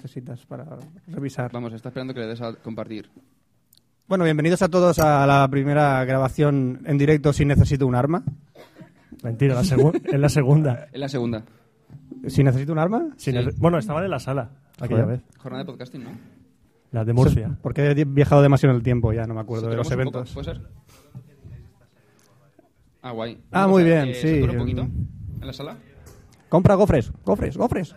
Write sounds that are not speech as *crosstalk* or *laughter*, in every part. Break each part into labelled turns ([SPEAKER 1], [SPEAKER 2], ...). [SPEAKER 1] necesitas para revisar.
[SPEAKER 2] Vamos, está esperando que le des a compartir.
[SPEAKER 1] Bueno, bienvenidos a todos a la primera grabación en directo sin necesito un arma.
[SPEAKER 3] Mentira, la segu- *laughs* es la segunda.
[SPEAKER 2] Es la segunda.
[SPEAKER 1] ¿Si necesito un arma?
[SPEAKER 3] Sin
[SPEAKER 2] Sí.
[SPEAKER 3] el- Bueno, estaban en la sala aquella
[SPEAKER 1] Joder.
[SPEAKER 3] vez.
[SPEAKER 2] Jornada de podcasting, ¿no?
[SPEAKER 3] La de *laughs* Murcia.
[SPEAKER 1] Porque he viajado demasiado en el tiempo ya, no me acuerdo de los
[SPEAKER 2] Saturamos un poco,
[SPEAKER 1] eventos.
[SPEAKER 2] ¿Puede ser? Ah, guay.
[SPEAKER 1] Ah,
[SPEAKER 2] Una
[SPEAKER 1] muy
[SPEAKER 2] cosa,
[SPEAKER 1] bien,
[SPEAKER 2] eh,
[SPEAKER 1] sí.
[SPEAKER 2] ¿satura un poquito en la sala?
[SPEAKER 1] Compra gofres, gofres, gofres.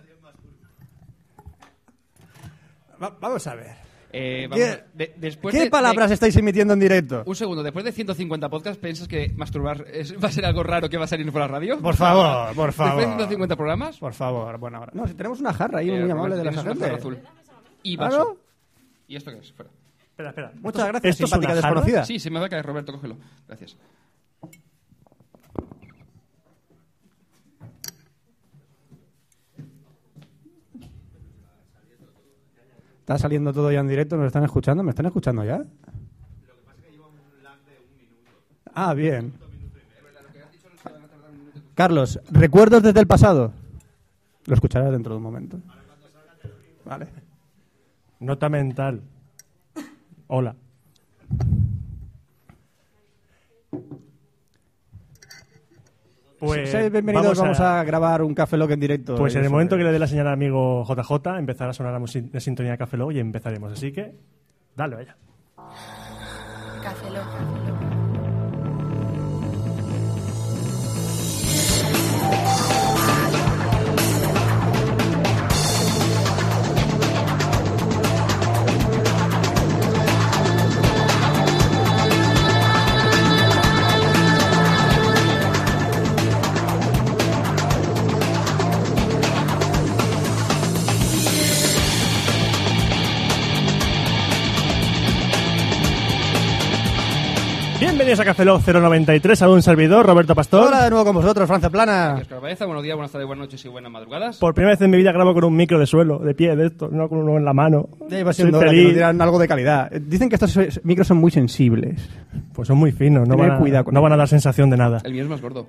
[SPEAKER 1] Va- vamos a ver.
[SPEAKER 2] Eh, vamos
[SPEAKER 1] ¿Qué-
[SPEAKER 2] a- de- después de-
[SPEAKER 1] ¿Qué
[SPEAKER 2] de-
[SPEAKER 1] palabras estáis emitiendo en directo?
[SPEAKER 2] un segundo, después de 150 podcasts, ¿piensas que masturbar es- va a ser algo raro que va a salir por la radio?
[SPEAKER 1] Por favor, por favor.
[SPEAKER 2] Después de 150 programas,
[SPEAKER 1] Por favor, bueno, ahora. No, si tenemos una jarra ahí
[SPEAKER 2] eh,
[SPEAKER 1] muy amable de la
[SPEAKER 2] tienes una
[SPEAKER 1] gente.
[SPEAKER 2] jarra azul. Y
[SPEAKER 1] Ah,
[SPEAKER 2] vaso.
[SPEAKER 1] ¿no?
[SPEAKER 2] ¿Y esto qué es? Fuera.
[SPEAKER 3] Espera, espera.
[SPEAKER 1] Muchas gracias,
[SPEAKER 3] ¿Esto es
[SPEAKER 1] simpática
[SPEAKER 3] una jarra?
[SPEAKER 1] desconocida.
[SPEAKER 2] Sí, se me va a caer, Roberto, cógelo. Gracias.
[SPEAKER 1] Está saliendo todo ya en directo, nos están escuchando, ¿me están escuchando ya? Ah, bien. Carlos, recuerdos desde el pasado. Lo escucharás dentro de un momento. Vale.
[SPEAKER 3] Nota mental. Hola. Pues
[SPEAKER 1] Sí, bienvenidos, vamos a...
[SPEAKER 3] a-
[SPEAKER 1] grabar un Café Lock en directo.
[SPEAKER 3] Pues en
[SPEAKER 1] Eso,
[SPEAKER 3] el momento
[SPEAKER 1] eh.
[SPEAKER 3] que le dé la señal al amigo JJ, empezará a sonar la, musi- la sintonía de Café Lock y empezaremos. Así que, dale, vaya.
[SPEAKER 4] Café Lock.
[SPEAKER 3] Bienvenidos a Café Lock 093, a un servidor, Roberto Pastor.
[SPEAKER 1] Hola de nuevo con vosotros, Francia Plana.
[SPEAKER 2] Oscar Baeza, buenos días, buenas tardes, buenas noches y buenas madrugadas.
[SPEAKER 3] Por primera vez en mi vida grabo con un micro de suelo, de pie, de esto, no con uno en la mano.
[SPEAKER 1] Ya iba
[SPEAKER 3] Soy
[SPEAKER 1] siendo hora que
[SPEAKER 3] feliz.
[SPEAKER 1] nos dieran algo de calidad. Eh, Dicen que estos eh, micros son muy sensibles.
[SPEAKER 3] Pues son muy finos, no,
[SPEAKER 1] Tener
[SPEAKER 3] van a,
[SPEAKER 1] cuidado con
[SPEAKER 3] no
[SPEAKER 1] ellos.
[SPEAKER 3] van a dar sensación de nada.
[SPEAKER 2] El mío es más gordo.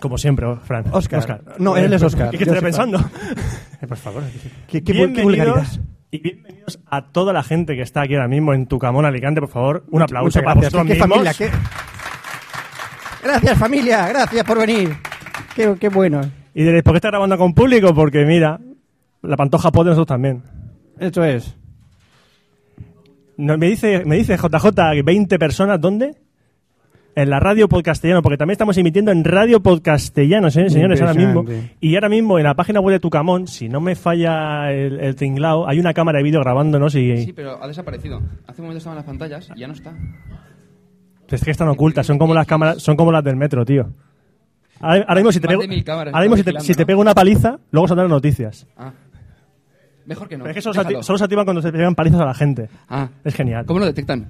[SPEAKER 3] Como siempre, oh, Fran. Pues,
[SPEAKER 1] Oscar. No, él es Oscar.
[SPEAKER 3] ¿Y qué
[SPEAKER 1] Yo soy
[SPEAKER 3] estaré pensando?
[SPEAKER 1] *laughs*
[SPEAKER 3] Eh, Por favor.
[SPEAKER 1] Qué- qué- qué vulgaridad.
[SPEAKER 3] bienvenidos y bienvenidos a toda la gente que está aquí ahora mismo en Tucamón, Alicante, por favor. Un aplauso
[SPEAKER 1] Muchas
[SPEAKER 3] para vosotros
[SPEAKER 1] Qué- qué
[SPEAKER 3] mismos.
[SPEAKER 1] familia, qué- Gracias, familia. Gracias por venir. Qué, qué bueno.
[SPEAKER 3] Y diréis, ¿por qué está grabando con público? Porque mira, la pantoja pod de nosotros también.
[SPEAKER 1] Eso es.
[SPEAKER 3] No, me, dice, me dice JJ, 20 personas, ¿dónde? En la radio podcastellano, porque también estamos emitiendo en radio podcastellano, ¿eh, señores, ahora mismo.
[SPEAKER 1] Impresionante.
[SPEAKER 3] Y ahora mismo en la página web de Tucamón, si no me falla el, el tinglao, hay una cámara de vídeo grabándonos y...
[SPEAKER 2] Sí, pero ha desaparecido. Hace un momento estaban las pantallas y ya no está.
[SPEAKER 3] Es que están ocultas, son como las cámaras, son como las del metro, tío. Ahora, ahora mismo si te
[SPEAKER 2] Más
[SPEAKER 3] pego,
[SPEAKER 2] de mil cámaras
[SPEAKER 3] ahora mismo si
[SPEAKER 2] están
[SPEAKER 3] te, si
[SPEAKER 2] vigilando,
[SPEAKER 3] te
[SPEAKER 2] ¿no?
[SPEAKER 3] pego una paliza, luego saldrán las noticias.
[SPEAKER 2] Ah. Mejor que no.
[SPEAKER 3] Pero es que solo se, ati-
[SPEAKER 2] Déjalo.
[SPEAKER 3] solo se activan cuando se pegan palizas a la gente.
[SPEAKER 2] Ah.
[SPEAKER 3] Es genial.
[SPEAKER 2] ¿Cómo lo detectan?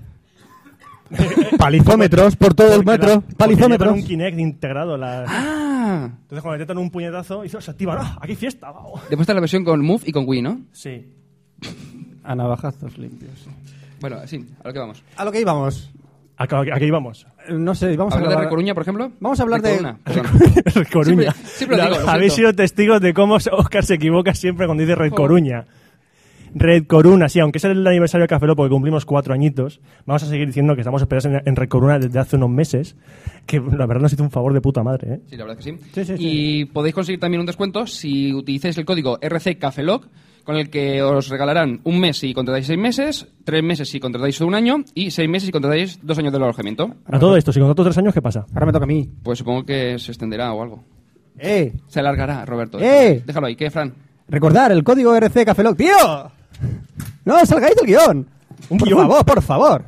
[SPEAKER 1] Palizómetros por todo el
[SPEAKER 3] Porque la-
[SPEAKER 1] metro.
[SPEAKER 3] porque llevan
[SPEAKER 1] Palizómetros.
[SPEAKER 3] un Kinect integrado. La,
[SPEAKER 2] Ah.
[SPEAKER 3] Entonces cuando intentan un puñetazo, y se activa, ¡ah! Aquí fiesta, vamos.
[SPEAKER 2] Después está la versión con Move y con Wii, ¿no?
[SPEAKER 3] Sí.
[SPEAKER 1] A navajazos limpios.
[SPEAKER 2] Bueno, sí, a lo que vamos.
[SPEAKER 1] A lo que íbamos.
[SPEAKER 3] Acá- Aquí
[SPEAKER 2] *laughs*
[SPEAKER 3] íbamos.
[SPEAKER 1] Eh, No sé, vamos a
[SPEAKER 2] ¿Hablar de
[SPEAKER 1] grabar-
[SPEAKER 2] Recoruña, por ejemplo?
[SPEAKER 1] Vamos a hablar de-
[SPEAKER 2] Coruña, perdón.
[SPEAKER 3] Coruña.
[SPEAKER 2] Siempre-
[SPEAKER 3] *laughs*
[SPEAKER 2] siempre lo digo, lo
[SPEAKER 3] Habéis
[SPEAKER 2] siento.
[SPEAKER 3] sido testigos de cómo Oscar se equivoca siempre cuando dice Red Coruña. Red Coruna, sí, aunque es el aniversario de Café Lock, porque cumplimos cuatro añitos, vamos a seguir diciendo que estamos esperados en, en Red Coruna desde hace unos meses, que la verdad nos hizo un favor de puta madre, ¿eh?
[SPEAKER 2] Sí, la verdad que sí.
[SPEAKER 1] Sí, sí, sí.
[SPEAKER 2] Y podéis conseguir también un descuento si utilizáis el código RCCafeloc, con el que os regalarán un mes si contratáis seis meses, tres meses si contratáis un año y seis meses si contratáis dos años del alojamiento.
[SPEAKER 3] A todo esto, si contrato tres años, ¿qué pasa?
[SPEAKER 1] Ahora me toca a mí.
[SPEAKER 2] Pues supongo que se extenderá o algo.
[SPEAKER 1] ¡Eh!
[SPEAKER 2] Se alargará, Roberto.
[SPEAKER 1] ¡Eh!
[SPEAKER 2] Déjalo ahí, ¿qué, Fran?
[SPEAKER 1] Recordar el código RC Café Lock. ¡Tío! ¡No salgáis del guión!
[SPEAKER 3] Un
[SPEAKER 1] por
[SPEAKER 3] guión.
[SPEAKER 1] favor, por favor.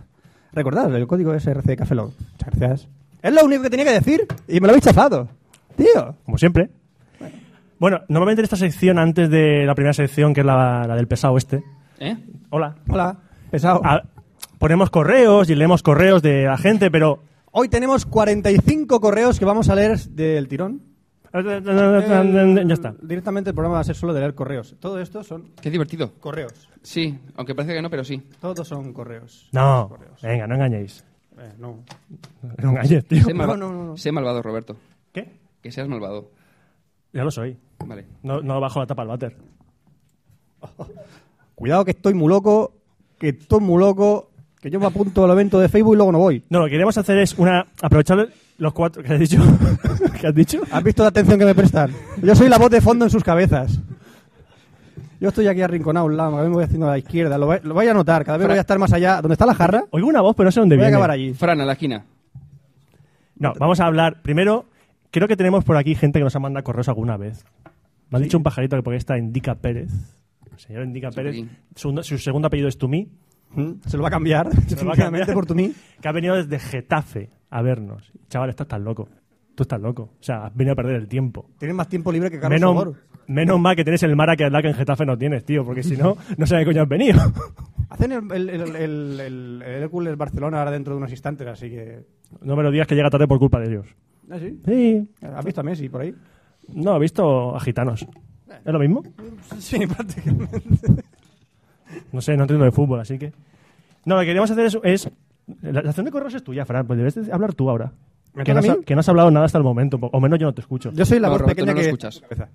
[SPEAKER 1] Recordad, el código es RC Café Lock. Muchas gracias. Es lo único que tenía que decir y me lo habéis chafado. Tío.
[SPEAKER 3] Como siempre. Bueno, normalmente en esta sección, antes de la primera sección, que es la, la del pesado este,
[SPEAKER 2] ¿Eh?
[SPEAKER 3] hola,
[SPEAKER 1] Hola. Pesado.
[SPEAKER 3] a- ponemos correos y leemos correos de la gente, pero...
[SPEAKER 1] Hoy tenemos 45 correos que vamos a leer del tirón.
[SPEAKER 3] Ya está.
[SPEAKER 1] Directamente el programa va a ser solo de leer correos. Todo esto son
[SPEAKER 2] Qué divertido.
[SPEAKER 1] correos.
[SPEAKER 2] Sí, aunque parece que no, pero sí.
[SPEAKER 1] Todos son correos.
[SPEAKER 3] No, venga, no engañéis.
[SPEAKER 1] Eh, no.
[SPEAKER 3] No engañes, tío.
[SPEAKER 2] Sé, malva-
[SPEAKER 1] *laughs* No, no, no.
[SPEAKER 2] sé malvado, Roberto.
[SPEAKER 3] ¿Qué?
[SPEAKER 2] Que seas malvado.
[SPEAKER 3] Ya lo soy.
[SPEAKER 2] Vale.
[SPEAKER 3] No, no bajo la tapa al váter.
[SPEAKER 1] Cuidado que estoy muy loco, que estoy muy loco, que yo me apunto al evento de Facebook y luego no voy.
[SPEAKER 3] No, lo que queremos hacer es una aprovechar los cuatro que has dicho. *laughs* ¿Qué has dicho?
[SPEAKER 1] ¿Has visto la atención que me prestan? Yo soy la voz de fondo en sus cabezas. Yo estoy aquí arrinconado a un lado, cada vez me voy haciendo a la izquierda, lo, va- lo vais a notar, cada vez
[SPEAKER 2] Fra-
[SPEAKER 1] voy a estar más allá. ¿Dónde está la jarra?
[SPEAKER 3] Oigo una voz, pero no sé dónde
[SPEAKER 1] Voy a
[SPEAKER 3] viene.
[SPEAKER 1] acabar allí.
[SPEAKER 2] Fran, a la esquina.
[SPEAKER 3] No, vamos a hablar. Primero, creo que tenemos por aquí gente que nos ha mandado correos alguna vez. Me ha dicho un pajarito que por ahí está Indica Pérez. El señor Indica Pérez.
[SPEAKER 2] aquí.
[SPEAKER 3] Su, su segundo apellido es Tumí.
[SPEAKER 1] Mm, Se lo va a cambiar,
[SPEAKER 3] Se lo va a
[SPEAKER 1] definitivamente,
[SPEAKER 3] cambiar.
[SPEAKER 1] por tu mí.
[SPEAKER 3] *laughs* Que ha venido desde Getafe a vernos. Chaval, estás tan loco. Tú estás loco. O sea, has venido a perder el tiempo.
[SPEAKER 1] Tienes más tiempo libre que Carlos
[SPEAKER 3] Menos,
[SPEAKER 1] Sogor.
[SPEAKER 3] menos mal que tenés el mar que que en Getafe no tienes, tío, porque
[SPEAKER 1] *laughs*
[SPEAKER 3] si no, no sabes qué coño has venido. *laughs*
[SPEAKER 1] Hacen el, el, el, el, el- el Hércules Barcelona ahora dentro de unos instantes, así que...
[SPEAKER 3] No me lo digas que llega tarde por culpa de ellos.
[SPEAKER 1] ¿Ah, sí?
[SPEAKER 3] Sí.
[SPEAKER 1] ¿Has visto a Messi por ahí?
[SPEAKER 3] No, he visto a gitanos. ¿Es lo mismo?
[SPEAKER 1] Sí, prácticamente.
[SPEAKER 3] No sé, no entiendo de fútbol, así que. No, lo que queríamos hacer es. es- la la acción de correos es tuya, Fran, pues debes de hablar tú ahora.
[SPEAKER 1] ¿Me
[SPEAKER 3] Que
[SPEAKER 1] toca
[SPEAKER 3] no,
[SPEAKER 1] a
[SPEAKER 3] has,
[SPEAKER 1] mí?
[SPEAKER 3] que no has hablado nada hasta el momento, po- o menos yo no te escucho.
[SPEAKER 1] Yo soy la
[SPEAKER 2] No,
[SPEAKER 1] voz
[SPEAKER 2] Roberto,
[SPEAKER 1] pequeña
[SPEAKER 2] no lo
[SPEAKER 1] que...
[SPEAKER 2] escuchas.
[SPEAKER 1] Cabeza.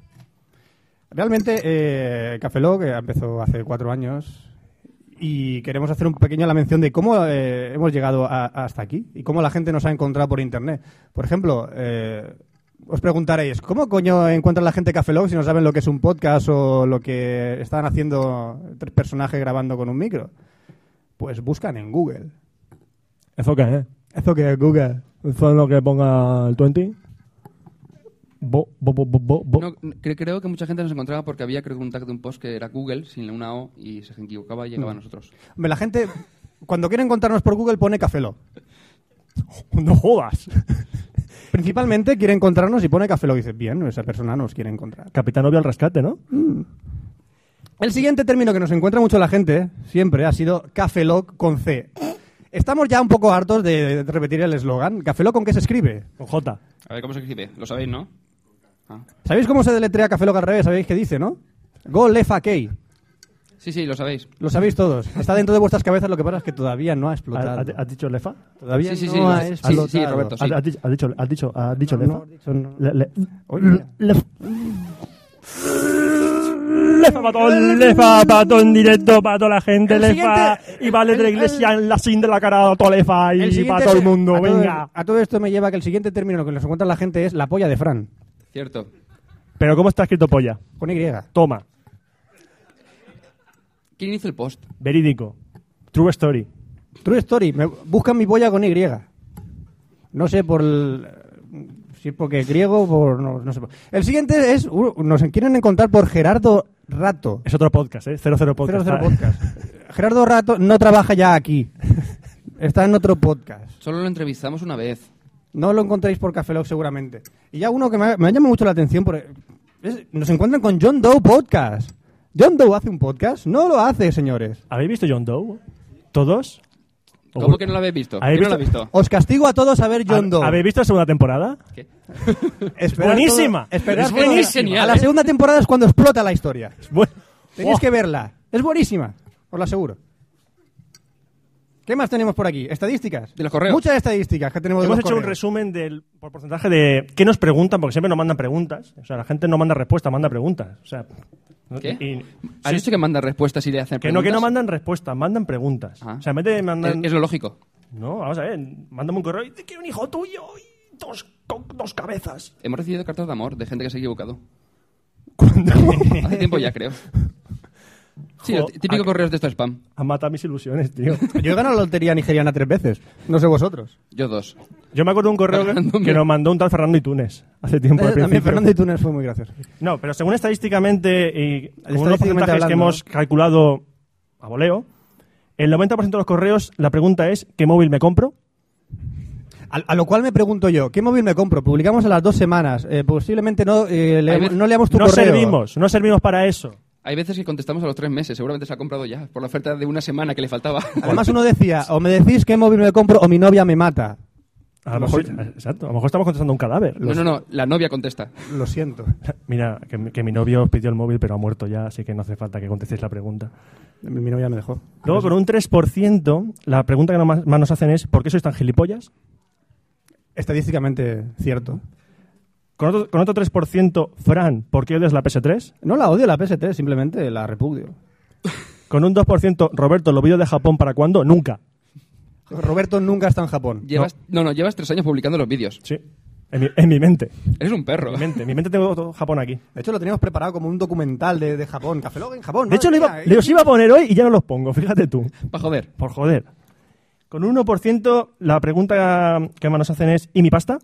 [SPEAKER 1] Realmente, eh, Café Lock, eh, empezó hace cuatro años y queremos hacer un pequeño la mención de cómo eh, hemos llegado a- hasta aquí y cómo la gente nos ha encontrado por Internet. Por ejemplo, eh, os preguntaréis, ¿cómo coño encuentra la gente Café Lock si no saben lo que es un podcast o lo que están haciendo tres personajes grabando con un micro? Pues buscan en Google.
[SPEAKER 3] Enfoca, ¿eh?
[SPEAKER 1] ¿Eso que es Google?
[SPEAKER 3] Eso es lo que ponga el 20. Bo, bo, bo, bo, bo, bo.
[SPEAKER 2] No, cre- creo que mucha gente nos encontraba porque había creo que un tag de un post que era Google sin una O y se equivocaba y
[SPEAKER 1] Mm.
[SPEAKER 2] llegaba a nosotros.
[SPEAKER 1] Hombre, La gente, cuando quiere encontrarnos por Google, pone Café Lock.
[SPEAKER 3] No jodas.
[SPEAKER 1] Principalmente quiere encontrarnos y pone Café Lock. Y dice, bien, esa persona nos quiere encontrar. Mm.
[SPEAKER 3] Capitán Obvio al rescate, ¿no?
[SPEAKER 1] El siguiente término que nos encuentra mucho la gente, siempre, ha sido Café Lock con C. Estamos ya un poco hartos de repetir el eslogan. ¿Café Lock con qué se escribe?
[SPEAKER 3] Con J.
[SPEAKER 2] A ver cómo se escribe, lo sabéis, ¿no? Ah.
[SPEAKER 1] ¿Sabéis cómo se deletrea Café Lock al revés? ¿Sabéis qué dice, no? Go lefa K.
[SPEAKER 2] Sí, sí, lo sabéis.
[SPEAKER 1] Lo sabéis todos. Está dentro de vuestras cabezas, lo que pasa es que todavía no ha explotado.
[SPEAKER 3] ¿Has has dicho Lefa?
[SPEAKER 1] Todavía
[SPEAKER 2] Sí, sí,
[SPEAKER 1] no
[SPEAKER 2] sí,
[SPEAKER 1] ha
[SPEAKER 2] sí, sí, sí,
[SPEAKER 1] explotado.
[SPEAKER 2] Roberto. Sí.
[SPEAKER 3] ¿Has has dicho, has dicho, has dicho, has dicho
[SPEAKER 1] No,
[SPEAKER 3] Lefa?
[SPEAKER 1] no, he dicho no.
[SPEAKER 3] Le- le-
[SPEAKER 1] Oye, mira.
[SPEAKER 3] Lef- Lefa patón, lefa patón directo para toda la gente,
[SPEAKER 1] El
[SPEAKER 3] lefa
[SPEAKER 1] siguiente-
[SPEAKER 3] y vale de la
[SPEAKER 1] el-
[SPEAKER 3] iglesia
[SPEAKER 1] el-
[SPEAKER 3] en la sin de la cara a todo lefa y
[SPEAKER 1] siguiente
[SPEAKER 3] para todo el
[SPEAKER 1] es-
[SPEAKER 3] mundo,
[SPEAKER 1] a todo-
[SPEAKER 3] venga.
[SPEAKER 1] a todo esto me lleva a que el siguiente término que nos encuentra la gente es la polla de Fran.
[SPEAKER 2] Cierto.
[SPEAKER 3] Pero ¿cómo está escrito polla?
[SPEAKER 1] Con Y.
[SPEAKER 3] Toma,
[SPEAKER 2] ¿Quién hizo el post?
[SPEAKER 3] verídico, true story.
[SPEAKER 1] True Story, me buscan mi polla con Y. No sé por el- si es porque es griego o por no, no sé. por- El siguiente es uh, nos quieren encontrar por Gerardo Rato.
[SPEAKER 3] Es otro podcast, ¿eh? 00 podcast.
[SPEAKER 1] 00 podcast. Gerardo Rato no trabaja ya aquí. Está en otro podcast.
[SPEAKER 2] Solo lo entrevistamos una vez.
[SPEAKER 1] No lo encontréis por Café Lock seguramente. Y ya uno que me ha, me ha llamado mucho la atención, por, es- nos encuentran con John Doe Podcast. ¿John Doe hace un podcast? No lo hace, señores.
[SPEAKER 3] ¿Habéis visto John Doe? ¿Todos?
[SPEAKER 2] ¿Cómo que no lo habéis visto?
[SPEAKER 3] ¿Habéis
[SPEAKER 2] ¿Quién no lo ha
[SPEAKER 3] Oh. visto? Oh.
[SPEAKER 2] visto?
[SPEAKER 1] Os castigo a todos a ver John Doe.
[SPEAKER 3] ¿Habéis visto la segunda temporada? *laughs*
[SPEAKER 2] ¿Qué?
[SPEAKER 1] Esperad
[SPEAKER 3] Buenísima.
[SPEAKER 1] todo- esperad
[SPEAKER 2] Es
[SPEAKER 1] todo-
[SPEAKER 2] buenísima.
[SPEAKER 1] A la segunda temporada es cuando explota la historia.
[SPEAKER 3] Bueno,
[SPEAKER 1] Tenéis
[SPEAKER 3] oh,
[SPEAKER 1] que verla. Es buenísima, os lo aseguro. ¿Qué más tenemos por aquí? Estadísticas.
[SPEAKER 2] De los correos.
[SPEAKER 1] Muchas estadísticas que tenemos de
[SPEAKER 3] Hemos
[SPEAKER 1] los
[SPEAKER 3] hecho un
[SPEAKER 1] correos.
[SPEAKER 3] resumen del por porcentaje de qué nos preguntan, porque siempre nos mandan preguntas. O sea, la gente no manda respuestas, manda preguntas. O sea, no-
[SPEAKER 2] ¿Qué?
[SPEAKER 3] y-
[SPEAKER 2] ¿Has
[SPEAKER 3] sí,
[SPEAKER 2] dicho que mandan respuestas y le hacen
[SPEAKER 3] que no, que no
[SPEAKER 2] preguntas?
[SPEAKER 3] mandan respuestas, mandan preguntas.
[SPEAKER 2] Ah.
[SPEAKER 3] O sea, en vez de mandar.
[SPEAKER 2] Es, es lo lógico.
[SPEAKER 3] No, vamos a ver, mándame un correo y te quiero un hijo tuyo y dos, con dos
[SPEAKER 2] *laughs*
[SPEAKER 3] cabezas.
[SPEAKER 2] Hemos recibido cartas de amor de gente que se ha equivocado.
[SPEAKER 3] Cuando
[SPEAKER 2] Hace tiempo ya, creo. Sí,
[SPEAKER 3] Jo,
[SPEAKER 2] los t- típicos correos de esto spam.
[SPEAKER 3] han matado mis ilusiones, tío.
[SPEAKER 1] Yo he ganado la lotería nigeriana tres veces. No sé vosotros.
[SPEAKER 2] Yo dos.
[SPEAKER 3] Yo me acuerdo de un correo que,
[SPEAKER 2] Fernándome.
[SPEAKER 3] que nos mandó un tal Fernando Itunes hace tiempo. al
[SPEAKER 1] Eh, También
[SPEAKER 3] principio.
[SPEAKER 1] Fernando y Túnez fue muy gracioso.
[SPEAKER 3] No, pero según estadísticamente y según los
[SPEAKER 1] Estadísticamente
[SPEAKER 3] porcentajes que
[SPEAKER 1] hablando,
[SPEAKER 3] hemos calculado a voleo, el 90% de los correos la pregunta es ¿qué móvil me compro?
[SPEAKER 1] A, a lo cual me pregunto yo, ¿qué móvil me compro? Publicamos a las dos semanas. Eh, posiblemente no, eh, le-
[SPEAKER 2] Hay veces-
[SPEAKER 1] no leamos tu
[SPEAKER 3] No
[SPEAKER 1] correo.
[SPEAKER 3] servimos, no servimos para eso.
[SPEAKER 2] Hay veces que contestamos a los tres meses. Seguramente se ha comprado ya por la oferta de una semana que le faltaba.
[SPEAKER 1] Además uno decía, o me decís qué móvil me compro o mi novia me mata.
[SPEAKER 3] A lo, mejor, exacto, a lo mejor estamos contestando un cadáver.
[SPEAKER 2] No, no, no. La novia contesta.
[SPEAKER 1] Lo siento.
[SPEAKER 3] *laughs*
[SPEAKER 1] *laughs*
[SPEAKER 3] Mira, que, mi- que mi novio os pidió el móvil, pero ha muerto ya, así que no hace falta que contestéis la pregunta.
[SPEAKER 1] Mi, mi novia me dejó.
[SPEAKER 3] Luego, con un 3%, la pregunta que no más, más nos hacen es ¿por qué sois tan gilipollas?
[SPEAKER 1] Estadísticamente cierto.
[SPEAKER 3] Con otro, con otro 3%, Fran, ¿por qué odias la PS3?
[SPEAKER 1] No la odio la PS3, simplemente la repudio.
[SPEAKER 3] Con un 2%, Roberto, ¿los vídeos de Japón para cuándo? Nunca.
[SPEAKER 1] Roberto nunca está en Japón.
[SPEAKER 2] Llevas, no. no, llevas tres años publicando los vídeos.
[SPEAKER 3] Sí. En mi, en mi mente.
[SPEAKER 2] Eres un perro.
[SPEAKER 3] En mi mente. En mi mente tengo todo Japón aquí.
[SPEAKER 1] De hecho, lo teníamos preparado como un documental de, de Japón. Café Lock en Japón.
[SPEAKER 3] De hecho,
[SPEAKER 1] madre
[SPEAKER 3] lo iba-
[SPEAKER 1] mía.
[SPEAKER 3] los iba a poner hoy y ya no los pongo, *laughs* fíjate tú.
[SPEAKER 2] Pa' joder.
[SPEAKER 3] Por joder. Con un 1%, la pregunta que más nos hacen es: ¿y mi pasta?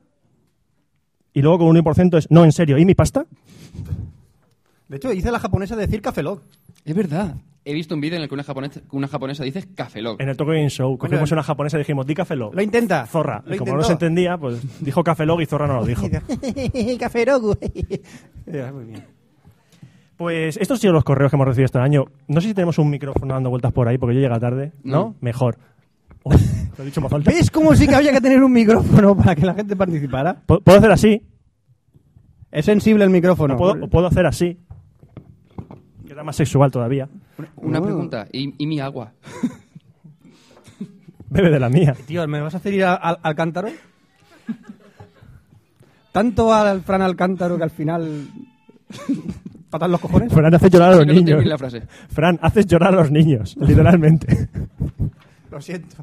[SPEAKER 3] Y luego con un 1% es: no, en serio, ¿y mi pasta?
[SPEAKER 1] De hecho, hice a la japonesa decir Café Lock.
[SPEAKER 2] Es verdad. He visto un vídeo en el que una japonesa, una japonesa dice Café Lock.
[SPEAKER 3] En el Tokyo Game Show, cogimos
[SPEAKER 1] Hombre.
[SPEAKER 3] una japonesa y dijimos: di Café Lock.
[SPEAKER 1] Lo intenta.
[SPEAKER 3] Zorra.
[SPEAKER 1] Lo
[SPEAKER 3] Y como no se
[SPEAKER 1] intentó.
[SPEAKER 3] entendía, pues dijo Café Lock y Zorra no lo dijo.
[SPEAKER 1] *laughs* Café Lock. *laughs* Ya, muy bien.
[SPEAKER 3] Pues estos han sido los correos que hemos recibido este año. No sé si tenemos un micrófono dando vueltas por ahí porque yo llega tarde. ¿No?
[SPEAKER 2] No.
[SPEAKER 3] Mejor. Uy, lo he dicho en voz alta.
[SPEAKER 1] ¿Ves cómo sí que había que tener un micrófono para que la gente participara?
[SPEAKER 3] Pu- Puedo hacer así.
[SPEAKER 1] Es sensible el micrófono.
[SPEAKER 3] o Pues puedo, o puedo hacer así. Queda más sexual todavía.
[SPEAKER 2] Una
[SPEAKER 1] Oh.
[SPEAKER 2] pregunta. ¿Y, y mi agua?
[SPEAKER 3] Bebe de la mía.
[SPEAKER 1] Tío, ¿me vas a hacer ir a- al, al cántaro? Tanto al Fran al cántaro que al final... ¿Patan los cojones?
[SPEAKER 3] Fran, haces llorar a los
[SPEAKER 2] *laughs* Si no, no
[SPEAKER 3] niños.
[SPEAKER 2] termino la frase.
[SPEAKER 3] Fran, haces llorar a los niños, literalmente.
[SPEAKER 1] Lo siento.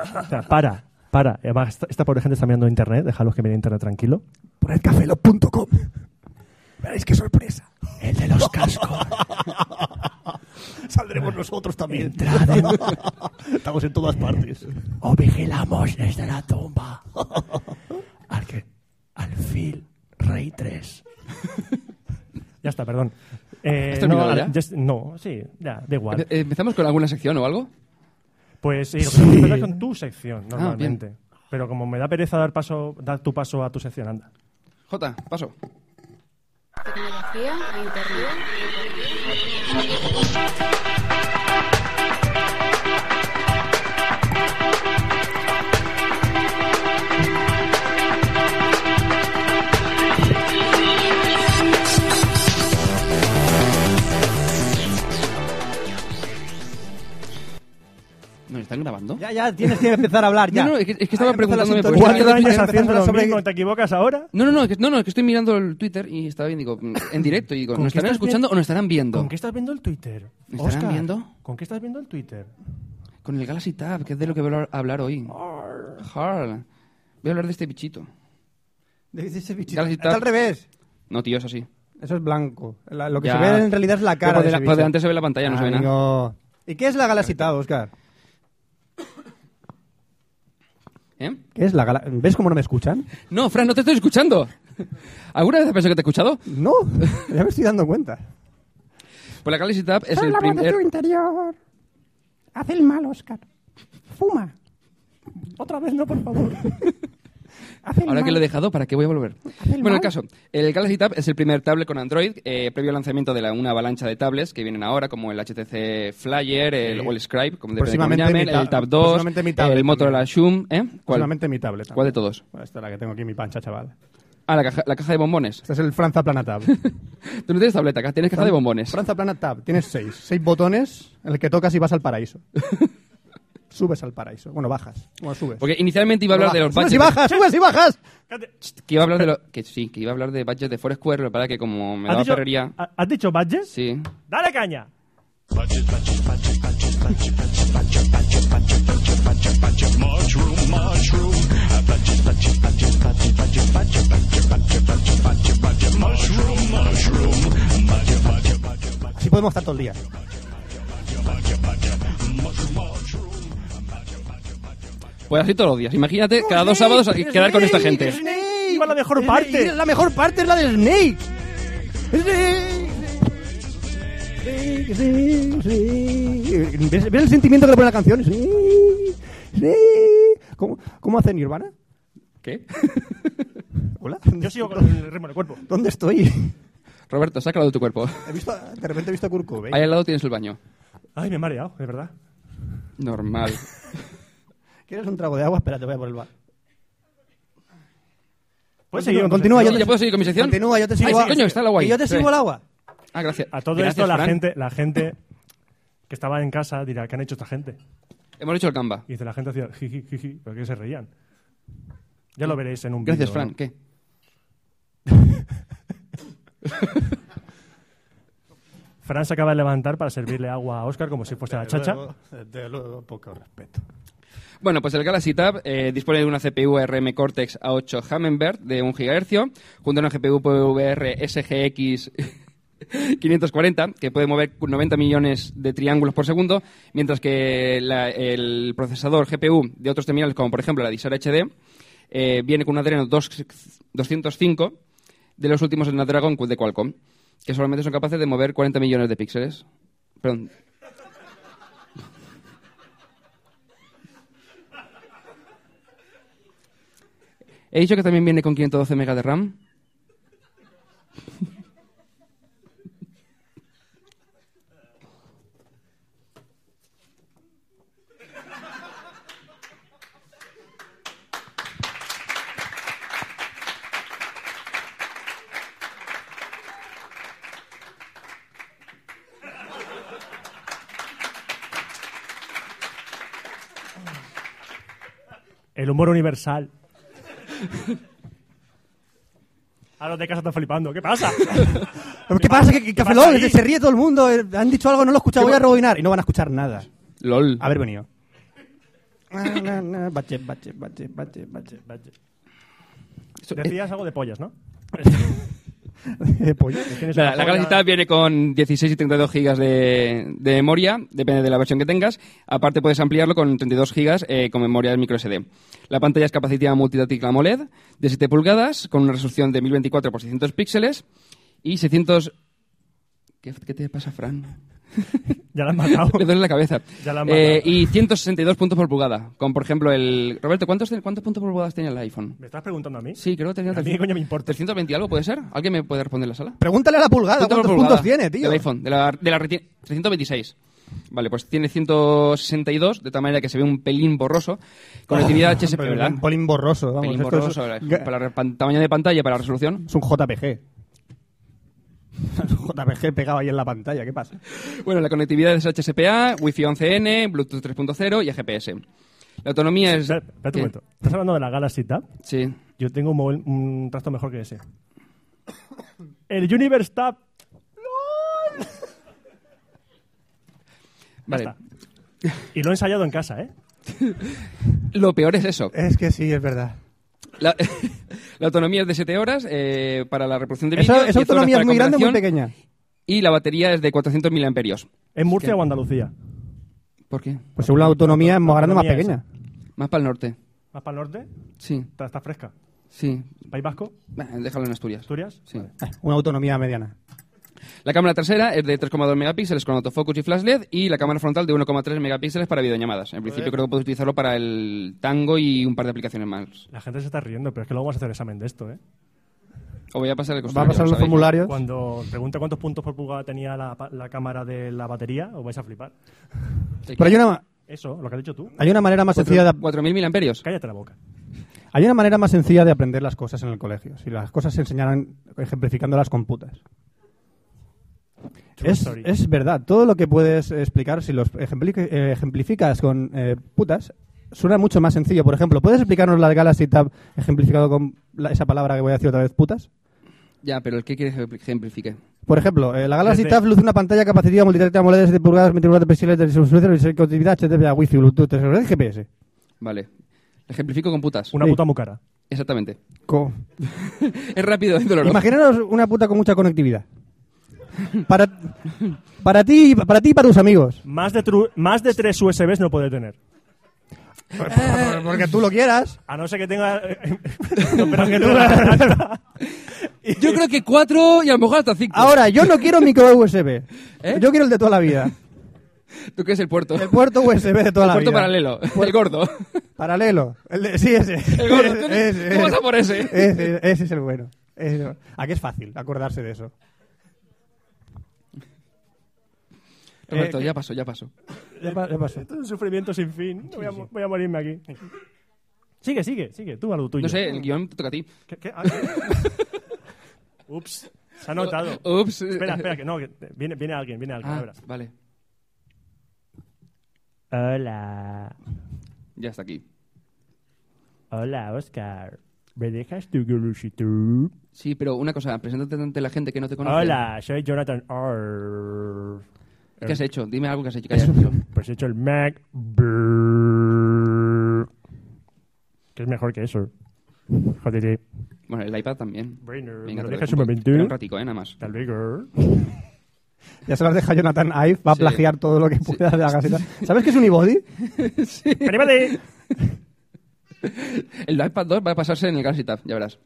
[SPEAKER 3] o sea, para, para. Además, esta, esta pobre gente está mirando internet, déjalos que miren internet tranquilo.
[SPEAKER 1] Ponedcafelog.com Veréis qué sorpresa.
[SPEAKER 3] El de los cascos.
[SPEAKER 5] Saldremos nosotros también.
[SPEAKER 3] Entrad en-
[SPEAKER 5] Estamos en todas partes.
[SPEAKER 3] o vigilamos desde la tumba. Al que. Al Phil Rey 3. ya está, perdón.
[SPEAKER 2] Ah,
[SPEAKER 3] Eh,
[SPEAKER 2] ¿Has
[SPEAKER 3] no,
[SPEAKER 2] terminado
[SPEAKER 3] ahora-
[SPEAKER 2] ya?
[SPEAKER 3] ya es- no, sí, ya, da igual.
[SPEAKER 2] Empe- ¿Empezamos con alguna sección o algo?
[SPEAKER 3] Pues sí, empezar con tu sección normalmente.
[SPEAKER 2] Ah, bien.
[SPEAKER 3] Pero como me da pereza dar paso, dar tu paso a tu sección, anda.
[SPEAKER 2] Jota, paso.
[SPEAKER 4] Tecnología e internet.
[SPEAKER 2] ¿Nos están grabando?
[SPEAKER 1] Ya, ya, tienes que empezar a hablar ya.
[SPEAKER 2] No, no, es que- es que estaba
[SPEAKER 1] Hay empezar la
[SPEAKER 2] preguntándome por
[SPEAKER 1] sintonía.
[SPEAKER 2] qué
[SPEAKER 3] Cuatro
[SPEAKER 2] Empezar-
[SPEAKER 3] años
[SPEAKER 2] empezar
[SPEAKER 3] haciendo lo
[SPEAKER 1] sobre-
[SPEAKER 3] mismo, ¿te equivocas ahora?
[SPEAKER 2] No, no, no, es que, no, no, es que estoy mirando el Twitter y estaba bien, digo, mm, en directo y digo,
[SPEAKER 3] *coughs* ¿Con
[SPEAKER 2] ¿nos
[SPEAKER 3] qué
[SPEAKER 2] estarán
[SPEAKER 3] estás vi-
[SPEAKER 2] escuchando o nos estarán viendo?
[SPEAKER 3] ¿Con qué estás viendo el Twitter?
[SPEAKER 2] ¿Me estarán
[SPEAKER 3] Óscar,
[SPEAKER 2] viendo?
[SPEAKER 3] ¿Con qué estás viendo el Twitter?
[SPEAKER 2] Con el Galaxy Tab, que es de lo que voy a hablar- hablar hoy. Jarl. Voy a hablar de este bichito.
[SPEAKER 1] Dice ese bichito.
[SPEAKER 2] Galaxy
[SPEAKER 1] Está
[SPEAKER 2] Tab.
[SPEAKER 1] al revés.
[SPEAKER 2] No, tío, es así.
[SPEAKER 1] Eso es blanco. La- lo que
[SPEAKER 2] Ya.
[SPEAKER 1] se ve en realidad es la cara
[SPEAKER 2] Pero por
[SPEAKER 1] de
[SPEAKER 2] dela-
[SPEAKER 1] ese
[SPEAKER 2] por
[SPEAKER 1] bicho.
[SPEAKER 2] delante se ve la pantalla, no se ve nada.
[SPEAKER 1] Amigo. ¿Y qué es la galaxitada, Oscar?
[SPEAKER 2] ¿Eh?
[SPEAKER 1] ¿Qué es la gala- ¿Ves cómo no me escuchan?
[SPEAKER 2] No, Fran, no te estoy escuchando. *laughs* ¿Alguna vez has pensado que te he escuchado?
[SPEAKER 1] No, *laughs* ya me estoy dando cuenta.
[SPEAKER 2] Pues la Galaxy Tab es el
[SPEAKER 6] la voz de
[SPEAKER 2] primer...
[SPEAKER 6] tu interior. Haz el mal, Oscar. Fuma.
[SPEAKER 3] Otra vez no, por
[SPEAKER 1] *laughs*
[SPEAKER 3] favor.
[SPEAKER 6] Haz el
[SPEAKER 2] Ahora
[SPEAKER 6] mal.
[SPEAKER 2] que lo he dejado, ¿para qué voy a volver?
[SPEAKER 6] Haz el
[SPEAKER 2] Bueno, el
[SPEAKER 6] mal.
[SPEAKER 2] caso. El Galaxy Tab es el primer tablet con Android, eh, previo al lanzamiento de la, una avalancha de tablets que vienen ahora, como el HTC Flyer, el,
[SPEAKER 1] Sí.
[SPEAKER 2] o el Scribe, como depende de cómo
[SPEAKER 1] Próximamente
[SPEAKER 2] llamen,
[SPEAKER 1] mi ta-
[SPEAKER 2] el Tab 2,
[SPEAKER 1] próximamente mi tablet
[SPEAKER 2] el Motorola Zoom, ¿eh? ¿Cuál,
[SPEAKER 1] Solamente mi tablet.
[SPEAKER 2] ¿Cuál de todos?
[SPEAKER 1] Bueno, esta es la que tengo aquí en mi pancha, chaval.
[SPEAKER 2] Ah, la caja, la caja de bombones.
[SPEAKER 1] Este es el Franza Plana Tab.
[SPEAKER 2] Tú no tienes tableta, ca- tienes *laughs* caja de bombones.
[SPEAKER 1] Franza Plana Tab. Tienes seis. Seis botones en el que tocas y vas al paraíso. subes al paraíso. Bueno, bajas. Bueno, subes.
[SPEAKER 2] Porque inicialmente iba a hablar de los
[SPEAKER 1] Subes
[SPEAKER 2] badges.
[SPEAKER 1] y bajas, subes y bajas.
[SPEAKER 2] Que iba a hablar de lo- que sí, que iba a hablar de badges de Foursquare, lo que pasa que como me daba
[SPEAKER 3] dicho,
[SPEAKER 2] perrería.
[SPEAKER 3] ha- ¿Has dicho badges?
[SPEAKER 2] Sí.
[SPEAKER 3] ¡Dale caña!
[SPEAKER 1] Así podemos estar todo el día.
[SPEAKER 2] Pues así todos los días. Imagínate cada dos sábados y quedar con esta gente.
[SPEAKER 3] Iba la mejor parte.
[SPEAKER 1] La mejor parte es la de Snake. Snake. Snake, Snake, Snake. ¿Ves, ves el sentimiento que le pone la canción? Snake, Snake. ¿Cómo, ¿Cómo hace Nirvana?
[SPEAKER 2] ¿Qué? *laughs*
[SPEAKER 1] Hola.
[SPEAKER 3] Yo sigo con el *laughs* ritmo en el cuerpo.
[SPEAKER 1] ¿Dónde estoy?
[SPEAKER 2] Roberto, sácalo de tu cuerpo.
[SPEAKER 1] He visto, de repente he visto a Kurt Cobain.
[SPEAKER 2] Ahí al lado tienes el baño.
[SPEAKER 3] Ay, me he mareado, de verdad.
[SPEAKER 2] Normal.
[SPEAKER 1] ¿Quieres un trago de agua? Espera, te voy a por el bar.
[SPEAKER 3] Puedes seguir con tu
[SPEAKER 1] Continúa, *laughs*
[SPEAKER 3] sección.
[SPEAKER 1] yo
[SPEAKER 2] ¿Ya
[SPEAKER 1] te-
[SPEAKER 2] puedo seguir con mi sección?
[SPEAKER 1] Continúa, yo te sigo.
[SPEAKER 2] Ay, sí,
[SPEAKER 1] a-
[SPEAKER 2] coño, está la guay.
[SPEAKER 1] que yo te
[SPEAKER 2] Sí.
[SPEAKER 1] sigo al agua.
[SPEAKER 2] Ah, gracias.
[SPEAKER 3] A todo
[SPEAKER 2] Gracias,
[SPEAKER 3] esto, la
[SPEAKER 2] Fran.
[SPEAKER 3] gente,
[SPEAKER 2] *laughs*
[SPEAKER 3] la gente que estaba en casa dirá, ¿qué han hecho esta gente?
[SPEAKER 2] Hemos hecho el Canva.
[SPEAKER 3] Y dice, la gente hacía, jiji, jiji, ¿por qué se reían? Ya lo veréis en un vídeo. ¿eh?
[SPEAKER 2] Gracias, Fran.
[SPEAKER 3] ¿no?
[SPEAKER 2] ¿Qué?
[SPEAKER 3] Fran se acaba de levantar para servirle agua a Oscar como si fuese la chacha.
[SPEAKER 1] Desde luego, eh, poco respeto.
[SPEAKER 2] Bueno, pues el Galaxy Tab eh, dispone de una CPU RM Cortex A8 Hummingbird de 1 GHz, junto a una GPU PVR *laughs* SGX 540, que puede mover 90 millones de triángulos por segundo, mientras que la- el procesador GPU de otros terminales, como por ejemplo la Disar HD, eh, viene con un Adreno 2 205 de los últimos Snapdragon de Qualcomm, que solamente son capaces de mover 40 millones de píxeles. Perdón, He dicho que también viene con 512 megas de RAM.
[SPEAKER 3] El humor *laughs* universal. A los de casa están flipando. ¿Qué *laughs* pasa?
[SPEAKER 1] ¿Pero ¿Qué pasa? ¿Qué, qué,
[SPEAKER 3] pasa
[SPEAKER 1] Café Lock?
[SPEAKER 3] ahí?
[SPEAKER 1] se ríe todo el mundo. eh, Han dicho algo, no lo he escuchado. Voy a rebobinar. Y no van a escuchar nada.
[SPEAKER 2] LOL.
[SPEAKER 1] Haber venido. Ah, na, na, bache, bache, bache, bache, bache, bache.
[SPEAKER 3] Decías algo de pollas, ¿no?
[SPEAKER 1] *laughs* Eh, pollo.
[SPEAKER 3] Tienes
[SPEAKER 2] La,
[SPEAKER 3] una
[SPEAKER 2] la
[SPEAKER 3] polla-
[SPEAKER 2] Galaxy Tab viene con 16 y 32 gigas de, de memoria, depende de la versión que tengas. Aparte puedes ampliarlo con 32 gigas eh, con memoria micro SD. La pantalla es capacitiva multitáctil AMOLED de 7 pulgadas con una resolución de 1024 por 600 píxeles y 600... ¿Qué, qué te pasa,
[SPEAKER 3] *laughs*
[SPEAKER 2] Fran?
[SPEAKER 3] Ya la
[SPEAKER 2] *laughs*
[SPEAKER 3] han matado.
[SPEAKER 2] Me duele la cabeza.
[SPEAKER 3] Ya la han
[SPEAKER 2] Eh,
[SPEAKER 3] matado.
[SPEAKER 2] y 162 puntos por pulgada. Con, por ejemplo, el... Roberto, ¿cuántos, cuántos puntos por pulgadas tenía el iPhone?
[SPEAKER 3] ¿Me estás preguntando a mí?
[SPEAKER 2] Sí, creo que tenía
[SPEAKER 3] A mí,
[SPEAKER 2] 300.
[SPEAKER 3] coño, me importa.
[SPEAKER 2] 320 algo, ¿puede ser? ¿Alguien me puede responder en la sala?
[SPEAKER 1] Pregúntale a la pulgada
[SPEAKER 2] Punto por
[SPEAKER 1] cuántos
[SPEAKER 2] pulgada
[SPEAKER 1] puntos tiene, tío.
[SPEAKER 2] Del iPhone, de la, de la reti- 326. Vale, pues tiene 162, de tal manera que se ve un pelín borroso.
[SPEAKER 1] *laughs*
[SPEAKER 2] Conectividad HSP,
[SPEAKER 1] Ah, Pero
[SPEAKER 2] ¿verdad?
[SPEAKER 1] Un polín borroso, vamos.
[SPEAKER 2] pelín
[SPEAKER 1] esto es-
[SPEAKER 2] borroso,
[SPEAKER 1] es,
[SPEAKER 2] ¿verdad? para re- pan- tamaño de pantalla, para resolución.
[SPEAKER 1] un JPG. Es *laughs* un JPG pegado ahí en la pantalla. ¿Qué pasa?
[SPEAKER 2] Bueno, la conectividad es HSPA, Wi-Fi 11N, Bluetooth 3.0 y a GPS. La autonomía es...
[SPEAKER 3] Espera, espérate
[SPEAKER 2] ¿Qué?
[SPEAKER 3] un momento. ¿Estás hablando de la Galaxy Tab?
[SPEAKER 2] Sí.
[SPEAKER 3] Yo tengo un, móvil- un trasto mejor que ese. El Universe Tab.
[SPEAKER 2] Vale.
[SPEAKER 3] Y lo he ensayado en casa, ¿eh?
[SPEAKER 2] Lo peor es eso.
[SPEAKER 1] Es que sí, es verdad.
[SPEAKER 2] La, *laughs* la autonomía es de 7 horas eh, para la reproducción de vídeo.
[SPEAKER 1] ¿Esa,
[SPEAKER 2] 10
[SPEAKER 1] esa
[SPEAKER 2] horas
[SPEAKER 1] autonomía
[SPEAKER 2] para
[SPEAKER 1] es muy grande o muy
[SPEAKER 2] conversación,
[SPEAKER 1] pequeña?
[SPEAKER 2] Y la batería es de 400 miliamperios.
[SPEAKER 3] ¿En Murcia o Andalucía?
[SPEAKER 2] ¿Por qué?
[SPEAKER 1] Pues según la autonomía es más grande o más
[SPEAKER 3] autonomía
[SPEAKER 1] pequeña.
[SPEAKER 2] Más para el norte.
[SPEAKER 3] ¿Más para el norte?
[SPEAKER 2] Sí,
[SPEAKER 3] ¿Está, está fresca?
[SPEAKER 2] sí.
[SPEAKER 3] ¿País Vasco?
[SPEAKER 2] Bah, Déjalo en Asturias.
[SPEAKER 3] ¿Asturias?
[SPEAKER 2] Sí.
[SPEAKER 1] Eh, Una autonomía mediana.
[SPEAKER 2] La cámara trasera es de 3,2 megapíxeles con autofocus y flash LED y la cámara frontal de 1,3 megapíxeles para videollamadas. En principio creo que puedes utilizarlo para el tango y un par de aplicaciones más.
[SPEAKER 3] La gente se está riendo, pero es que luego vamos a hacer examen de esto, ¿eh?
[SPEAKER 2] O voy a pasar el
[SPEAKER 1] Va a
[SPEAKER 2] cuestionario,
[SPEAKER 1] pasar
[SPEAKER 2] ¿lo
[SPEAKER 1] los
[SPEAKER 2] Pues sabéis?
[SPEAKER 1] formularios.
[SPEAKER 3] Cuando pregunta cuántos puntos por pulgada tenía la, pa- la cámara de la batería, os vais a flipar.
[SPEAKER 1] Pero hay una,
[SPEAKER 3] Eso, lo que has dicho tú.
[SPEAKER 1] hay una manera más sencilla de,
[SPEAKER 2] 4.000 miliamperios.
[SPEAKER 3] Cállate la boca.
[SPEAKER 1] Hay una manera más sencilla de aprender las cosas en el colegio. Si las cosas se enseñaran ejemplificándolas con putas.
[SPEAKER 3] True
[SPEAKER 1] Es,
[SPEAKER 3] story.
[SPEAKER 1] es verdad, todo lo que puedes explicar, si los ejempli- eh, ejemplificas con eh, putas, suena mucho más sencillo. Por ejemplo, ¿puedes explicarnos la Galaxy Tab ejemplificado con la- esa palabra que voy a decir otra vez, putas?
[SPEAKER 2] Ya, pero ¿el qué quieres que ejemplifique?
[SPEAKER 1] Por ejemplo, eh, la Galaxy
[SPEAKER 3] Desde-
[SPEAKER 1] Tab luce una pantalla capacitiva multitáctil AMOLED de 7 pulgadas, 24 píxeles de resolución, de conectividad, HTTP, Wi-Fi, Bluetooth, 3G y GPS.
[SPEAKER 2] Vale. Ejemplifico con putas.
[SPEAKER 3] Una
[SPEAKER 1] Sí.
[SPEAKER 3] puta mucara.
[SPEAKER 2] Exactamente. *laughs*
[SPEAKER 1] Co-
[SPEAKER 2] Es rápido, es doloroso.
[SPEAKER 1] Imaginaros una puta con mucha conectividad. Para, para ti y para ti y para tus
[SPEAKER 2] *laughs*
[SPEAKER 1] amigos.
[SPEAKER 3] Más de, tru- más de tres USBs no puede tener.
[SPEAKER 1] Porque tú lo quieras.
[SPEAKER 3] A no ser
[SPEAKER 1] *laughs*
[SPEAKER 3] que tenga. no, pero que tenga-
[SPEAKER 2] Yo creo que cuatro y a lo mejor hasta cinco.
[SPEAKER 1] Ahora, yo no quiero micro USB.
[SPEAKER 2] ¿Eh?
[SPEAKER 1] Yo quiero el de toda la vida.
[SPEAKER 2] ¿Tú qué es el puerto?
[SPEAKER 1] El puerto USB de toda
[SPEAKER 2] El
[SPEAKER 1] la
[SPEAKER 2] puerto
[SPEAKER 1] vida.
[SPEAKER 2] paralelo. *laughs* El gordo.
[SPEAKER 1] Paralelo. El de- sí, ese.
[SPEAKER 2] El gordo. Tú- tú vas a por ese.
[SPEAKER 1] Ese, ese es el bueno. Ese- Aquí es fácil acordarse de eso.
[SPEAKER 2] Roberto,
[SPEAKER 1] Eh,
[SPEAKER 2] ya pasó, ya pasó.
[SPEAKER 1] Ya, pa- ya pasó.
[SPEAKER 3] Esto es un sufrimiento sin fin. Voy a, mo- voy a morirme aquí. Sigue, sigue, sigue. Tú a lo tuyo.
[SPEAKER 2] No
[SPEAKER 1] Eh,
[SPEAKER 2] sé, el guión te toca a ti.
[SPEAKER 3] ¿Qué- qué? Ah,
[SPEAKER 2] *laughs*
[SPEAKER 3] qué- Ups, se ha notado.
[SPEAKER 2] Ups.
[SPEAKER 1] *laughs*
[SPEAKER 3] Espera, espera, que no, que viene, viene alguien, viene alguien.
[SPEAKER 2] Oh, Ah,
[SPEAKER 3] ahora.
[SPEAKER 2] vale.
[SPEAKER 3] Hola,
[SPEAKER 2] Ya está aquí.
[SPEAKER 3] hola, Oscar. ¿Me dejas tu curiosidad?
[SPEAKER 2] Sí, pero una cosa, preséntate ante la gente que no te conoce.
[SPEAKER 3] Hola, soy Jonathan R.
[SPEAKER 2] ¿Qué has hecho? Dime algo que has hecho. que hayas hecho.
[SPEAKER 3] Pues he hecho el Mac. Brrr. Que es mejor que eso. Joder.
[SPEAKER 2] Bueno, el iPad también.
[SPEAKER 3] Bueno, ¿me
[SPEAKER 2] te
[SPEAKER 3] lo
[SPEAKER 2] lo
[SPEAKER 3] dejas
[SPEAKER 2] dejo poco.
[SPEAKER 3] un momento?
[SPEAKER 2] Espera Un ratico, eh, nada más.
[SPEAKER 3] Hasta *laughs* luego.
[SPEAKER 1] Ya se las deja Jonathan Ive, va a
[SPEAKER 2] Sí.
[SPEAKER 1] plagiar todo lo que pueda de la
[SPEAKER 2] *laughs*
[SPEAKER 1] caseta. ¿Sabes qué es un ibody?
[SPEAKER 3] Vale, vale.
[SPEAKER 2] *laughs* El iPad 2 va a pasarse en el Galaxy Tab, ya verás.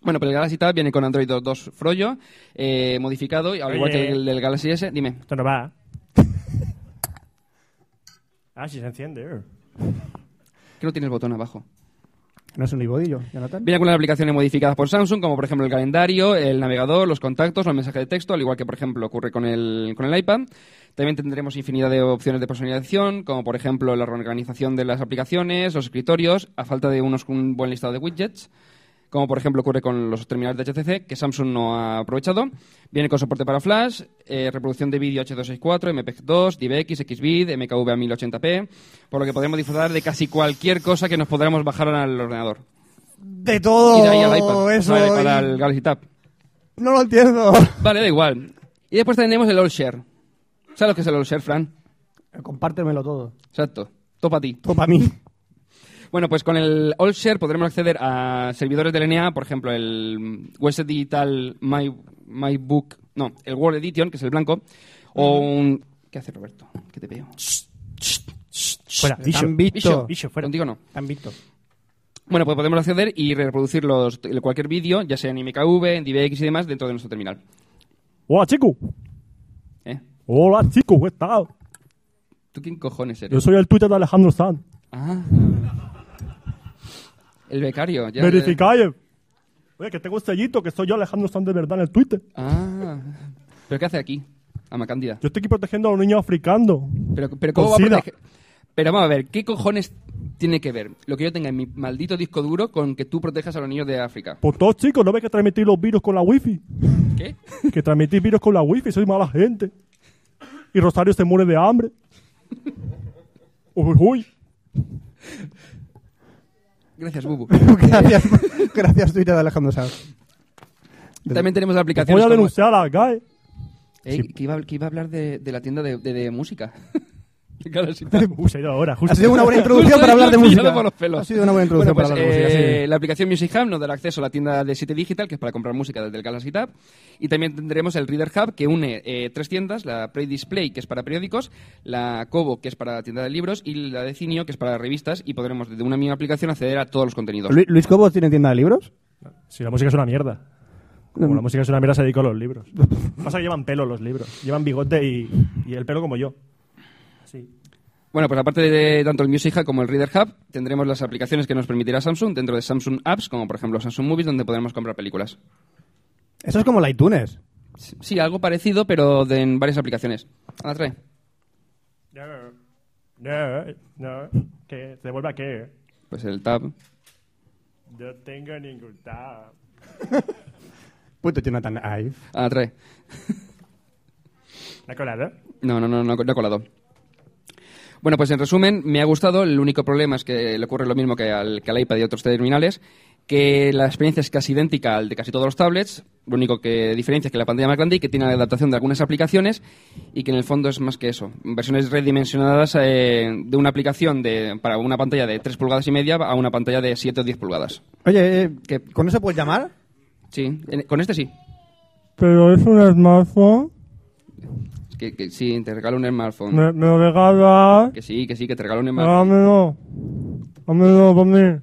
[SPEAKER 2] Bueno, pero el Galaxy Tab viene con Android 2.2 Frollo, eh, modificado, y al igual
[SPEAKER 3] Oye.
[SPEAKER 2] que el del Galaxy S. Dime,
[SPEAKER 3] Esto
[SPEAKER 2] *laughs*
[SPEAKER 3] no va. Ah, sí se enciende.
[SPEAKER 2] que no tienes botón abajo.
[SPEAKER 1] No es un ibody, yo, Jonathan.
[SPEAKER 2] Viene algunas aplicaciones modificadas por Samsung, como por ejemplo el calendario, el navegador, los contactos, los mensajes de texto, al igual que por ejemplo ocurre con el, con el iPad. También tendremos infinidad de opciones de personalización, como por ejemplo la reorganización de las aplicaciones, los escritorios, a falta de unos, un buen listado de widgets, como por ejemplo ocurre con los terminales de HTC, que Samsung no ha aprovechado. Viene con soporte para flash, eh, reproducción de vídeo H264, MPEG-2, DivX, XVID, MKV a 1080p, por lo que podremos disfrutar de casi cualquier cosa que nos podamos bajar al ordenador
[SPEAKER 1] De todo
[SPEAKER 2] y de ahí al iPad.
[SPEAKER 1] eso.
[SPEAKER 2] Vale,
[SPEAKER 1] y-
[SPEAKER 2] para el Galaxy Tab.
[SPEAKER 1] No lo entiendo.
[SPEAKER 2] Vale, da igual. Y después tenemos el All Share. ¿Sabes lo que es el All Share, Fran?
[SPEAKER 1] Eh, Compártemelo todo.
[SPEAKER 2] Exacto. Topa a ti.
[SPEAKER 1] Todo para mí.
[SPEAKER 2] Bueno, pues con el All Share podremos acceder a servidores de LNA, por ejemplo, el West Digital My, My Book, no, el World Edition, que es el blanco, o un... ¿Qué hace Roberto? ¿Qué te veo?
[SPEAKER 3] Fuera, bicho.
[SPEAKER 1] han visto.
[SPEAKER 2] Bicho,
[SPEAKER 3] bicho, fuera.
[SPEAKER 2] Contigo no.
[SPEAKER 1] Te han visto.
[SPEAKER 2] Bueno, pues podemos acceder y reproducir los, cualquier vídeo, ya sea en MKV, en DVX y demás, dentro de nuestro terminal.
[SPEAKER 3] Hola, chico.
[SPEAKER 2] ¿Eh?
[SPEAKER 3] Hola, chico. ¿Qué tal?
[SPEAKER 2] ¿Tú quién cojones eres?
[SPEAKER 3] Yo soy el Twitter de Alejandro Sanz.
[SPEAKER 2] Ah. El becario, ya.
[SPEAKER 3] Verificalle. Oye, que tengo un sellito, que soy yo Alejandro Sanz de verdad en el Twitter.
[SPEAKER 2] Ah. ¿Pero qué hace aquí? Ama Cándida.
[SPEAKER 3] Yo estoy aquí protegiendo a un niño africano.
[SPEAKER 2] Pero, pero ¿cómo va a
[SPEAKER 3] Con sida.
[SPEAKER 2] proteger- Pero vamos a ver, ¿qué cojones tiene que ver lo que yo tenga en mi maldito disco duro con que tú protejas a los niños de África?
[SPEAKER 3] Por Pues todos chicos, no ves que transmitís los virus con la *laughs* wifi.
[SPEAKER 2] ¿Qué?
[SPEAKER 3] Que transmitís virus con la wifi, soy mala gente. Y Rosario se muere de hambre. Uy, uy.
[SPEAKER 2] Gracias,
[SPEAKER 1] *laughs*
[SPEAKER 2] Bubu.
[SPEAKER 3] *laughs*
[SPEAKER 1] Gracias, *laughs* gracias Twitter de Alejandro Sanz.
[SPEAKER 2] También tenemos aplicaciones.
[SPEAKER 3] Voy a
[SPEAKER 2] como-
[SPEAKER 3] denunciar a la *laughs* GAE.
[SPEAKER 2] Eh, que, iba, que iba a hablar de, de la tienda de, de- de música. *laughs* De Galaxy Tab.
[SPEAKER 3] Uy, se ha ido ahora,
[SPEAKER 1] Ha
[SPEAKER 3] justo.
[SPEAKER 1] sido una buena introducción para hablar de
[SPEAKER 2] Pillado
[SPEAKER 1] música.
[SPEAKER 2] por los pelos.
[SPEAKER 1] Ha sido una buena introducción
[SPEAKER 2] Bueno,
[SPEAKER 1] para
[SPEAKER 2] pues,
[SPEAKER 1] hablar de
[SPEAKER 2] eh,
[SPEAKER 1] música. sí.
[SPEAKER 2] La aplicación Music Hub nos dará acceso a la tienda de City Digital, que es para comprar música desde el Galaxy Tab. Y también tendremos el Reader Hub, que une eh, tres tiendas: la Play Display, que es para periódicos, la Kobo, que es para tienda de libros, y la de Cinio, que es para revistas. Y podremos desde una misma aplicación acceder a todos los contenidos.
[SPEAKER 1] Lu- Luis Cobos tiene tienda de libros.
[SPEAKER 3] Si la música es una mierda. Como la música es una mierda, se dedicó a los libros. *laughs* Pasa que llevan pelo los libros. Llevan bigote y, y el pelo como yo. Sí.
[SPEAKER 2] Bueno, pues aparte de tanto el Music Hub como el Reader Hub, tendremos las aplicaciones que nos permitirá Samsung dentro de Samsung Apps, como por ejemplo Samsung Movies, donde podremos comprar películas.
[SPEAKER 1] Eso es como la iTunes.
[SPEAKER 2] Sí, algo parecido, pero de- en varias aplicaciones. Anda, trae.
[SPEAKER 3] No, no, no. Que te devuelva que
[SPEAKER 2] Pues el Tab.
[SPEAKER 3] no tengo ningún tab.
[SPEAKER 1] Puto Jonathan Ive.
[SPEAKER 2] Anda, Ah, trae.
[SPEAKER 3] ¿La colada?
[SPEAKER 2] No, no, no, no, no he colado. Bueno, pues en resumen, me ha gustado. El único problema es que le ocurre lo mismo que al, que al iPad y otros terminales, que la experiencia es casi idéntica al de casi todos los tablets. Lo único que diferencia es que la pantalla es más grande y que tiene la adaptación de algunas aplicaciones y que en el fondo es más que eso. Versiones redimensionadas eh, de una aplicación de, para una pantalla de 3 pulgadas y media a una pantalla de 7 o 10 pulgadas.
[SPEAKER 1] Oye, eh,
[SPEAKER 2] ¿Qué?
[SPEAKER 1] ¿con eso puedes llamar?
[SPEAKER 2] Sí, en- con este sí.
[SPEAKER 3] Pero es un smartphone.
[SPEAKER 2] Es Que, que sí, te regalo un smartphone.
[SPEAKER 3] Me, lo regala.
[SPEAKER 2] Que sí, que sí, que te regalo un smartphone.
[SPEAKER 3] Dámelo. Dámelo para mí.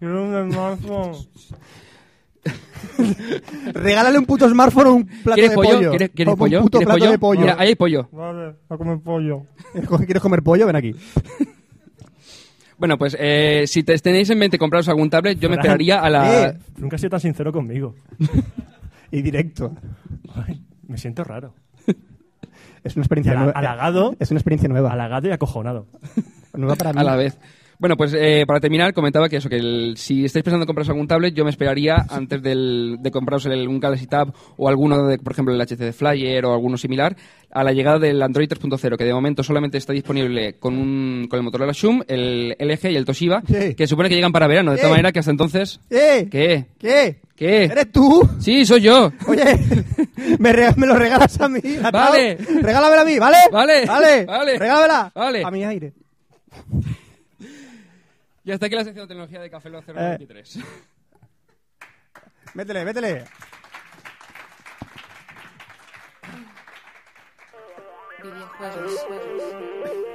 [SPEAKER 3] Quiero un smartphone.
[SPEAKER 1] Regálale un puto smartphone o un plato
[SPEAKER 2] ¿Quieres
[SPEAKER 1] de
[SPEAKER 2] pollo?
[SPEAKER 1] pollo.
[SPEAKER 2] ¿Quieres, quieres
[SPEAKER 1] Toma
[SPEAKER 2] pollo?
[SPEAKER 1] Un puto
[SPEAKER 2] ¿Quieres
[SPEAKER 1] plato
[SPEAKER 2] pollo?
[SPEAKER 1] de pollo.
[SPEAKER 2] Mira, ahí hay pollo.
[SPEAKER 3] Vale, a comer pollo.
[SPEAKER 1] *laughs* ¿Quieres comer pollo? Ven aquí.
[SPEAKER 2] Bueno, pues eh, si te tenéis en mente compraros algún tablet, yo me
[SPEAKER 3] Fran,
[SPEAKER 2] esperaría a la...
[SPEAKER 1] eh.
[SPEAKER 3] Nunca has sido tan sincero conmigo.
[SPEAKER 1] Y directo.
[SPEAKER 3] Ay, me siento raro.
[SPEAKER 1] Es una experiencia
[SPEAKER 3] Y ala-
[SPEAKER 1] nueva.
[SPEAKER 3] halagado.
[SPEAKER 1] Es una experiencia nueva.
[SPEAKER 3] Halagado y acojonado.
[SPEAKER 1] Nueva para mí.
[SPEAKER 2] A la vez. Bueno, pues eh, para terminar, comentaba que eso, que el- si estáis pensando en compraros algún tablet, yo me esperaría antes del- de compraros el, un Galaxy Tab o alguno, de, por ejemplo, el HTC Flyer o alguno similar, a la llegada del Android 3.0, que de momento solamente está disponible con, un, con el Motorola Zoom, el LG y el Toshiba,
[SPEAKER 1] Sí.
[SPEAKER 2] que supone que llegan para verano, de
[SPEAKER 1] Sí.
[SPEAKER 2] tal manera que hasta entonces...
[SPEAKER 1] ¡Eh!
[SPEAKER 2] ¿Qué?
[SPEAKER 1] ¿Qué?
[SPEAKER 2] ¿Qué?
[SPEAKER 1] ¿Eres tú?
[SPEAKER 2] Sí, soy yo.
[SPEAKER 1] Oye,
[SPEAKER 2] *laughs*
[SPEAKER 1] me, re- me lo regalas a mí. atado.
[SPEAKER 2] Vale.
[SPEAKER 1] Regálamela a mí, ¿vale?
[SPEAKER 2] Vale.
[SPEAKER 1] Vale.
[SPEAKER 2] Vale.
[SPEAKER 1] Regálamela.
[SPEAKER 2] Vale.
[SPEAKER 1] A mi aire.
[SPEAKER 2] Y hasta aquí la sección de tecnología de Café
[SPEAKER 1] Eh,
[SPEAKER 2] Lock 093.
[SPEAKER 1] Métele, métele.
[SPEAKER 4] Videojuegos.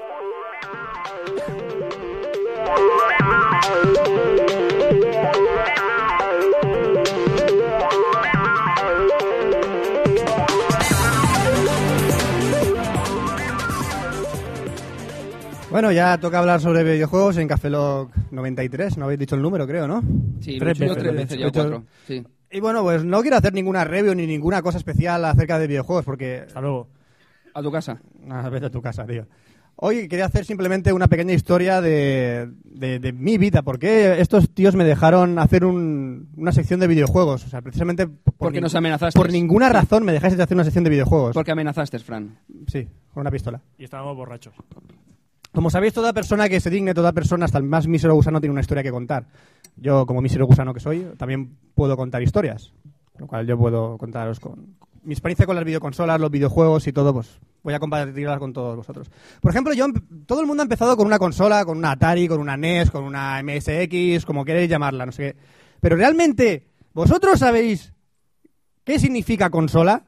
[SPEAKER 1] Bueno, ya toca hablar sobre videojuegos en Café Lock 93. No habéis dicho el número, creo, ¿no?
[SPEAKER 2] Sí,
[SPEAKER 3] Tres
[SPEAKER 2] lo he hecho yo
[SPEAKER 3] veces,
[SPEAKER 2] tres
[SPEAKER 3] lo he
[SPEAKER 2] veces,
[SPEAKER 1] hecho.
[SPEAKER 2] ya cuatro. Sí.
[SPEAKER 1] Y bueno, pues no quiero hacer ninguna review ni ninguna cosa especial acerca de videojuegos porque
[SPEAKER 3] Hasta luego.
[SPEAKER 2] A tu casa.
[SPEAKER 1] *laughs* Ah, vete a tu casa, tío. Hoy quería hacer simplemente una pequeña historia de, de- de mi vida. ¿Por qué estos tíos me dejaron hacer un- una sección de videojuegos? O sea, precisamente por
[SPEAKER 2] Porque
[SPEAKER 1] nin-
[SPEAKER 2] nos amenazaste.
[SPEAKER 1] Por ninguna razón me dejaste de hacer una sección de videojuegos.
[SPEAKER 2] Porque amenazaste, Fran.
[SPEAKER 1] Sí, con una pistola.
[SPEAKER 3] Y estábamos borrachos.
[SPEAKER 1] Como sabéis, toda persona que se digne, toda persona, hasta el más mísero gusano, tiene una historia que contar. Yo, como mísero gusano que soy, también puedo contar historias. Lo cual yo puedo contaros con mi experiencia con las videoconsolas, los videojuegos y todo, pues voy a compartirlas con todos vosotros. Por ejemplo, yo, empe- todo el mundo ha empezado con una consola, con una Atari, con una NES, con una MSX, como queréis llamarla, no sé qué. Pero realmente, ¿vosotros sabéis qué significa consola?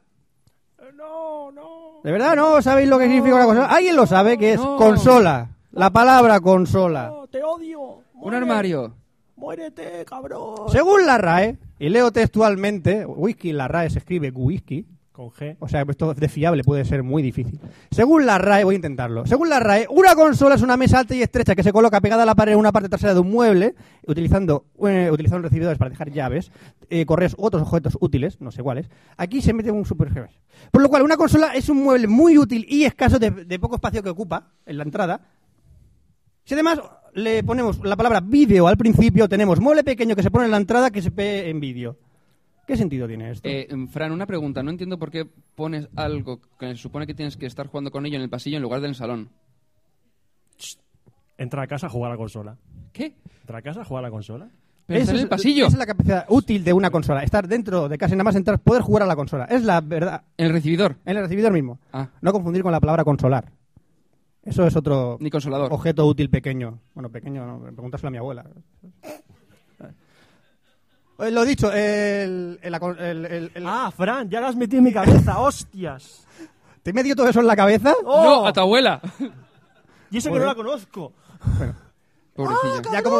[SPEAKER 1] ¿De verdad no sabéis lo que significa una consola? ¿Alguien lo sabe qué es?
[SPEAKER 2] No.
[SPEAKER 1] Consola. La palabra consola.
[SPEAKER 5] ¡Te odio!
[SPEAKER 2] Un armario.
[SPEAKER 5] ¡Muérete, cabrón!
[SPEAKER 1] Según la RAE, y leo textualmente, whisky, la RAE se escribe whisky,
[SPEAKER 3] Con G.
[SPEAKER 1] o sea, esto de fiable puede ser muy difícil. Según la RAE, voy a intentarlo. Según la RAE, una consola es una mesa alta y estrecha que se coloca pegada a la pared en una parte trasera de un mueble, utilizando, eh, utilizando recibidores para dejar llaves, eh, correos u otros objetos útiles, no sé cuáles. Aquí se mete un super GB. Por lo cual, una consola es un mueble muy útil y escaso de, de poco espacio que ocupa en la entrada. Si además le ponemos la palabra vídeo al principio, tenemos mueble pequeño que se pone en la entrada que se ve en vídeo. ¿Qué sentido tiene esto?
[SPEAKER 2] Eh, Fran, una pregunta. No entiendo por qué pones algo que se supone que tienes que estar jugando con ello en el pasillo en lugar del salón.
[SPEAKER 3] Entra a casa a jugar a la consola.
[SPEAKER 2] ¿Qué?
[SPEAKER 3] Entra a casa a jugar a la consola.
[SPEAKER 2] Pero
[SPEAKER 1] Esa
[SPEAKER 2] está en
[SPEAKER 1] es-
[SPEAKER 2] el pasillo.
[SPEAKER 1] Esa es la capacidad útil de una consola. Estar dentro de casa y nada más entrar, poder jugar a la consola. Es la verdad.
[SPEAKER 2] En el recibidor.
[SPEAKER 1] En el recibidor mismo.
[SPEAKER 2] Ah.
[SPEAKER 1] No confundir con la palabra consolar. Eso es otro
[SPEAKER 2] Ni consolador.
[SPEAKER 1] objeto útil pequeño. Bueno, pequeño, no, pregúntaselo a mi abuela. *laughs* Eh, Lo dicho, el, el- el- el- el-
[SPEAKER 3] Ah, Fran, ya lo has metido en mi cabeza, hostias.
[SPEAKER 1] ¿Te he metido todo eso en la cabeza?
[SPEAKER 2] ¡No! ¡A tu abuela!
[SPEAKER 3] Y eso que no la conozco.
[SPEAKER 2] Pobrecilla.
[SPEAKER 1] Ya como,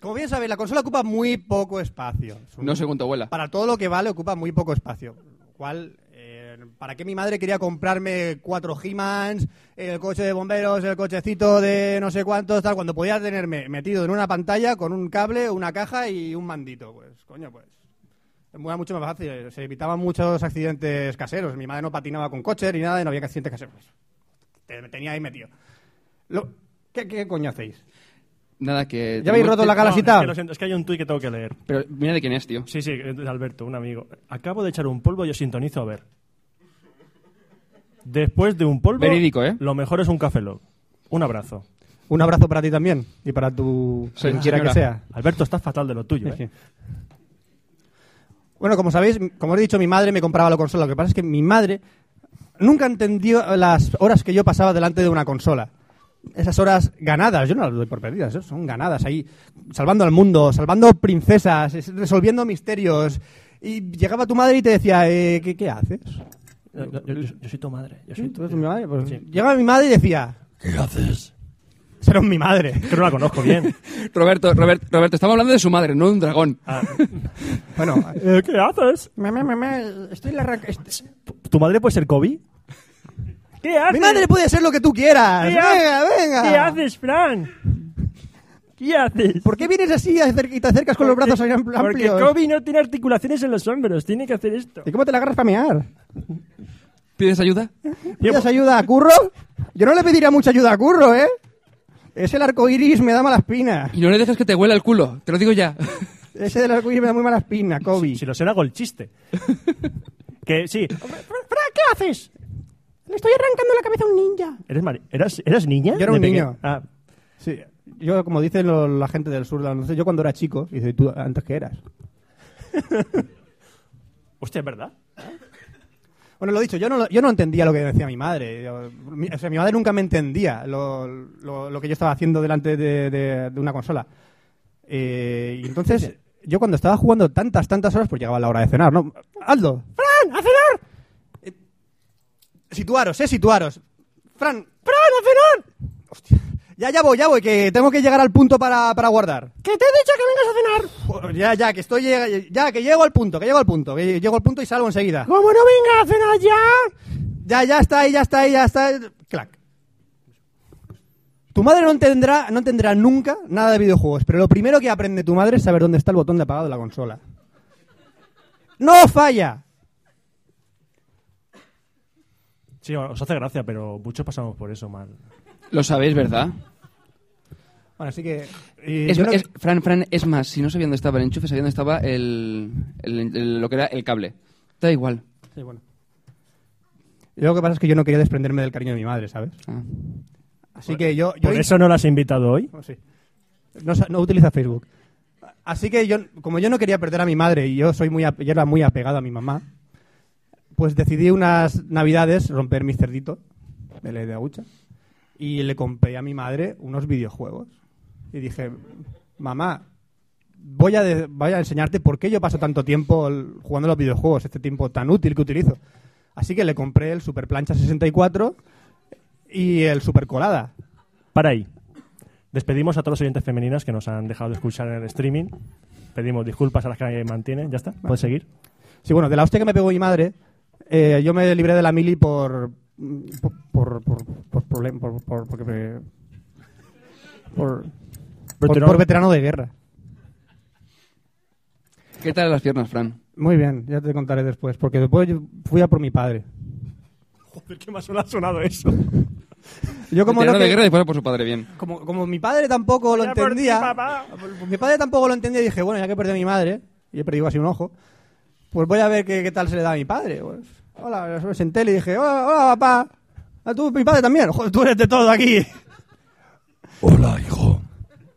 [SPEAKER 1] como bien sabéis, la consola ocupa muy poco espacio. Es un-
[SPEAKER 2] No según tu abuela.
[SPEAKER 1] para todo lo que vale ocupa muy poco espacio. Lo Cual, eh, ¿para qué mi madre quería comprarme cuatro He-Mans, el coche de bomberos, el cochecito de no sé cuántos, tal, cuando podía tenerme metido en una pantalla con un cable, una caja y un mandito? Pues, coño, pues. Era mucho más fácil. Se evitaban muchos accidentes caseros. Mi madre no patinaba con coche ni nada y no había accidentes caseros. Pues, Te tenía ahí metido. Lo- ¿Qué, ¿Qué coño hacéis?
[SPEAKER 2] Nada que...
[SPEAKER 1] Ya habéis roto la
[SPEAKER 3] No,
[SPEAKER 1] cara
[SPEAKER 3] es,
[SPEAKER 1] si
[SPEAKER 3] que
[SPEAKER 1] tal.
[SPEAKER 3] lo siento, es que hay un tuit que tengo que leer.
[SPEAKER 2] Pero mira de quién es, tío.
[SPEAKER 3] Sí, sí, de Alberto, un amigo. Acabo de echar un polvo y os sintonizo a ver. Después de un polvo,
[SPEAKER 2] Verídico, ¿eh?
[SPEAKER 3] lo mejor es un café log. Un abrazo.
[SPEAKER 1] Un abrazo para ti también y para tu
[SPEAKER 2] Sí,
[SPEAKER 1] quien quiera que
[SPEAKER 2] señora.
[SPEAKER 1] sea.
[SPEAKER 3] Alberto, estás fatal de lo tuyo,
[SPEAKER 1] *laughs*
[SPEAKER 3] ¿eh?
[SPEAKER 1] Bueno, como sabéis, m- como os he dicho, mi madre me compraba la consola. Lo que pasa es que mi madre nunca entendió las horas que yo pasaba delante de una consola. Esas horas ganadas, yo no las doy por perdidas, ¿eh? son ganadas ahí, salvando al mundo, salvando princesas, es- resolviendo misterios. Y llegaba tu madre y te decía, eh, ¿qué, qué haces?
[SPEAKER 3] Yo, yo- yo- yo soy tu madre. Yo soy
[SPEAKER 1] ¿Tú
[SPEAKER 3] tu...
[SPEAKER 1] eres mi madre? Pues,
[SPEAKER 3] Sí.
[SPEAKER 1] Llegaba mi madre y decía,
[SPEAKER 5] ¿Qué haces?
[SPEAKER 1] serás mi madre.
[SPEAKER 3] Que no la conozco bien.
[SPEAKER 1] *laughs*
[SPEAKER 2] Roberto, Robert- Roberto, estamos hablando de su madre, no de un dragón.
[SPEAKER 1] Bueno,
[SPEAKER 3] Ah,
[SPEAKER 6] *laughs*
[SPEAKER 3] Eh, ¿Qué haces?
[SPEAKER 6] Mamá, mamá, estoy en la ra- est-
[SPEAKER 3] ¿Tu madre puede ser Kobe? ¿Qué haces?
[SPEAKER 1] mi madre puede ser lo que tú quieras.
[SPEAKER 3] ¿Qué
[SPEAKER 1] Venga,
[SPEAKER 3] haces?
[SPEAKER 1] venga.
[SPEAKER 3] ¿Qué haces, Fran? ¿Qué haces?
[SPEAKER 1] ¿Por qué vienes así a acer- y te acercas con los brazos ahí ampl-
[SPEAKER 3] Porque
[SPEAKER 1] amplios?
[SPEAKER 3] Kobe no tiene articulaciones en los hombros, tiene que hacer esto.
[SPEAKER 1] ¿Y cómo te la agarras para mear?
[SPEAKER 2] ¿Pides ayuda?
[SPEAKER 1] ¿Pides ayuda a Curro? Yo no le pediría mucha ayuda a Curro, ¿eh? Es el arco iris, me da mala espina.
[SPEAKER 2] Y no le dejes que te huela el culo, te lo digo ya.
[SPEAKER 1] Ese del arco iris me da muy mala espina, Kobe.
[SPEAKER 3] Si lo sé, le hago el chiste. que sí,
[SPEAKER 6] Frank, ¿qué haces? Le estoy arrancando la cabeza a un ninja.
[SPEAKER 3] ¿eres, mari- eras, eras niña?
[SPEAKER 1] Yo era un
[SPEAKER 3] de peque-
[SPEAKER 1] niño.
[SPEAKER 3] Ah,
[SPEAKER 1] Sí. Yo, como dice lo- la gente del sur, no sé, yo cuando era chico, dice, ¿tú antes qué eras?
[SPEAKER 3] hostia, es verdad.
[SPEAKER 1] Bueno, lo dicho, yo no, lo- yo no entendía lo que decía mi madre. Yo- mi- o sea, mi madre nunca me entendía lo, lo- lo que yo estaba haciendo delante de, de- de una consola. Eh, y entonces, yo cuando estaba jugando tantas, tantas horas, pues llegaba la hora de cenar, ¿no? ¡Aldo! ¡Fran, a cenar! Eh, situaros, ¿eh? Situaros. ¡Fran! ¡Fran, a cenar! Hostia. Ya, ya voy, ya voy, que tengo que llegar al punto para, para guardar.
[SPEAKER 6] Que te he dicho que vengas a cenar.
[SPEAKER 1] Joder, Ya, ya, que estoy... lleg- Ya, que llego al punto, que llego al punto, que llego al punto y salgo enseguida.
[SPEAKER 6] Como no vengas a cenar ya.
[SPEAKER 1] Ya, ya está ahí, ya está ahí, ya está. ahí. Clac. Tu madre no tendrá, no tendrá nunca nada de videojuegos, pero lo primero que aprende tu madre es saber dónde está el botón de apagado de la consola. ¡No falla!
[SPEAKER 3] Sí, os hace gracia, pero muchos pasamos por eso mal.
[SPEAKER 2] Lo sabéis, ¿verdad?
[SPEAKER 1] Bueno, así que. eh,
[SPEAKER 2] Es-
[SPEAKER 1] yo no-
[SPEAKER 2] es- Fran, Fran, es más, si no sabía dónde estaba el enchufe, sabía dónde estaba el, el- el- lo que era el cable. Da igual.
[SPEAKER 1] Sí, bueno. Y Lo que pasa es que yo no quería desprenderme del cariño de mi madre, ¿sabes?
[SPEAKER 2] Ah.
[SPEAKER 1] Así que yo. yo
[SPEAKER 3] ¿Por eso no las he invitado hoy?
[SPEAKER 1] Oh, sí. No, sa- no utiliza Facebook. Así que yo, como yo no quería perder a mi madre y yo soy muy, ape- yo era muy apegado a mi mamá, pues decidí unas navidades romper mi cerdito de ley de agucha y le compré a mi madre unos videojuegos y dije, mamá, voy a, de- voy a enseñarte por qué yo paso tanto tiempo l- jugando a los videojuegos, este tiempo tan útil que utilizo. Así que le compré el Super Plancha 64 y el Super Colada.
[SPEAKER 3] Para ahí. Despedimos a todas las oyentes femeninas que nos han dejado de escuchar en el streaming. Pedimos disculpas a las que mantienen. ¿Ya está? ¿Puedes seguir?
[SPEAKER 1] Sí, bueno, de la hostia que me pegó mi madre, eh, yo me libré de la mili por. por. por. por. por. problem- por, por- porque me- por- por-
[SPEAKER 3] Veterano-
[SPEAKER 1] por veterano de guerra.
[SPEAKER 2] ¿Qué tal las piernas, Fran?
[SPEAKER 1] Muy bien, ya te contaré después, porque después yo fui a por mi padre.
[SPEAKER 3] Joder, qué más ha sonado eso.
[SPEAKER 1] Yo como
[SPEAKER 2] Veterano
[SPEAKER 1] no
[SPEAKER 2] de
[SPEAKER 1] que-
[SPEAKER 2] guerra y después por su padre, bien.
[SPEAKER 1] como, como mi padre tampoco lo
[SPEAKER 3] Ya por ti,
[SPEAKER 1] entendía,
[SPEAKER 3] papá.
[SPEAKER 1] mi padre tampoco lo entendía, dije, bueno, ya que perdí a mi madre, y he perdido casi un ojo, pues voy a ver qué, qué tal se le da a mi padre. Pues, hola, me senté y le dije, hola, hola, papá. ¿A tú, mi padre también? Joder, tú eres de todo aquí.
[SPEAKER 5] Hola, hijo.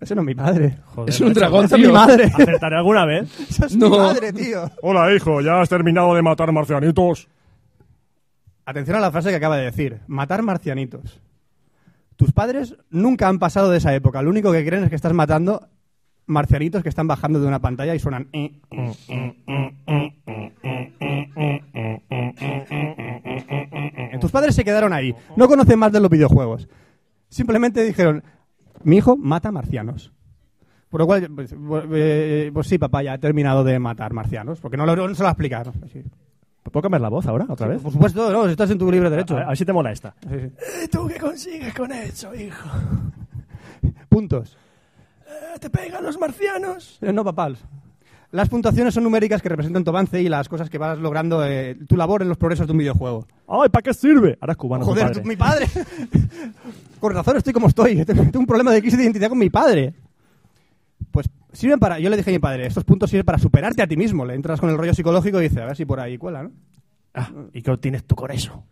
[SPEAKER 1] Ese no es mi padre.
[SPEAKER 3] Joder,
[SPEAKER 2] Es un dragón,
[SPEAKER 1] Esa es mi *laughs*
[SPEAKER 2] tío.
[SPEAKER 1] madre.
[SPEAKER 3] ¿Acertaré alguna vez?
[SPEAKER 1] *laughs* Esa es
[SPEAKER 2] No.
[SPEAKER 1] mi madre, tío.
[SPEAKER 3] Hola, hijo, ¿ya has terminado de matar marcianitos?
[SPEAKER 1] Atención a la frase que acaba de decir. Matar marcianitos. Tus padres nunca han pasado de esa época. Lo único que creen es que estás matando marcianitos que están bajando de una pantalla y suenan... eh, eh, eh, eh, eh, eh, eh, eh, eh, eh, eh, eh, eh, eh, eh. Tus padres se quedaron ahí. No conocen más de los videojuegos. Simplemente dijeron, mi hijo mata marcianos. Por lo cual, pues, eh, pues sí, papá, ya ha terminado de matar marcianos. Porque no, lo, no se lo ha explicado. Sí.
[SPEAKER 3] ¿Puedo cambiar la voz ahora, otra vez? Ah,
[SPEAKER 1] Por supuesto, no, estás en tu libre derecho. eh.
[SPEAKER 3] A ver, a ver si te mola esta.
[SPEAKER 1] Sí, sí.
[SPEAKER 5] ¿Y tú qué consigues con eso, hijo?
[SPEAKER 1] Puntos.
[SPEAKER 5] Eh, ¿Te pegan los marcianos?
[SPEAKER 1] Eh, No, papal. Las puntuaciones son numéricas que representan tu avance y las cosas que vas logrando, eh, tu labor en los progresos de un videojuego.
[SPEAKER 3] ¡Ay, ¿para qué sirve? Ahora es cubano, tu
[SPEAKER 1] Joder,
[SPEAKER 3] padre.
[SPEAKER 1] tú- mi padre. *laughs* con razón estoy como estoy. *laughs* Tengo un problema de crisis de identidad con mi padre. Pues sirven para. Yo le dije a mi padre, estos puntos sirven para superarte a ti mismo. Le entras con el rollo psicológico y dices, a ver si por ahí cuela, ¿no?
[SPEAKER 3] Ah, ¿Y qué obtienes tú con eso?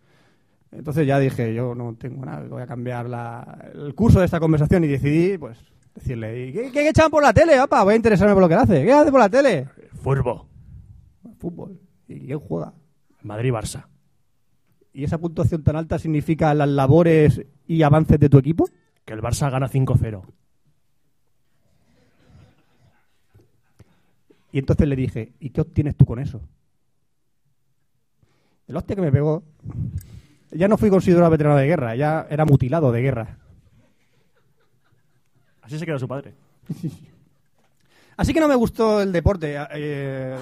[SPEAKER 1] Entonces ya dije, yo no tengo nada, voy a cambiar la- el curso de esta conversación y decidí, pues, decirle, ¿y qué, qué echan por la tele, papá? Voy a interesarme por lo que hace. ¿Qué hace por la tele?
[SPEAKER 3] Furbo.
[SPEAKER 1] Fútbol. ¿Y quién juega?
[SPEAKER 3] Madrid-Barça.
[SPEAKER 1] ¿Y esa puntuación tan alta significa las labores y avances de tu equipo?
[SPEAKER 3] Que el Barça gana 5-0.
[SPEAKER 1] Y entonces le dije, ¿y qué obtienes tú con eso? El hostia que me pegó, ya no fui considerado veterano de guerra, ya era mutilado de guerra.
[SPEAKER 3] Así se quedó su padre.
[SPEAKER 1] Así que no me gustó el deporte. Eh,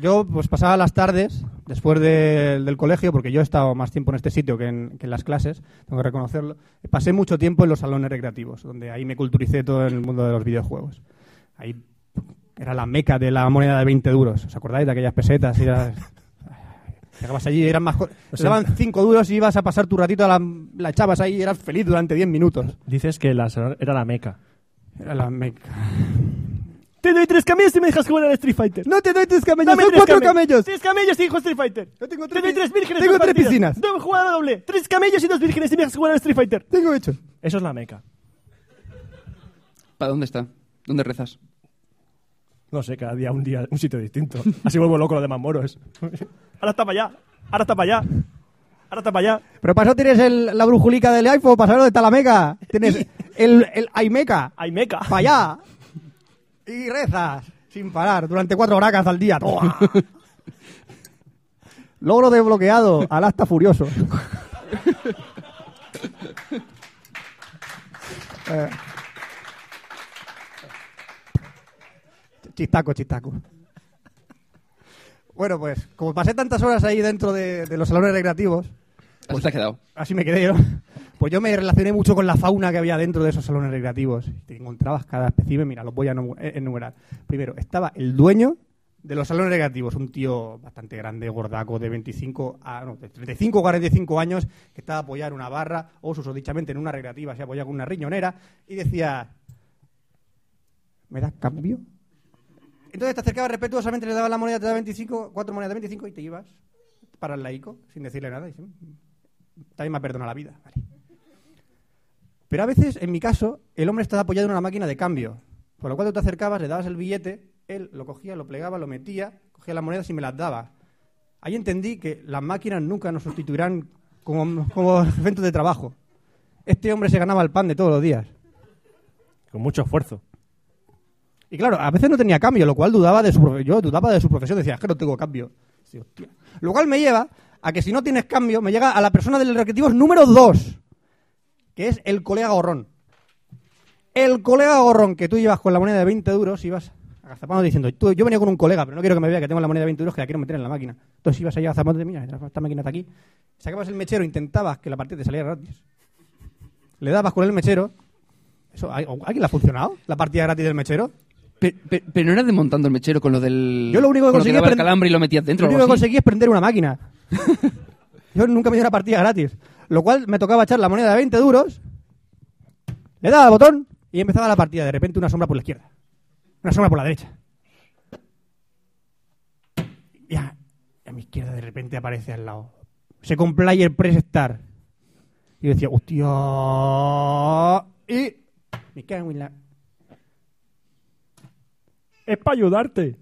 [SPEAKER 1] yo pues pasaba las tardes después de- del colegio, porque yo he estado más tiempo en este sitio que en, que en las clases, tengo que reconocerlo. Pasé mucho tiempo en los salones recreativos, donde ahí me culturicé todo en el mundo de los videojuegos. Ahí *laughs* era la meca de la moneda de 20 duros. ¿Os acordáis de aquellas pesetas? Y las- Llegabas allí, eran más. co- te daban cinco duros y ibas a pasar tu ratito a la, la echabas ahí y eras feliz durante 10 minutos.
[SPEAKER 3] Dices que la Sonora era la meca.
[SPEAKER 1] Era la meca.
[SPEAKER 3] Te doy tres camellos y me dejas jugar al Street Fighter.
[SPEAKER 1] No te doy tres camellos,
[SPEAKER 3] Dame
[SPEAKER 1] son
[SPEAKER 3] tres
[SPEAKER 1] cuatro
[SPEAKER 3] camellos.
[SPEAKER 1] camellos.
[SPEAKER 3] Tres camellos y juego Street Fighter.
[SPEAKER 1] Yo tengo
[SPEAKER 3] Te
[SPEAKER 1] tres
[SPEAKER 3] doy
[SPEAKER 1] vi-
[SPEAKER 3] tres vírgenes.
[SPEAKER 1] tengo
[SPEAKER 3] por
[SPEAKER 1] tres
[SPEAKER 3] partida.
[SPEAKER 1] piscinas.
[SPEAKER 3] Dos jugada doble. Tres camellos y dos vírgenes y me dejas jugar al Street Fighter.
[SPEAKER 1] Tengo hecho.
[SPEAKER 3] Eso es la meca.
[SPEAKER 2] ¿Para dónde está? ¿Dónde rezas?
[SPEAKER 3] No sé, cada día un día, un sitio distinto. Así vuelvo loco los demás moros. Ahora está para allá. Ahora está para allá. Ahora está para allá.
[SPEAKER 1] Pero para eso tienes el- la brujulica del iPhone, para saber dónde está la meca. Tienes el, el iMeca.
[SPEAKER 3] Hay meca.
[SPEAKER 1] Para allá. Y rezas sin parar durante cuatro horacas al día. ¡Toa! Logro desbloqueado al hasta furioso. Eh. Chistaco, chistaco. Bueno, pues como pasé tantas horas ahí dentro de- de los salones recreativos, Pues
[SPEAKER 2] Así te has quedado.
[SPEAKER 1] así me quedé yo. Pues yo me relacioné mucho con la fauna que había dentro de esos salones recreativos. Te encontrabas cada espécimen, mira, los voy a enu- eh, enumerar. Primero, estaba el dueño de los salones recreativos, un tío bastante grande, gordaco, de 25 a, no, de 35 o 45 años, que estaba apoyado en una barra o susodichamente en una recreativa, se apoyaba con una riñonera y decía, ¿me das cambio? Entonces te acercabas respetuosamente, le dabas la moneda, te daba 25, cuatro monedas de 25 y te ibas para el laico sin decirle nada. Y dices, también me ha perdonado la vida. Vale. Pero a veces, en mi caso, el hombre estaba apoyado en una máquina de cambio. Por lo cual tú te acercabas, le dabas el billete, él lo cogía, lo plegaba, lo metía, cogía las monedas y me las daba. Ahí entendí que las máquinas nunca nos sustituirán como, como *laughs* eventos de trabajo. Este hombre se ganaba el pan de todos los días.
[SPEAKER 3] Con mucho esfuerzo.
[SPEAKER 1] Y claro, a veces no tenía cambio, lo cual dudaba de su profe- yo dudaba de su profesión, decía, es que no tengo cambio. Digo, "Hostia". Lo cual me lleva a que si no tienes cambio, me llega a la persona del recreativo número 2, que es el colega gorrón. El colega gorrón que tú llevas con la moneda de 20 euros, ibas agazapando diciendo, "Tú, yo venía con un colega, pero no quiero que me vea que tengo la moneda de 20 euros que la quiero meter en la máquina. Entonces ibas ahí agazapando, mira, esta máquina está aquí. Sacabas el mechero, intentabas que la partida te saliera gratis. Le dabas con el mechero. Eso, ¿a- ¿A alguien le ha funcionado? ¿La partida gratis del mechero?
[SPEAKER 2] Pe- pe- Pero, no era desmontando el mechero con lo del.
[SPEAKER 1] Yo lo único que
[SPEAKER 2] con
[SPEAKER 1] conseguí
[SPEAKER 2] daba
[SPEAKER 1] es
[SPEAKER 2] el
[SPEAKER 1] prend-
[SPEAKER 2] calambre y lo metías dentro.
[SPEAKER 1] Lo
[SPEAKER 2] o
[SPEAKER 1] único que
[SPEAKER 2] algo así.
[SPEAKER 1] conseguí es prender una
[SPEAKER 2] *laughs*
[SPEAKER 1] máquina. Yo nunca me dio una partida gratis. Lo cual me tocaba echar la moneda de 20 duros, le daba al botón y empezaba la partida. De repente una sombra por la izquierda, una sombra por la derecha. Y a, a mi izquierda de repente aparece al lado. Second Player Press Star. Y yo decía, hostia. Y me cago en la.
[SPEAKER 3] Es para ayudarte.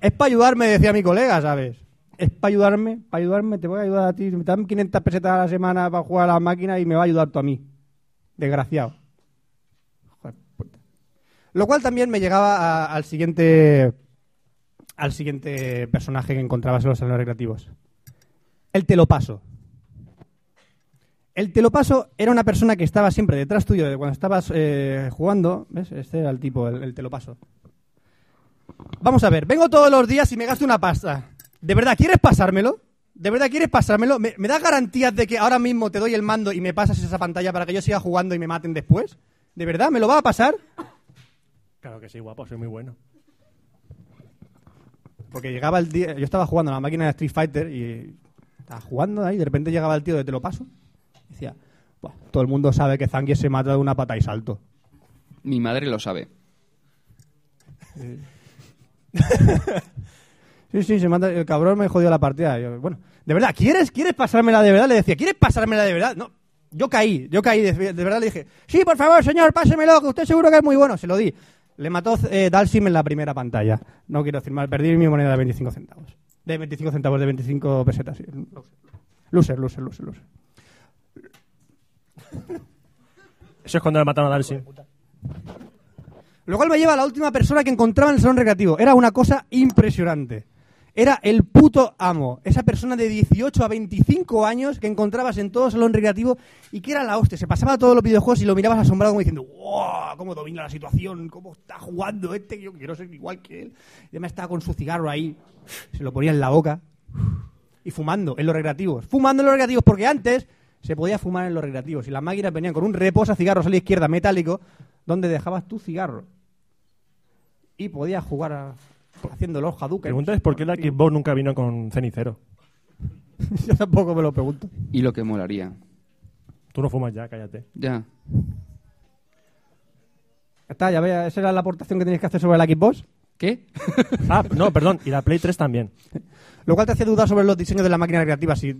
[SPEAKER 1] Es para ayudarme, decía mi colega, ¿sabes? Es para ayudarme, para ayudarme, te voy a ayudar a ti. Me dan 500 pesetas a la semana para jugar a la máquina y me va a ayudar tú a mí. Desgraciado. Joder, puta. Lo cual también me llegaba a- al siguiente al siguiente personaje que encontrabas en los salones recreativos. El telopaso. El telopaso era una persona que estaba siempre detrás tuyo de cuando estabas eh, jugando. ¿Ves? Este era el tipo, el- el telopaso. Vamos a ver, vengo todos los días y me gasto una pasta. ¿De verdad quieres pasármelo? ¿De verdad quieres pasármelo? ¿Me, me das garantías de que ahora mismo te doy el mando y me pasas esa pantalla para que yo siga jugando y me maten después? ¿De verdad? ¿Me lo va a pasar?
[SPEAKER 3] Claro que sí, guapo, soy muy bueno.
[SPEAKER 1] Porque llegaba el día. Yo estaba jugando a la máquina de Street Fighter y. Estaba jugando ahí, de repente llegaba el tío de Te lo paso. y Decía, "Buah, todo el mundo sabe que Zangier se mata de una pata y salto.
[SPEAKER 2] Mi madre lo sabe.
[SPEAKER 1] Sí, sí, se mata. El cabrón me jodió la partida. Yo, bueno, de verdad, ¿quieres? ¿Quieres pasármela de verdad? Le decía, ¿quieres pasármela de verdad? No. Yo caí, yo caí, de, de verdad le dije, sí, por favor, señor, pásemelo, que usted seguro que es muy bueno. Se lo di. Le mató eh, Dalsim en la primera pantalla. No quiero decir mal, perdí mi moneda de 25 centavos. De 25 centavos, de 25 pesetas. sí. Loser, loser, loser, loser.
[SPEAKER 3] Eso es cuando le mataron a Darcy.
[SPEAKER 1] Lo cual me lleva a la última persona que encontraba en el salón recreativo. Era una cosa impresionante. Era el puto amo. Esa persona de 18 a 25 años que encontrabas en todo salón recreativo y que era la hostia. Se pasaba todos los videojuegos y lo mirabas asombrado como diciendo ¡Wow! ¿Cómo domina la situación? ¿Cómo está jugando este? Yo quiero ser igual que él. Y además estaba con su cigarro ahí. Se lo ponía en la boca. Y fumando en los recreativos. Fumando en los recreativos porque antes se podía fumar en los recreativos y las máquinas venían con un reposa cigarros a la izquierda metálico donde dejabas tu cigarro. Y podías jugar a- haciendo los Hadouken. *laughs*
[SPEAKER 3] Pregunta es por qué la Xbox nunca vino con cenicero.
[SPEAKER 1] Yo tampoco me lo pregunto.
[SPEAKER 2] Y lo que molaría.
[SPEAKER 3] Tú no fumas ya, *laughs* cállate.
[SPEAKER 2] Ya.
[SPEAKER 1] Ya Está, ya veas, esa era la aportación que tenías que hacer sobre la Xbox.
[SPEAKER 2] ¿Qué?
[SPEAKER 3] Ah, no, perdón. Y la Play 3 también.
[SPEAKER 1] Lo cual te hacía dudar sobre los diseños de la máquina recreativa. Si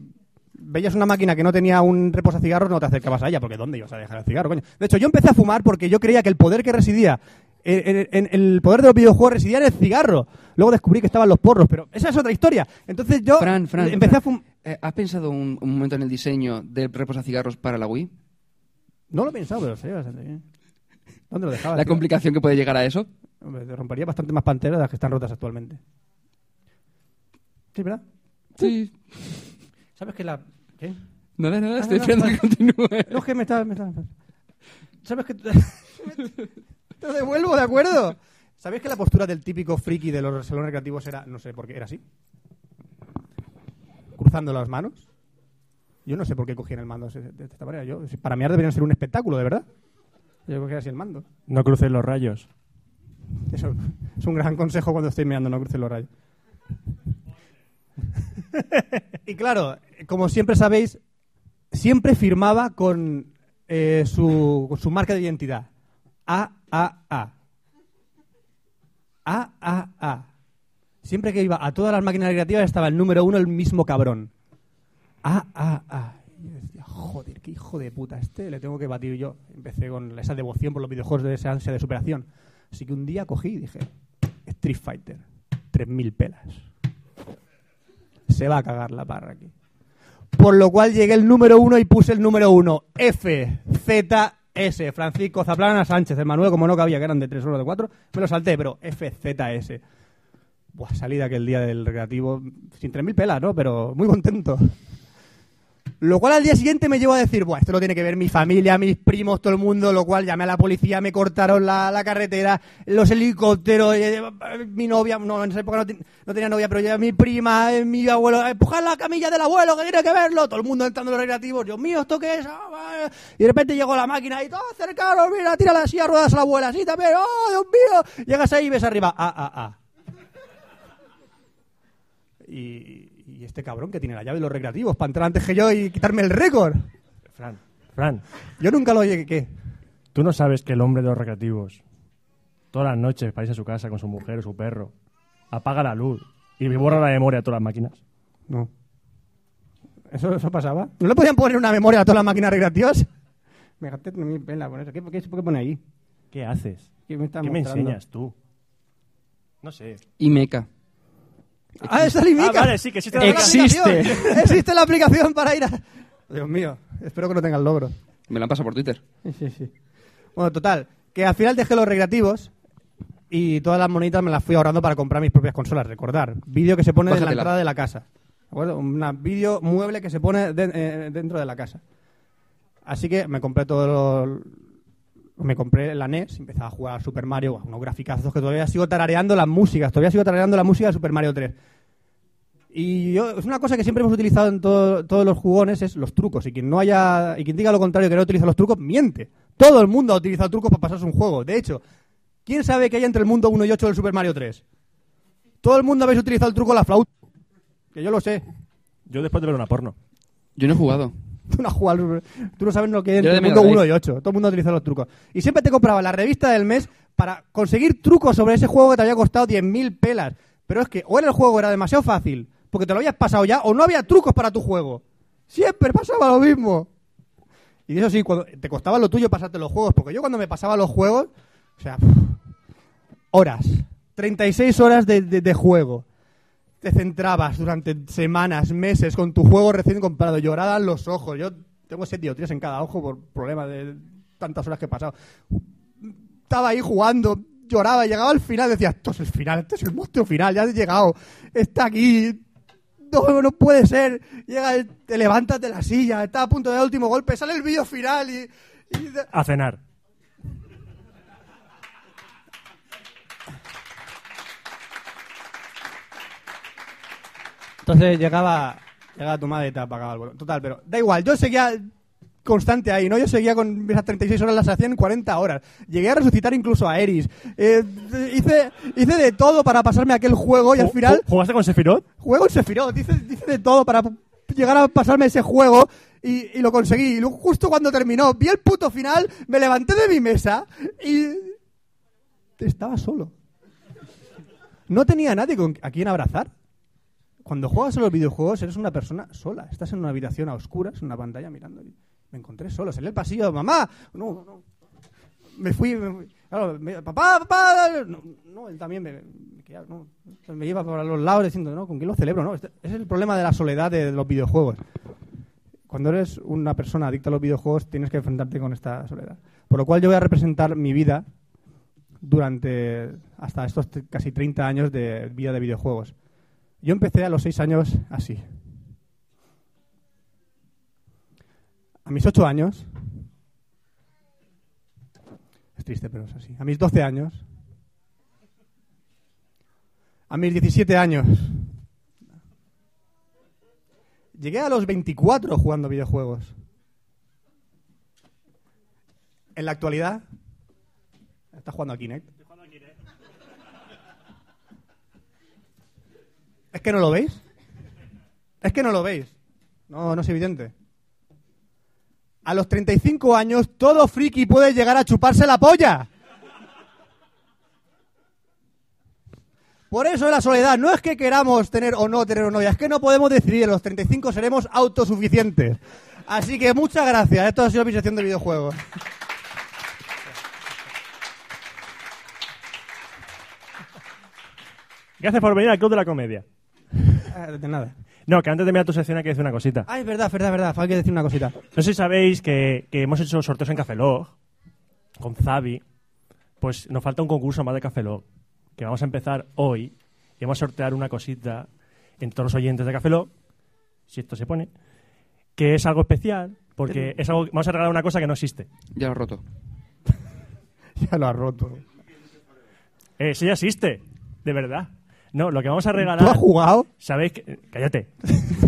[SPEAKER 1] veías una máquina que no tenía un reposacigarros, no te acercabas a ella, porque ¿dónde ibas a dejar el cigarro, coño? De hecho, yo empecé a fumar porque yo creía que el poder que residía en, en- en el poder de los videojuegos residía en el cigarro. Luego descubrí que estaban los porros, pero esa es otra historia. Entonces yo
[SPEAKER 2] Fran, Fran.
[SPEAKER 1] Oh, empecé
[SPEAKER 2] Fran,
[SPEAKER 1] a fumar.
[SPEAKER 2] eh, ¿Has pensado un, un momento en el diseño del reposacigarros para la Wii?
[SPEAKER 1] No lo he pensado, pero sería bastante bien. ¿Dónde lo dejaba?
[SPEAKER 2] ¿La
[SPEAKER 1] Ah, tío?
[SPEAKER 2] complicación que puede llegar a eso?
[SPEAKER 1] Hombre, te rompería bastante más panteras de las que están rotas actualmente. Sí, ¿verdad?
[SPEAKER 2] Sí.
[SPEAKER 1] ¿Sabes que la. ¿Qué?
[SPEAKER 2] Nada, nada, estoy
[SPEAKER 1] no,
[SPEAKER 2] esperando
[SPEAKER 1] no.
[SPEAKER 2] que continúe.
[SPEAKER 1] No, es que me está. Me está... ¿Sabes que.? Te *laughs* te devuelvo, ¿de acuerdo? ¿Sabías que la postura del típico friki de los salones recreativos era, no sé por qué, era así? Cruzando las manos. Yo no sé por qué cogían el mando así, de de esta manera. Yo, si- para mear deberían ser un espectáculo, de verdad. Yo creo que era así el mando.
[SPEAKER 3] No cruces los rayos.
[SPEAKER 1] Eso es un gran consejo cuando estoy mirando, no crucen los rayos. y claro, como siempre sabéis, siempre firmaba con eh, su, con su marca de identidad. A, A, A. A, A, A. Siempre que iba a todas las máquinas creativas estaba el número uno, el mismo cabrón. A, A, A. Ah, Y yo decía, joder, qué hijo de puta este, le tengo que batir yo. Empecé con esa devoción por los videojuegos, de esa ansia de superación. Así que un día cogí y dije, Street Fighter, 3.000 pelas. Se va a cagar la parra aquí. Por lo cual llegué el número uno y puse el número uno. F, Z, S. Francisco Zaplana Sánchez, el Manuel, como no cabía, que eran de 3 o de 4, me lo salté, pero F, Z, S. Buah, salida aquel día del recreativo, sin 3.000 pelas, ¿no? Pero muy contento. Lo cual al día siguiente me llevó a decir, Buah, esto lo tiene que ver mi familia, mis primos, todo el mundo, lo cual llamé a la policía, me cortaron la, la carretera, los helicópteros, eh, eh, mi novia, no, en esa época no, ten- no tenía novia, pero ya mi prima, eh, mi abuelo, empujar la camilla del abuelo, que tiene que verlo, todo el mundo entrando en los recreativos, Dios mío, ¿esto qué es? Ah, va, eh. Y de repente llegó la máquina y todo cercano, mira, tira la silla, ruedas a la abuela, así también, oh, Dios mío, llegas ahí y ves arriba, ah, ah, ah. Y, y este cabrón que tiene la llave de los recreativos para entrar antes que yo y quitarme el récord.
[SPEAKER 3] Fran. Fran,
[SPEAKER 1] Yo nunca lo llegué. ¿qué?
[SPEAKER 3] tú no sabes que el hombre de los recreativos, todas las noches para irse a su casa con su mujer o su perro, apaga la luz y borra la memoria de todas las máquinas.
[SPEAKER 1] No. ¿Eso, ¿Eso pasaba? ¿No le podían poner una memoria a todas las máquinas recreativas? Me gasté mi pela con eso. ¿Qué, qué, qué pone ahí?
[SPEAKER 3] ¿Qué haces?
[SPEAKER 1] ¿Qué me, está
[SPEAKER 3] ¿Qué me
[SPEAKER 1] mostrando?
[SPEAKER 3] enseñas tú? No sé.
[SPEAKER 2] Y meca.
[SPEAKER 1] Ah, esa limica.
[SPEAKER 3] Ah, vale, sí, que existe la
[SPEAKER 1] *laughs*
[SPEAKER 2] Existe.
[SPEAKER 1] aplicación. Existe la aplicación para ir a... Dios mío, espero que no tengan logro.
[SPEAKER 2] Me la han pasado por Twitter.
[SPEAKER 1] Sí, sí. Bueno, total, que al final dejé los recreativos y todas las monitas me las fui ahorrando para comprar mis propias consolas, recordar. Vídeo que se pone en la
[SPEAKER 2] Bájatela.
[SPEAKER 1] entrada de la casa. ¿De acuerdo? Una vídeo mueble que se pone de- eh, dentro de la casa. Así que me compré todo lo- me compré la NES, empezaba a jugar a Super Mario, guau, unos graficazos que todavía sigo tarareando las músicas, todavía sigo tarareando la música de Super Mario 3. Y yo, es una cosa que siempre hemos utilizado en todo- todos los jugones, es los trucos. Y quien no haya, y quien diga lo contrario que no utiliza los trucos, miente. Todo el mundo ha utilizado trucos para pasarse un juego. De hecho, ¿quién sabe que hay entre el mundo 1 y 8 del Super Mario 3? Todo el mundo habéis utilizado el truco de la flauta. Que yo lo sé.
[SPEAKER 3] Yo después de ver una porno.
[SPEAKER 2] Yo no he jugado.
[SPEAKER 1] *laughs* Tú no, has jugado al Super- tú no sabes lo que es
[SPEAKER 2] Yo
[SPEAKER 1] entre
[SPEAKER 2] de
[SPEAKER 1] el mundo
[SPEAKER 2] Mega
[SPEAKER 1] 1
[SPEAKER 2] Drive.
[SPEAKER 1] y 8. Todo el mundo utiliza los trucos. Y siempre te compraba la revista del mes para conseguir trucos sobre ese juego que te había costado 10.000 pelas. Pero es que o era el juego era demasiado fácil, porque te lo habías pasado ya, o no había trucos para tu juego. Siempre pasaba lo mismo. Y eso sí, cuando te costaba lo tuyo pasarte los juegos, porque yo cuando me pasaba los juegos, o sea, horas, 36 horas de, de- de juego. Te centrabas durante semanas, meses con tu juego recién comprado, lloraban los ojos. Yo tengo ese tío tres en cada ojo por problema de tantas horas que he pasado. Estaba ahí jugando, lloraba, llegaba al final, decía, esto es el final, este es el monstruo final, ya has llegado, está aquí, no, no puede ser. Llega, el- te levantas de la silla, está a punto de dar el último golpe, sale el vídeo final y. y de-
[SPEAKER 3] A cenar.
[SPEAKER 1] Entonces llegaba, llegaba tu madre y te apagaba el botón. Total, pero da igual, yo seguía constante ahí, ¿no? Yo seguía con esas 36 horas, las hacía en 40 horas. Llegué a resucitar incluso a Eris. Eh, hice, hice de todo para pasarme aquel juego y al
[SPEAKER 3] Ju-
[SPEAKER 1] final
[SPEAKER 3] ju- ¿Jugaste con Sephiroth?
[SPEAKER 1] juego el Sephiroth. Dice, dice de todo para llegar a pasarme ese juego y, y lo conseguí. Y luego, justo cuando terminó, vi el puto final, me levanté de mi mesa y estaba solo. No tenía a nadie con, a quien abrazar. Cuando juegas a los videojuegos eres una persona sola. Estás en una habitación a oscuras, en una pantalla mirando. y me encontré solo. Salí al pasillo, mamá. No, no. Me fui. me fui. Claro, me- papá, papá. No, no, él también me, me quedaba, no. me lleva para los lados diciendo, no, ¿con quién lo celebro? No, este- es el problema de la soledad de los videojuegos. Cuando eres una persona adicta a los videojuegos tienes que enfrentarte con esta soledad. Por lo cual yo voy a representar mi vida durante hasta estos t- casi 30 años de vida de videojuegos. Yo empecé a los 6 años así. A mis 8 años, es triste, pero es así, a mis 12 años, a mis 17 años, llegué a los 24 jugando videojuegos. En la actualidad, ¿Estás jugando a Kinect? ¿Es que no lo veis? ¿Es que no lo veis? No, no es evidente. A los 35 años, todo friki puede llegar a chuparse la polla. Por eso es la soledad. No es que queramos tener o no tener novia, es que no podemos decidir. A los 35 seremos autosuficientes. Así que muchas gracias. Esto ha sido mi sección de videojuegos.
[SPEAKER 3] Gracias por venir al Club de la Comedia.
[SPEAKER 1] Ah, De nada.
[SPEAKER 3] No, que antes de mirar tu sección hay que decir una cosita.
[SPEAKER 1] Ah, es verdad, es verdad, es verdad. Hay que decir una cosita.
[SPEAKER 3] No sé si sabéis que, que hemos hecho sorteos en Cafelog con Zabi. Pues nos falta un concurso más de Cafelog que vamos a empezar hoy y vamos a sortear una cosita entre todos los oyentes de Cafelog, si esto se pone, que es algo especial porque es algo vamos a regalar una cosa que no existe.
[SPEAKER 2] Ya lo he roto.
[SPEAKER 1] *laughs* Ya lo has roto.
[SPEAKER 3] Eh, sí ya existe, de verdad. No, lo que vamos a regalar.
[SPEAKER 1] ¿Tú has jugado?
[SPEAKER 3] ¿Sabéis que.? Cállate.
[SPEAKER 1] *laughs*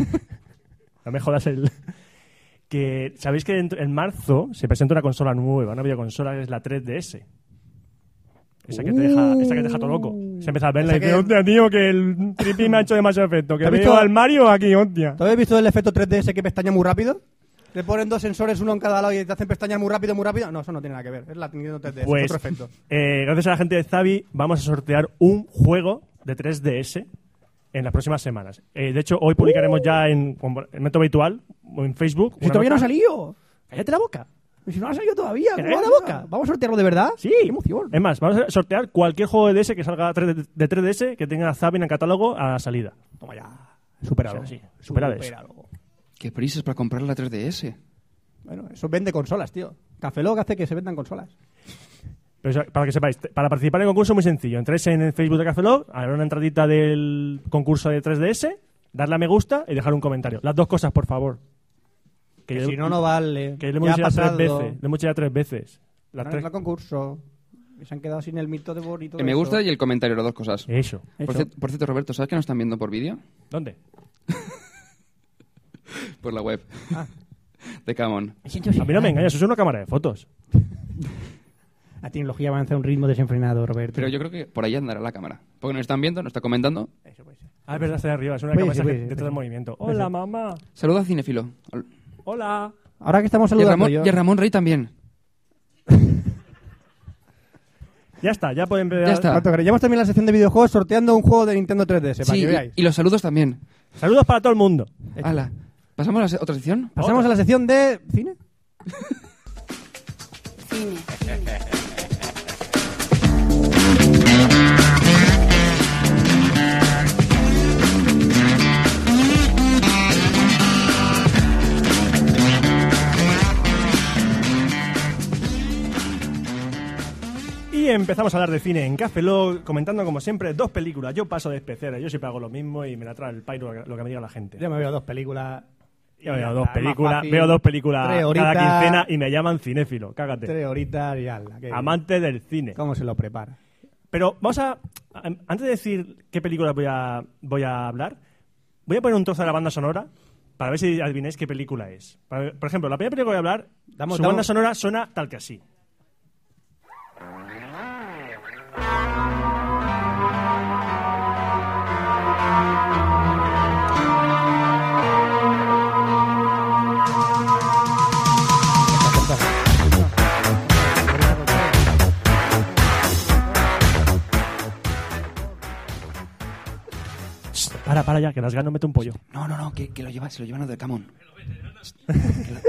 [SPEAKER 3] no me jodas el. Que sabéis que dentro- en marzo se presenta una consola nueva, una videoconsola que es la 3DS. Esa que te deja, esa que te deja todo loco. Se empieza a verla
[SPEAKER 1] Esa
[SPEAKER 3] y dice,
[SPEAKER 1] que-
[SPEAKER 3] hostia, tío, que el trippy me ha hecho demasiado efecto. Que
[SPEAKER 1] ¿Te has
[SPEAKER 3] veo
[SPEAKER 1] visto-
[SPEAKER 3] al Mario aquí, hostia.
[SPEAKER 1] ¿Tú habéis visto el efecto 3DS que pestaña muy rápido? Te ponen dos sensores, uno en cada lado y te hacen pestañas muy rápido, muy rápido. No, eso no tiene nada que ver. Es la Nintendo 3DS,
[SPEAKER 3] Pues,
[SPEAKER 1] otro efecto.
[SPEAKER 3] eh, gracias a la gente de Zabi, vamos a sortear un juego de 3DS en las próximas semanas. Eh, de hecho, hoy publicaremos ya en, como en método habitual, o en Facebook.
[SPEAKER 1] Si
[SPEAKER 3] una
[SPEAKER 1] todavía no ha
[SPEAKER 3] nota.
[SPEAKER 1] salido. Cállate la boca. Si no ha salido todavía, ¿cómo va la boca? ¿Vamos a sortearlo de verdad?
[SPEAKER 3] Sí, Eh,
[SPEAKER 1] ¡Qué emoción!
[SPEAKER 3] Es más, vamos a sortear cualquier juego de DS que salga 3D de 3DS que tenga Zabi en el catálogo a la salida.
[SPEAKER 1] Toma ya. Superado.
[SPEAKER 3] O sea, sí, superado es.
[SPEAKER 2] Qué prisas para comprar la 3DS.
[SPEAKER 1] Bueno, eso vende consolas, tío. Café Lock hace que se vendan consolas.
[SPEAKER 3] Pero eso- para que sepáis, te- para participar en el concurso es muy sencillo. Entráis en el Facebook de Café Lock, hará una entradita del concurso de 3DS, darle a me gusta y dejar un comentario. Las dos cosas, por favor. Que yo-
[SPEAKER 1] si no, no vale.
[SPEAKER 3] Que le
[SPEAKER 1] Ya
[SPEAKER 3] hemos
[SPEAKER 1] ha
[SPEAKER 3] hecho ya tres
[SPEAKER 1] pasado.
[SPEAKER 3] veces. Le hemos hecho ya tres veces. Las
[SPEAKER 1] No
[SPEAKER 3] tres-
[SPEAKER 1] entra concurso. Y se han quedado sin el mito de bonito.
[SPEAKER 2] El Eh, me gusta y el comentario, las dos cosas.
[SPEAKER 3] Eso.
[SPEAKER 2] Por, cier- por cierto, Roberto, ¿sabes que nos están viendo por vídeo?
[SPEAKER 3] ¿Dónde?
[SPEAKER 2] Por la web. *laughs* De Camon.
[SPEAKER 3] A mí no me engañas, eso es una cámara de fotos.
[SPEAKER 1] La tecnología avanza a un ritmo desenfrenado, Roberto.
[SPEAKER 2] Pero yo creo que por ahí andará la cámara. Porque nos están viendo, nos está comentando.
[SPEAKER 3] Ah, es verdad, está de arriba, es una
[SPEAKER 1] Puede
[SPEAKER 3] cámara
[SPEAKER 1] ser,
[SPEAKER 3] que-
[SPEAKER 1] puede ser,
[SPEAKER 3] de todo
[SPEAKER 1] puede
[SPEAKER 3] el
[SPEAKER 1] ser.
[SPEAKER 3] movimiento.
[SPEAKER 1] Puede
[SPEAKER 3] Hola,
[SPEAKER 1] ser.
[SPEAKER 3] mamá.
[SPEAKER 2] Saluda a Cinefilo.
[SPEAKER 3] Hola.
[SPEAKER 1] Ahora que estamos
[SPEAKER 2] Y a
[SPEAKER 1] saludando
[SPEAKER 2] Ramón,
[SPEAKER 1] yo-
[SPEAKER 2] y a Ramón Rey también.
[SPEAKER 3] Ya está, ya pueden ver.
[SPEAKER 2] Ya está.
[SPEAKER 1] Cuánto queréis. Ya hemos terminado la sección de videojuegos sorteando un juego de Nintendo 3DS, para
[SPEAKER 2] Sí,
[SPEAKER 1] que veáis.
[SPEAKER 2] y, y los saludos también.
[SPEAKER 3] Saludos para todo el mundo.
[SPEAKER 2] Hala. ¿Pasamos a la se- otra sección?
[SPEAKER 1] Pasamos a la sección de cine.
[SPEAKER 4] Cine.
[SPEAKER 3] Y empezamos a hablar de cine en Café Lock, comentando como siempre dos películas. Yo paso de especial, yo siempre hago lo mismo y me la trae el pairo lo que me diga la gente.
[SPEAKER 1] Yo me veo dos películas. Ya
[SPEAKER 3] Yo veo
[SPEAKER 1] está,
[SPEAKER 3] dos
[SPEAKER 1] más
[SPEAKER 3] películas,
[SPEAKER 1] fácil.
[SPEAKER 3] veo dos películas
[SPEAKER 1] Tres horitas,
[SPEAKER 3] cada quincena y me llaman cinéfilo, cágate.
[SPEAKER 1] Tres horitas y ala. que-
[SPEAKER 3] Amante del cine.
[SPEAKER 1] ¿Cómo se lo prepara?
[SPEAKER 3] Pero vamos a. a- Antes de decir qué película voy a, voy a hablar, voy a poner un trozo de la banda sonora para ver si adivináis qué película es. Para- Por ejemplo, la primera película que voy a hablar,
[SPEAKER 1] Damos-
[SPEAKER 3] su
[SPEAKER 1] damos-
[SPEAKER 3] banda sonora suena tal que así. para, para ya, que las gano mete un pollo.
[SPEAKER 2] No, no, no, que, que lo lleva, se lo llevan los de Camon. Que lo- Lo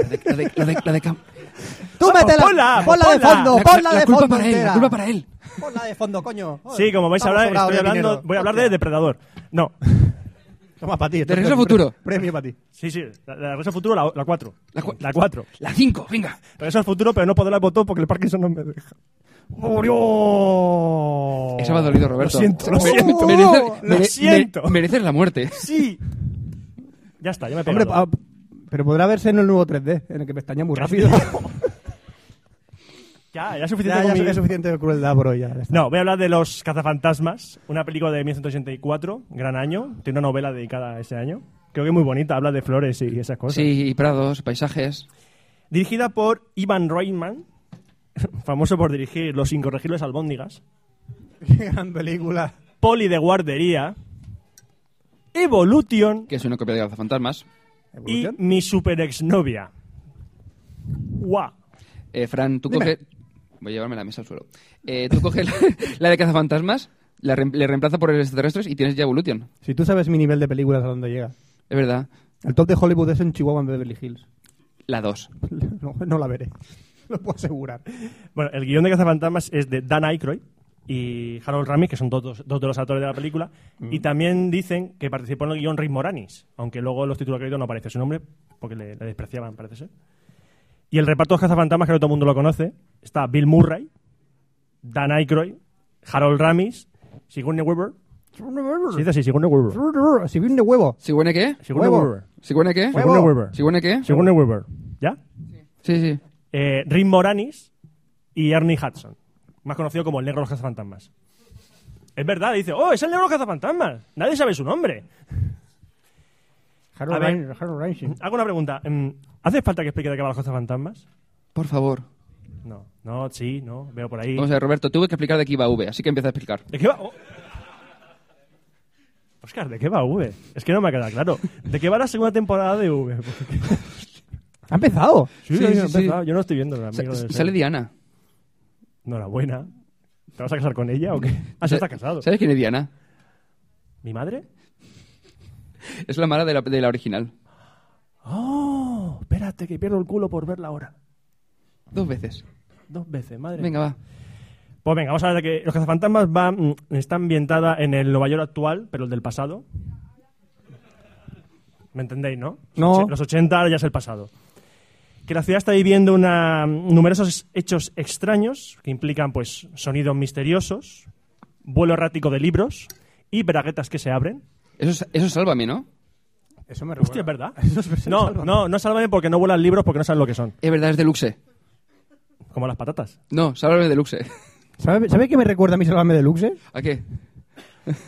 [SPEAKER 2] de,
[SPEAKER 3] *laughs*
[SPEAKER 2] lo de, lo de, lo de Cam-
[SPEAKER 6] ¡Tú
[SPEAKER 3] Vamos,
[SPEAKER 6] métela!
[SPEAKER 3] ponla,
[SPEAKER 6] ¡Ponla, de
[SPEAKER 3] ponla.
[SPEAKER 6] fondo!
[SPEAKER 2] La-
[SPEAKER 6] ¡Ponla
[SPEAKER 2] la
[SPEAKER 6] de
[SPEAKER 2] culpa
[SPEAKER 6] fondo!
[SPEAKER 2] para él, la
[SPEAKER 6] entera.
[SPEAKER 2] culpa para él.
[SPEAKER 6] ¡Ponla de fondo, coño!
[SPEAKER 3] Sí, como vais a
[SPEAKER 6] Estamos
[SPEAKER 3] hablar,
[SPEAKER 6] sobrados
[SPEAKER 3] estoy
[SPEAKER 6] de
[SPEAKER 3] hablando,
[SPEAKER 6] dinero.
[SPEAKER 3] voy a hablar de Depredador. No,
[SPEAKER 1] Toma, para ti. esto
[SPEAKER 2] De
[SPEAKER 1] es
[SPEAKER 2] Regreso al
[SPEAKER 1] pre-
[SPEAKER 2] Futuro.
[SPEAKER 1] pre- Premio para ti.
[SPEAKER 3] sí, sí, la, la Regreso al Futuro, la- la 4.
[SPEAKER 2] La cua-
[SPEAKER 3] La 4.
[SPEAKER 2] La 5, venga.
[SPEAKER 3] Regreso al Futuro, pero no puedo dar el botón porque el Parkinson no me deja.
[SPEAKER 1] ¡Murió!
[SPEAKER 2] Eso me ha dolido, Roberto.
[SPEAKER 3] Lo siento, lo
[SPEAKER 2] Mere-
[SPEAKER 3] siento.
[SPEAKER 2] merece-
[SPEAKER 3] Lo
[SPEAKER 2] mere-
[SPEAKER 3] siento.
[SPEAKER 2] mere- mereces la muerte.
[SPEAKER 3] ¡Sí! Ya está, ya me he
[SPEAKER 1] Hombre,
[SPEAKER 3] pegado.
[SPEAKER 1] pa- pero podrá verse en el nuevo 3D, en el que pestaña muy rápido. *laughs*
[SPEAKER 3] Ya, ya es suficiente
[SPEAKER 1] ya, ya
[SPEAKER 3] con mi-
[SPEAKER 1] es suficiente de crueldad por hoy. Ya, ya está.
[SPEAKER 3] No, voy a hablar de Los Cazafantasmas, una película de 1984, gran año. Tiene una novela dedicada a ese año. Creo que es muy bonita, habla de flores y esas cosas.
[SPEAKER 2] Sí, y prados, paisajes.
[SPEAKER 3] Dirigida por Ivan Reitman, *laughs* famoso por dirigir Los Incorregibles Albóndigas,
[SPEAKER 1] *laughs* Qué gran película.
[SPEAKER 3] Poli de Guardería, Evolution
[SPEAKER 2] Que es una copia de Cazafantasmas.
[SPEAKER 3] y
[SPEAKER 1] ¿Evolución?
[SPEAKER 3] Mi Super Exnovia. ¡Guau!
[SPEAKER 2] Eh, Fran, tú
[SPEAKER 1] Dime.
[SPEAKER 2] coges... Voy a llevarme la mesa al suelo. Eh, tú coges la, *laughs* la de Cazafantasmas, la reem- le reemplaza por extraterrestres y tienes ya Evolution.
[SPEAKER 1] Si tú sabes mi nivel de películas a dónde llega.
[SPEAKER 2] Es verdad.
[SPEAKER 1] El top de Hollywood es en Chihuahua en Beverly Hills.
[SPEAKER 2] La 2.
[SPEAKER 1] *laughs* No, no la veré. *laughs* Lo puedo asegurar.
[SPEAKER 3] Bueno, el guión de Cazafantasmas es de Dan Aykroyd y Harold Ramis, que son dos, dos- dos de los actores de la película. Y también dicen que participó en el guión Rick Moranis, aunque luego en los títulos de crédito no aparece su nombre, porque le, le despreciaban, parece ser. Y el reparto de Cazafantasmas, creo que todo el mundo lo conoce, está Bill Murray, Dan Aykroyd, Harold Ramis, Sigourney Weaver. ¿Se dice así? Sigourney Weaver.
[SPEAKER 1] Si viene de huevo.
[SPEAKER 2] ¿Sigüene qué?
[SPEAKER 3] Sigourney
[SPEAKER 1] Huevo.
[SPEAKER 3] Weaver.
[SPEAKER 2] ¿Sigüene qué?
[SPEAKER 1] Huevo.
[SPEAKER 3] Sigourney Weaver.
[SPEAKER 2] ¿Sigüene qué?
[SPEAKER 3] Sigourney Weaver. ¿Ya?
[SPEAKER 2] Sí, sí.
[SPEAKER 3] eh, Rick Moranis y Ernie Hudson, más conocido como el negro de los cazafantasmas. Es verdad, dice, oh, es el negro de los cazafantasmas. Nadie sabe su nombre.
[SPEAKER 1] Harold
[SPEAKER 3] A ver.
[SPEAKER 1] Ramis- Harold Ramis.
[SPEAKER 3] Hago una pregunta. mm, ¿Hace falta que explique de qué van los cazafantasmas?
[SPEAKER 2] Por favor.
[SPEAKER 3] No, no, sí, no, veo por ahí.
[SPEAKER 2] Vamos a ver, Roberto, tuve que explicar de qué iba V, así que empieza a explicar.
[SPEAKER 3] ¿De qué va? Oh. Oscar, ¿de qué va V? Es que no me ha quedado claro. ¿De qué va la segunda temporada de V? *laughs* Porque-
[SPEAKER 1] Ha empezado.
[SPEAKER 3] Sí,
[SPEAKER 2] sí,
[SPEAKER 3] ha
[SPEAKER 2] sí.
[SPEAKER 3] empezado. Yo no estoy viendo.
[SPEAKER 2] Sa-
[SPEAKER 3] amigo de
[SPEAKER 2] sale
[SPEAKER 3] ser.
[SPEAKER 2] Diana.
[SPEAKER 3] Enhorabuena. ¿Te vas a casar con ella o qué? Ah, sí,
[SPEAKER 2] Sa-
[SPEAKER 3] está casado.
[SPEAKER 2] ¿Sabes quién es Diana?
[SPEAKER 3] ¿Mi madre?
[SPEAKER 2] Es la mala de la, de la original.
[SPEAKER 3] ¡Oh! Espérate, que pierdo el culo por verla ahora.
[SPEAKER 2] Dos veces.
[SPEAKER 3] Dos veces, madre.
[SPEAKER 2] Venga, va.
[SPEAKER 3] Pues venga, vamos a ver que Los Cazafantasmas va, mm, está ambientada en el Nueva York actual, pero el del pasado. ¿Me entendéis, no?
[SPEAKER 1] No.
[SPEAKER 3] Los och- Los 80 ahora ya es el pasado. Que la ciudad está viviendo una, mm, numerosos hechos extraños que implican pues sonidos misteriosos, vuelo errático de libros y braguetas que se abren.
[SPEAKER 2] Eso, es- eso es sálvame, ¿no?
[SPEAKER 1] *laughs* Eso me
[SPEAKER 3] Hostia, es verdad. *laughs* No, no, no sálvame porque no vuelan libros porque no saben lo que son.
[SPEAKER 2] Es verdad, es deluxe.
[SPEAKER 3] Como las patatas.
[SPEAKER 2] No, sálvame deluxe. *laughs*
[SPEAKER 1] ¿Sabe, sabe qué me recuerda a mí Salvame Deluxe?
[SPEAKER 2] ¿A qué?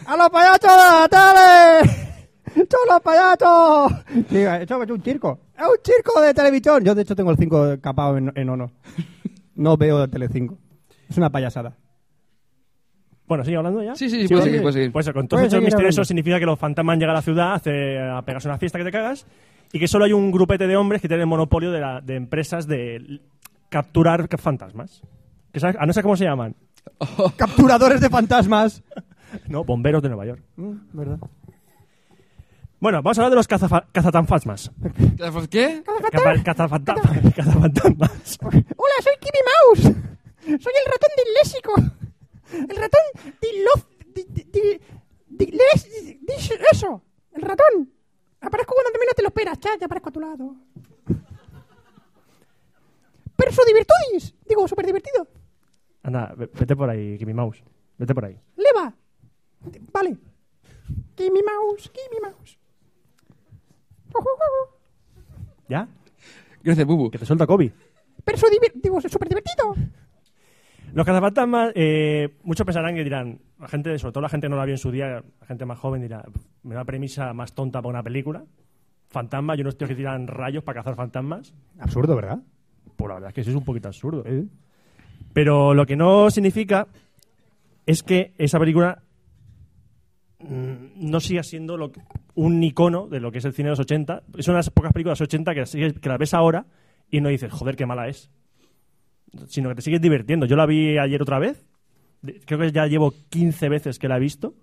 [SPEAKER 1] ¡A los payasos de la tele! *laughs* ¡Cholos payasos! Sí, eso es un circo. ¡Es un circo de televisión! Yo, de hecho, tengo el 5 capado en, en ono. *laughs* No veo Telecinco. Es una payasada.
[SPEAKER 3] Bueno, ¿sigue hablando ya?
[SPEAKER 2] Sí, sí, sí, puedes seguir, puedes seguir.
[SPEAKER 3] Pues eso, con todos
[SPEAKER 1] Puedes
[SPEAKER 3] hechos
[SPEAKER 1] seguir
[SPEAKER 3] misteriosos
[SPEAKER 1] hablando.
[SPEAKER 3] significa que los fantasmas han llegado a la ciudad hace- a pegarse una fiesta que te cagas y que solo hay un grupete de hombres que tienen el monopolio de, la- de empresas de l- capturar ca- fantasmas. Que sabes- a no sé cómo se llaman.
[SPEAKER 1] *laughs* ¡Capturadores de fantasmas!
[SPEAKER 3] No, bomberos de Nueva York.
[SPEAKER 1] Mm, ¿Verdad?
[SPEAKER 3] Bueno, vamos a hablar de los cazafa- cazatanfasmas.
[SPEAKER 2] ¿Qué?
[SPEAKER 3] Capa- cazafantasmas. *laughs* Cazafantasmas.
[SPEAKER 6] ¡Hola, soy Kimi Mouse! *laughs* ¡Soy el ratón disléxico! ¡El ratón dislof... di- di- di- disles- dis- dis- ¡Eso! ¡El ratón! Aparezco cuando menos te lo esperas, chat, ya aparezco a tu lado. ¡Perso divertudis! Digo, súper divertido.
[SPEAKER 3] Anda, ve- vete por ahí, Kimmy Mouse. Vete por ahí.
[SPEAKER 6] ¡Leva! Vale. Kimi Mouse, Kimi Mouse.
[SPEAKER 3] ¿Ya?
[SPEAKER 2] Gracias, Bubu.
[SPEAKER 3] Que te suelta Kobe.
[SPEAKER 6] ¡Perso divertido! Digo, súper divertido.
[SPEAKER 3] Los cazafantasmas, eh, muchos pensarán que dirán, la gente, sobre todo la gente no la vio en su día, la gente más joven dirá, me da premisa más tonta para una película. Fantasmas, yo no estoy que tiran rayos para cazar fantasmas.
[SPEAKER 1] Absurdo, ¿verdad?
[SPEAKER 3] Pues la verdad es que eso es un poquito absurdo.
[SPEAKER 1] ¿Eh?
[SPEAKER 3] Pero lo que no significa es que esa película mm, no siga siendo lo que- un icono de lo que es el cine de los 80. Es una de las pocas películas de los 80 que, la sigues- que la ves ahora y no dices, joder, qué mala es. Sino que te sigues divirtiendo. Yo la vi ayer otra vez. De- Creo que ya llevo 15 veces que la he visto.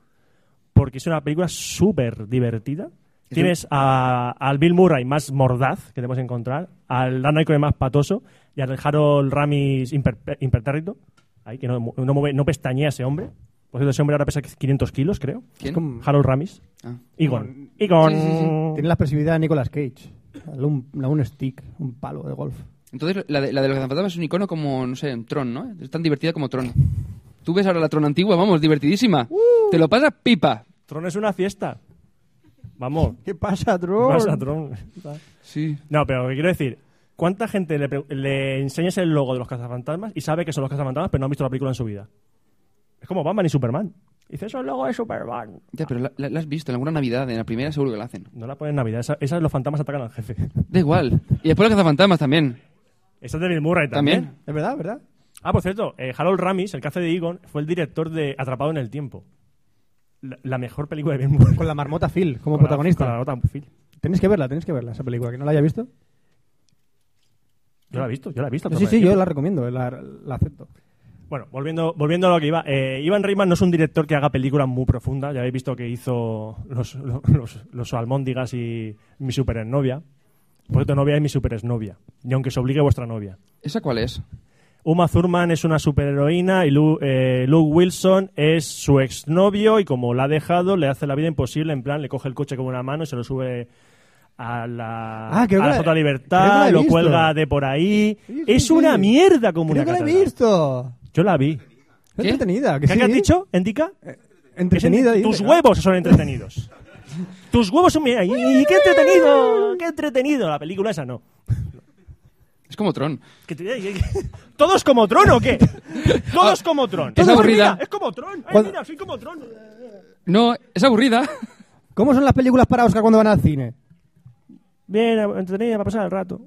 [SPEAKER 3] porque es una película súper divertida. Tienes a- al Bill Murray más mordaz que debemos encontrar, al Dan Aykroyd más patoso y al Harold Ramis imper- impertérrito. Ahí, que no, mu- no, mueve- no pestañea ese hombre. Por cierto, ese hombre ahora pesa 500 kilos, creo.
[SPEAKER 2] ¿Quién?
[SPEAKER 1] como-
[SPEAKER 3] Harold Ramis.
[SPEAKER 2] Ah.
[SPEAKER 3] Egon. Egon.
[SPEAKER 2] Sí, sí, sí.
[SPEAKER 1] Tiene la expresividad de Nicolas Cage. Dale Un, dale un stick, un palo de golf.
[SPEAKER 2] Entonces, la de, la de los cazafantasmas es un icono como, no sé, en Tron, ¿no? Es tan divertida como Tron. Tú ves ahora la Tron antigua, vamos, divertidísima. Te lo pasas pipa.
[SPEAKER 3] Tron es una fiesta. Vamos.
[SPEAKER 1] ¿Qué pasa, Tron?
[SPEAKER 3] Vas a Tron.
[SPEAKER 2] Sí.
[SPEAKER 3] No, pero lo que quiero decir, ¿cuánta gente le, pre- le enseñas el logo de los cazafantasmas y sabe que son los cazafantasmas, pero no han visto la película en su vida? Es como Batman y Superman. Dice, eso es el logo de Superman.
[SPEAKER 2] Ya, pero la, la- la has visto en alguna Navidad, en la primera seguro que la hacen.
[SPEAKER 3] No la ponen en Navidad. Esa, esa es los fantasmas atacan al jefe. *laughs*
[SPEAKER 2] Da igual. Y después los cazafantasmas también.
[SPEAKER 3] Esa es de Bill Murray también.
[SPEAKER 2] ¿También?
[SPEAKER 1] Es verdad, ¿verdad?
[SPEAKER 3] Ah, por cierto, eh, Harold Ramis, el que hace de Egon, fue el director de Atrapado en el Tiempo. La, la mejor película de Bill Murray.
[SPEAKER 1] Con la marmota Phil como
[SPEAKER 3] Con la-
[SPEAKER 1] protagonista.
[SPEAKER 3] con la nota perfil.
[SPEAKER 1] Tenéis que verla, tenéis que verla, esa película, que no la haya visto.
[SPEAKER 3] Yo la he visto, yo la he visto.
[SPEAKER 1] sí,
[SPEAKER 3] Atrapado en
[SPEAKER 1] sí,
[SPEAKER 3] el
[SPEAKER 1] yo
[SPEAKER 3] Tiempo.
[SPEAKER 1] la recomiendo, la, la acepto.
[SPEAKER 3] Bueno, volviendo, volviendo a lo que iba. eh, Ivan Reitman no es un director que haga películas muy profundas. Ya habéis visto que hizo Los, los, los, los Almóndigas y Mi Super Novia. Por cierto, novia es mi super exnovia. Y aunque se obligue vuestra novia.
[SPEAKER 2] ¿Esa cuál es?
[SPEAKER 3] Uma Thurman es una superheroína y Lu- eh, Luke Wilson es su exnovio y como la ha dejado, le hace la vida imposible. En plan, le coge el coche con una mano y se lo sube a la,
[SPEAKER 1] Ah, creo
[SPEAKER 3] a
[SPEAKER 1] que
[SPEAKER 3] la
[SPEAKER 1] la-
[SPEAKER 3] Estatua de
[SPEAKER 1] creo que la
[SPEAKER 3] Libertad,
[SPEAKER 1] he
[SPEAKER 3] lo
[SPEAKER 1] visto.
[SPEAKER 3] cuelga de por ahí.
[SPEAKER 1] Sí, sí,
[SPEAKER 3] es
[SPEAKER 1] sí.
[SPEAKER 3] una mierda como una
[SPEAKER 1] Creo que la he
[SPEAKER 3] catedral.
[SPEAKER 1] visto.
[SPEAKER 3] Yo la vi.
[SPEAKER 1] Es
[SPEAKER 2] ¿Qué?
[SPEAKER 1] entretenida. Que
[SPEAKER 3] ¿Qué,
[SPEAKER 1] sí.
[SPEAKER 3] has dicho, Endica?
[SPEAKER 1] Entretenida. dice,
[SPEAKER 3] Tus
[SPEAKER 1] ¿no?
[SPEAKER 3] huevos son entretenidos. Tus huevos son... mira, ¡Y y qué entretenido! ¡Qué entretenido! La película esa no.
[SPEAKER 2] Es como Tron.
[SPEAKER 3] Que te- *laughs* ¿Todos como Tron o qué? Todos como Tron.
[SPEAKER 2] Es
[SPEAKER 3] Ay,
[SPEAKER 2] aburrida.
[SPEAKER 3] mira, es como Tron. Ay,
[SPEAKER 1] ¿Cuál-
[SPEAKER 3] mira, soy como Tron.
[SPEAKER 2] No, es aburrida. *laughs*
[SPEAKER 1] ¿Cómo son las películas para Oscar cuando van al cine?
[SPEAKER 3] Bien, entretenida para pasar el rato.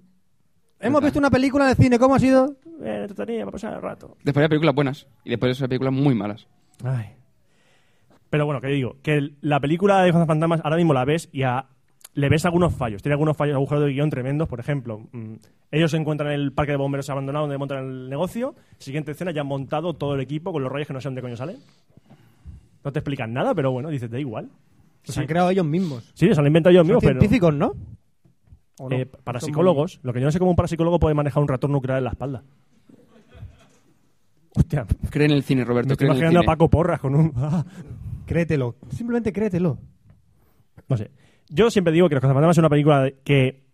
[SPEAKER 1] Hemos
[SPEAKER 3] Pues
[SPEAKER 1] visto una película en el cine, ¿cómo ha sido?
[SPEAKER 3] Bien, entretenida para pasar el rato.
[SPEAKER 2] Después hay películas buenas. Y después hay películas muy malas.
[SPEAKER 3] Ay. Pero bueno, que digo, que el- la película de Fantasmas ahora mismo la ves y a- le ves algunos fallos. Tiene algunos fallos, agujeros de guión tremendos, por ejemplo. mm, ellos se encuentran en el parque de bomberos abandonado donde montan el negocio. Siguiente escena, ya han montado todo el equipo con los rayos que no sé dónde coño salen. No te explican nada, pero bueno, dices, da igual.
[SPEAKER 1] Se
[SPEAKER 3] Sí.
[SPEAKER 1] han creado ellos mismos.
[SPEAKER 3] Sí, se lo han inventado ellos
[SPEAKER 1] Son
[SPEAKER 3] mismos, pero...
[SPEAKER 1] científicos, ¿no? ¿O no?
[SPEAKER 3] Eh,
[SPEAKER 1] Son
[SPEAKER 3] para psicólogos, lo que yo no sé cómo un parapsicólogo puede manejar un ratón nuclear en la espalda. Hostia,
[SPEAKER 2] Cree en el cine, Roberto.
[SPEAKER 3] me estoy
[SPEAKER 2] cree en el
[SPEAKER 3] imaginando a
[SPEAKER 2] cine.
[SPEAKER 3] Paco Porras con un. *laughs* ah,
[SPEAKER 1] muy- Créetelo. Simplemente créetelo.
[SPEAKER 3] no sé. Yo siempre digo que Los Cazafantasmas es una película que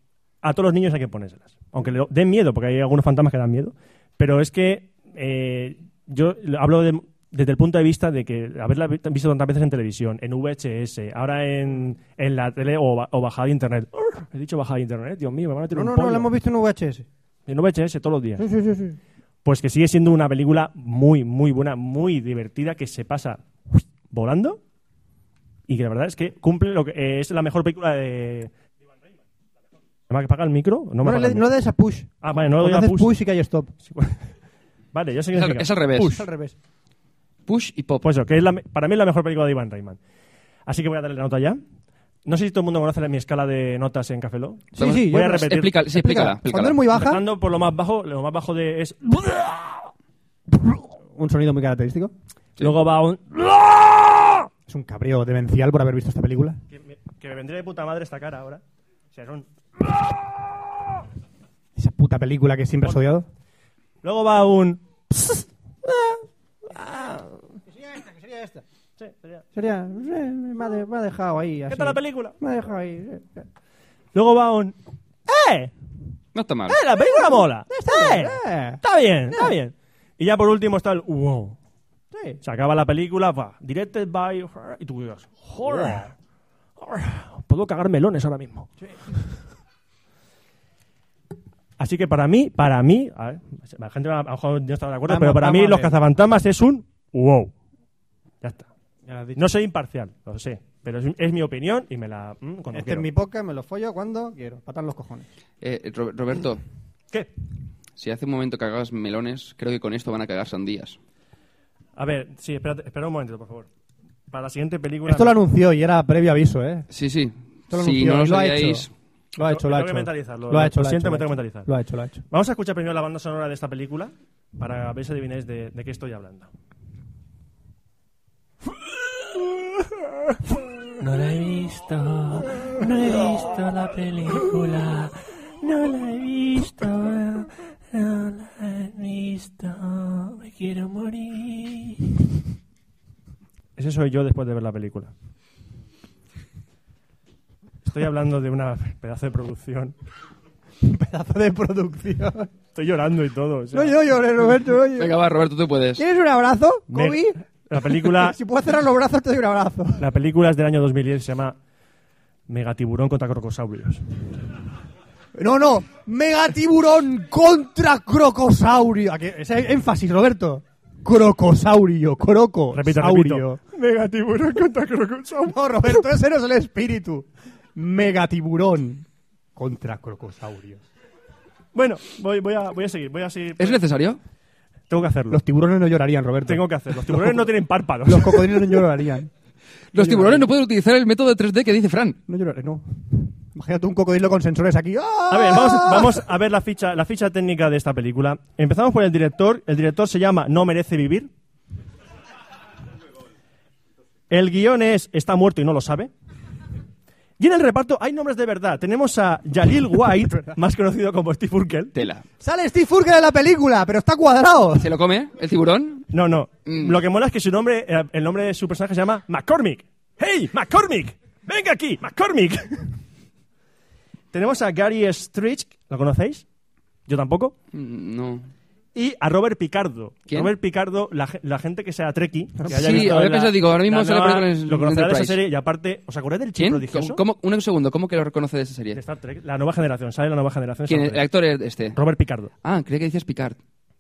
[SPEAKER 3] a todos los niños hay que ponérselas. Aunque le den miedo, porque hay algunos fantasmas que dan miedo. Pero es que eh, yo hablo de- desde el punto de vista de que haberla vi- visto tantas veces en televisión, en VHS, ahora en, en la tele o, ba- o bajada de internet. ¡Ur! He dicho bajada de internet, Dios mío, me van a tirar
[SPEAKER 1] No,
[SPEAKER 3] un
[SPEAKER 1] no, no,
[SPEAKER 3] pollo.
[SPEAKER 1] la hemos visto en VHS.
[SPEAKER 3] En VHS ¿eh? todos los días.
[SPEAKER 1] Sí, sí, sí. sí.
[SPEAKER 3] pues que sigue siendo una película muy, muy buena, muy divertida, que se pasa uf, volando y que la verdad es que cumple lo que eh, es la mejor película de... ¿Me va a pagar el micro? No me
[SPEAKER 1] No,
[SPEAKER 3] apaga
[SPEAKER 1] le,
[SPEAKER 3] el
[SPEAKER 1] no
[SPEAKER 3] micro.
[SPEAKER 1] le des a push.
[SPEAKER 3] Ah, vale, no le doy
[SPEAKER 1] Cuando
[SPEAKER 3] a
[SPEAKER 1] haces
[SPEAKER 3] push.
[SPEAKER 1] push sí que hay stop.
[SPEAKER 3] Vale, ya sé qué
[SPEAKER 2] Es al,
[SPEAKER 3] significa.
[SPEAKER 2] es al revés.
[SPEAKER 1] Es al revés.
[SPEAKER 2] Push y pop.
[SPEAKER 3] Pues eso, que es la me- para mí es la mejor película de Ivan Reitman. Así que voy a darle la nota ya. No sé si todo el mundo conoce la- mi escala de notas en Café Lock.
[SPEAKER 1] Sí, sí,
[SPEAKER 3] Voy
[SPEAKER 1] yo-
[SPEAKER 3] a repetir.
[SPEAKER 2] Explica- sí, explícala. explícala.
[SPEAKER 1] Cuando es muy baja,
[SPEAKER 3] Empezando por lo más bajo, lo más bajo de es...
[SPEAKER 1] un sonido muy característico.
[SPEAKER 3] Luego va un...
[SPEAKER 1] Es un cabreo demencial por haber visto esta película.
[SPEAKER 3] Que me, que me vendría de puta madre esta cara ahora. O sea, son-
[SPEAKER 1] Esa puta película que siempre has odiado.
[SPEAKER 3] Luego va un. Sí, sería-
[SPEAKER 1] Sería, no sé, me ha, de- me ha dejado ahí.
[SPEAKER 3] ¿Qué
[SPEAKER 1] así.
[SPEAKER 3] tal la película?
[SPEAKER 1] Me ha dejado ahí. sí.
[SPEAKER 3] Luego va un. ¡Eh!
[SPEAKER 2] No está mal.
[SPEAKER 3] ¡Eh! La película mola. ¡Eh!
[SPEAKER 1] Eh,
[SPEAKER 3] Está bien, está bien. Y ya por último está el. ¡Wow!
[SPEAKER 1] sí.
[SPEAKER 3] Se acaba la película, va. Directed by. her, Y tú digas. ¡Horror! Puedo cagar melones ahora mismo. *laughs* Así que para mí, para mí, a ver, la gente a lo mejor no está de acuerdo,
[SPEAKER 1] Vamos-
[SPEAKER 3] pero para
[SPEAKER 1] vamos
[SPEAKER 3] mí
[SPEAKER 1] a
[SPEAKER 3] los
[SPEAKER 1] ver.
[SPEAKER 3] cazafantasmas es un wow. Ya está.
[SPEAKER 1] Ya lo has dicho.
[SPEAKER 3] No soy imparcial, lo sé, pero es, es mi opinión y me la... mm, cuando
[SPEAKER 1] este es
[SPEAKER 3] quiero.
[SPEAKER 1] mi podcast, me lo follo cuando quiero. Patan los cojones.
[SPEAKER 2] Eh, Ro- Roberto,
[SPEAKER 3] ¿Qué?
[SPEAKER 2] si hace un momento cagabas melones, creo que con esto van a cagar sandías.
[SPEAKER 3] A ver, sí, espérate, espera un momento, por favor. Para la siguiente película...
[SPEAKER 1] Esto lo anunció y era previo aviso, ¿eh?
[SPEAKER 2] Sí, sí.
[SPEAKER 1] Esto lo
[SPEAKER 2] Si
[SPEAKER 1] anunció
[SPEAKER 2] no lo
[SPEAKER 1] y lo ha hecho.
[SPEAKER 2] sabíais,
[SPEAKER 1] Lo ha hecho, lo ha
[SPEAKER 3] Me tengo que
[SPEAKER 1] hecho.
[SPEAKER 3] mentalizarlo,
[SPEAKER 1] Lo ha
[SPEAKER 3] lo
[SPEAKER 1] hecho, lo ha
[SPEAKER 3] siento,
[SPEAKER 1] hecho,
[SPEAKER 3] me
[SPEAKER 1] lo
[SPEAKER 3] tengo
[SPEAKER 1] ha hecho.
[SPEAKER 3] que mentalizar.
[SPEAKER 1] Lo ha hecho, lo ha *laughs* hecho.
[SPEAKER 3] Vamos a escuchar primero la banda sonora de esta película para ver si adivináis de, de qué estoy hablando.
[SPEAKER 5] No la he visto, no he visto la película, no la he visto, no la he visto, me quiero morir.
[SPEAKER 3] Ese soy yo después de ver la película. Estoy hablando de una pedazo de producción.
[SPEAKER 1] Pedazo de producción.
[SPEAKER 3] Estoy llorando y todo. o sea,
[SPEAKER 1] No, yo lloré, Roberto. no llores.
[SPEAKER 2] Venga, va, Roberto, tú puedes.
[SPEAKER 1] ¿Quieres un abrazo,
[SPEAKER 3] me-
[SPEAKER 1] Kobe?
[SPEAKER 3] la
[SPEAKER 1] *laughs*
[SPEAKER 3] película
[SPEAKER 1] Si puedo cerrar los brazos, te doy un abrazo.
[SPEAKER 3] La película es del año 2010 se llama Megatiburón contra Crocosaurios.
[SPEAKER 1] No, no. Mega tiburón contra crocosaurio. Aquí, ese énfasis, Roberto. Crocosaurio, croco.
[SPEAKER 3] Repito,
[SPEAKER 1] saurio.
[SPEAKER 3] repito. Megatiburón contra Crocosaurios.
[SPEAKER 1] No, Roberto, ese no es el espíritu. Mega tiburón contra crocosaurio.
[SPEAKER 3] Bueno, voy, voy, a, voy a seguir, voy a seguir.
[SPEAKER 2] ¿Es necesario?
[SPEAKER 3] Tengo que hacerlo.
[SPEAKER 1] Los tiburones no llorarían, Roberto.
[SPEAKER 3] Tengo que hacerlo. Los
[SPEAKER 1] *laughs*
[SPEAKER 3] tiburones no tienen párpados.
[SPEAKER 1] Los cocodrilos no llorarían.
[SPEAKER 2] Los tiburones no pueden utilizar el método 3D que dice Fran.
[SPEAKER 1] No llorarían, no. Imagínate un cocodrilo con sensores aquí. ¡Ah!
[SPEAKER 3] A ver,
[SPEAKER 1] *laughs*
[SPEAKER 3] vamos, vamos a ver la ficha, la ficha técnica de esta película. Empezamos por el director. El director se llama No merece vivir. El guión es Está muerto y no lo sabe. Y en el reparto hay nombres de verdad. Tenemos a Jalil
[SPEAKER 1] *laughs*
[SPEAKER 3] White, más conocido como Steve Urkel.
[SPEAKER 2] Tela.
[SPEAKER 1] Sale Steve Urkel en la película, pero está cuadrado.
[SPEAKER 2] ¿Se lo come el tiburón?
[SPEAKER 3] No, no.
[SPEAKER 2] Mm.
[SPEAKER 3] Lo que mola es que su nombre, eh, el nombre de su personaje se llama McCormick. ¡Hey, McCormick! ¡Venga aquí, McCormick! *laughs* Tenemos a Gary Stritch, ¿lo conocéis? Yo tampoco.
[SPEAKER 2] Mm, No.
[SPEAKER 3] Y a Robert Picardo.
[SPEAKER 2] ¿Quién?
[SPEAKER 3] Robert Picardo, la, ge- la gente que sea Treki. que haya
[SPEAKER 2] Sí,
[SPEAKER 3] visto
[SPEAKER 2] ahora
[SPEAKER 3] la-
[SPEAKER 2] pensado, digo, ahora mismo
[SPEAKER 3] la
[SPEAKER 2] sale
[SPEAKER 3] nueva-
[SPEAKER 2] por el-
[SPEAKER 3] Lo conocerá de esa
[SPEAKER 2] Enterprise.
[SPEAKER 3] serie y aparte, ¿os acordáis del chip
[SPEAKER 2] ¿Quién?
[SPEAKER 3] prodigioso? Este,
[SPEAKER 2] ¿Cómo, un segundo, ¿cómo que lo reconoce de esa
[SPEAKER 3] De
[SPEAKER 2] serie?
[SPEAKER 3] Star Trek, la nueva generación, sale la nueva generación. de
[SPEAKER 2] ¿Quién?
[SPEAKER 3] Star
[SPEAKER 2] El
[SPEAKER 3] Trek.
[SPEAKER 2] actor es este.
[SPEAKER 3] Robert Picardo.
[SPEAKER 2] Ah, creía que decías Picard.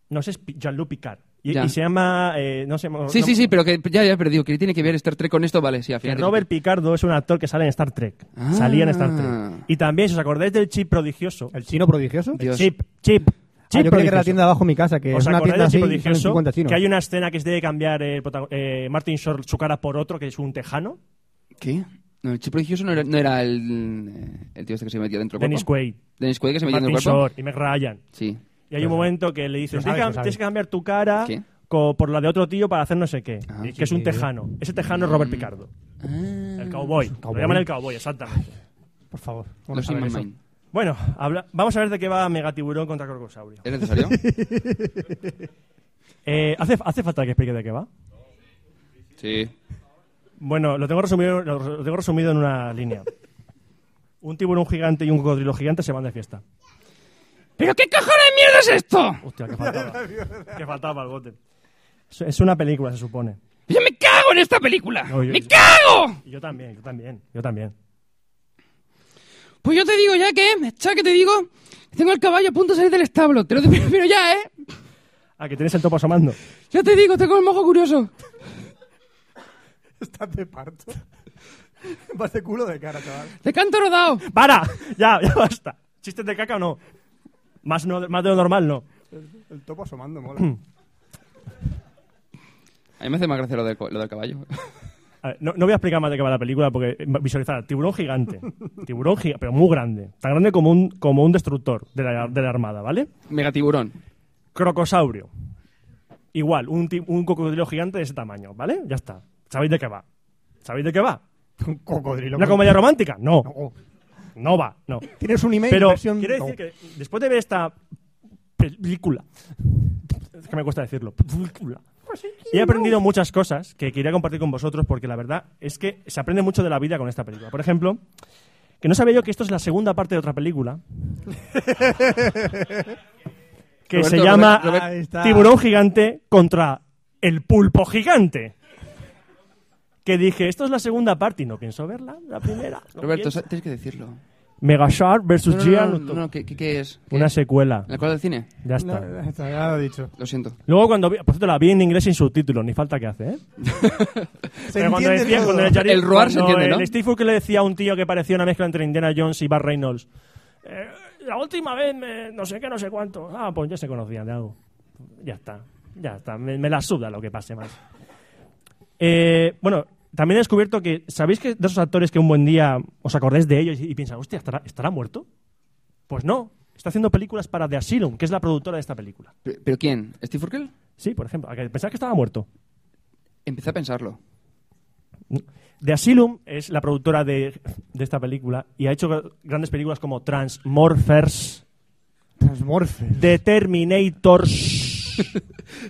[SPEAKER 3] No sé, es Pi- Jean-Luc Picard. Y,
[SPEAKER 2] Ya.
[SPEAKER 3] y se llama. eh, no se llama-
[SPEAKER 2] Sí,
[SPEAKER 3] no-
[SPEAKER 2] sí, sí, pero que ya, ya, pero digo, que tiene que ver Star Trek con esto, vale, sí, al
[SPEAKER 3] Que
[SPEAKER 2] final.
[SPEAKER 3] Robert Picardo es un actor que sale en Star Trek.
[SPEAKER 2] Ah.
[SPEAKER 3] Salía en Star Trek. Y también, si os acordáis del chip prodigioso.
[SPEAKER 1] ¿El chino prodigioso?
[SPEAKER 2] Dios.
[SPEAKER 3] Chip, chip,
[SPEAKER 1] Ah,
[SPEAKER 3] chip
[SPEAKER 1] yo creo que era la tienda de abajo de mi casa, que
[SPEAKER 3] ¿Os
[SPEAKER 1] es una
[SPEAKER 3] acordáis
[SPEAKER 1] tienda
[SPEAKER 3] del
[SPEAKER 1] así,
[SPEAKER 3] chip
[SPEAKER 1] y salen
[SPEAKER 3] prodigioso?
[SPEAKER 1] 50 chinos.
[SPEAKER 3] Que hay una escena que se debe cambiar eh, el protago- eh, Martin Short su cara por otro, que es un tejano.
[SPEAKER 2] ¿Qué? No, el chip prodigioso no era, no era el, el tío este que se metía dentro del
[SPEAKER 3] Dennis
[SPEAKER 2] cuerpo.
[SPEAKER 3] Quaid,
[SPEAKER 2] Dennis Quaid. que se metía
[SPEAKER 3] Martin
[SPEAKER 2] dentro del cuerpo.
[SPEAKER 3] Short y Meg Ryan.
[SPEAKER 2] Sí.
[SPEAKER 3] Y hay un momento que le dicen,
[SPEAKER 1] Lo sabes,
[SPEAKER 3] "Tienes que-
[SPEAKER 1] lo sabes.
[SPEAKER 3] tienes que cambiar tu cara
[SPEAKER 2] ¿Qué?
[SPEAKER 3] co- por la de otro tío para hacer no sé qué.
[SPEAKER 2] Ah.
[SPEAKER 3] que es un tejano. Ese tejano es Robert Picardo. El cowboy. Lo
[SPEAKER 1] Ah. cowboy.
[SPEAKER 3] llaman el cowboy, exactamente.
[SPEAKER 1] Por favor. a
[SPEAKER 2] Los
[SPEAKER 1] ver
[SPEAKER 2] Inman
[SPEAKER 1] eso.
[SPEAKER 2] Mine.
[SPEAKER 3] Bueno, habla- vamos a ver de qué va Megatiburón contra Crocosaurio.
[SPEAKER 2] ¿Es necesario?
[SPEAKER 3] *laughs* Eh, ¿hace, ¿Hace falta que explique de qué va?
[SPEAKER 2] sí.
[SPEAKER 3] Bueno, lo tengo resumido, lo lo tengo resumido en una línea. Un tiburón gigante y un cocodrilo gigante se van de fiesta.
[SPEAKER 2] ¿Pero qué cajona de mierda es esto?
[SPEAKER 3] Hostia, que faltaba. que faltaba el bote. Es- Es una película, se supone.
[SPEAKER 2] ¡Yo me cago en esta película!
[SPEAKER 3] No, yo-
[SPEAKER 2] ¡Me cago!
[SPEAKER 3] Y yo también, yo también, yo también.
[SPEAKER 2] Pues yo te digo ya que, ya que te digo, tengo el caballo a punto de salir del establo. Te lo digo *laughs* pero ya, ¿eh?
[SPEAKER 3] Ah, que tienes el
[SPEAKER 2] *laughs*
[SPEAKER 3] topo asomando.
[SPEAKER 2] Ya te digo, tengo el mojo curioso.
[SPEAKER 1] Estás de parto. *laughs* Vas de culo de cara, chaval.
[SPEAKER 2] Te canto rodado.
[SPEAKER 3] ¡Para! Ya, ya basta. ¿Chistes de caca o no? Más, no, más de lo normal, no.
[SPEAKER 1] El topo asomando, *clears throat* mola.
[SPEAKER 2] A mí me hace más gracia lo del, co- lo del caballo. *laughs*
[SPEAKER 3] A ver, no, no voy a explicar más de qué va la película porque eh, visualizar tiburón gigante, tiburón gigante, pero muy grande, tan grande como un, como un destructor de la, de la armada, ¿vale?
[SPEAKER 2] Megatiburón.
[SPEAKER 3] Crocosaurio, igual, un, ti- un cocodrilo gigante de ese tamaño, ¿vale? Ya está, sabéis de qué va, sabéis de qué va.
[SPEAKER 1] Un cocodrilo.
[SPEAKER 3] ¿Una comedia romántica? No,
[SPEAKER 1] No.
[SPEAKER 3] no va, no.
[SPEAKER 1] Tienes un email
[SPEAKER 3] Pero
[SPEAKER 1] versión...
[SPEAKER 3] quiero decir
[SPEAKER 1] no.
[SPEAKER 3] que después de ver esta película, es que me cuesta decirlo, película, he aprendido muchas cosas que quería compartir con vosotros porque la verdad es que se aprende mucho de la vida con esta película. Por ejemplo, que no sabía yo que esto es la segunda parte de
[SPEAKER 2] *laughs*
[SPEAKER 3] otra película que
[SPEAKER 2] Roberto,
[SPEAKER 3] se llama
[SPEAKER 2] Robert- Robert-
[SPEAKER 1] Ahí está.
[SPEAKER 3] Tiburón Gigante contra el Pulpo Gigante. Que dije, esto es la segunda parte y no pienso verla, la primera. no
[SPEAKER 2] Roberto,
[SPEAKER 3] pienso.
[SPEAKER 2] sa- tienes que decirlo.
[SPEAKER 3] Megashark
[SPEAKER 2] No,
[SPEAKER 3] versus
[SPEAKER 2] no, no, no,
[SPEAKER 3] Giant.
[SPEAKER 2] no, no, ¿qué, qué- qué es? ¿Qué
[SPEAKER 3] Una
[SPEAKER 2] es?
[SPEAKER 3] secuela.
[SPEAKER 2] ¿La cola del cine?
[SPEAKER 3] Ya está.
[SPEAKER 1] No, ya está, ya lo he dicho.
[SPEAKER 2] Lo siento.
[SPEAKER 3] Luego cuando vi, por cierto, la vi en inglés sin subtítulos, ni falta que hace, ¿eh?
[SPEAKER 1] Se
[SPEAKER 3] Pero cuando
[SPEAKER 1] entiende
[SPEAKER 3] decían,
[SPEAKER 1] todo.
[SPEAKER 3] cuando Jared-
[SPEAKER 2] El roar se
[SPEAKER 3] cuando
[SPEAKER 2] entiende, ¿no?
[SPEAKER 3] el Steve Urkel le decía a un tío que parecía una mezcla entre Indiana Jones y Bar Reynolds. eh, la última vez, me- no sé qué, no sé cuánto. Ah, pues ya se conocían de algo. Ya está, ya está. Me, me la suda lo que pase más. Eh, bueno, también he descubierto que, ¿sabéis que de esos actores que un buen día os acordáis de ellos y, y piensan, hostia, ¿estará, ¿estará muerto? Pues no, está haciendo películas para The Asylum, que es la productora de esta película.
[SPEAKER 2] ¿Pero, pero quién? ¿Steve Urkel?
[SPEAKER 3] Sí, por ejemplo, a que pensaba que estaba muerto.
[SPEAKER 2] Empecé a pensarlo.
[SPEAKER 3] The Asylum es la productora de, de esta película y ha hecho gr- grandes películas como Transmorphers,
[SPEAKER 1] Transmorfe.
[SPEAKER 3] The Terminators.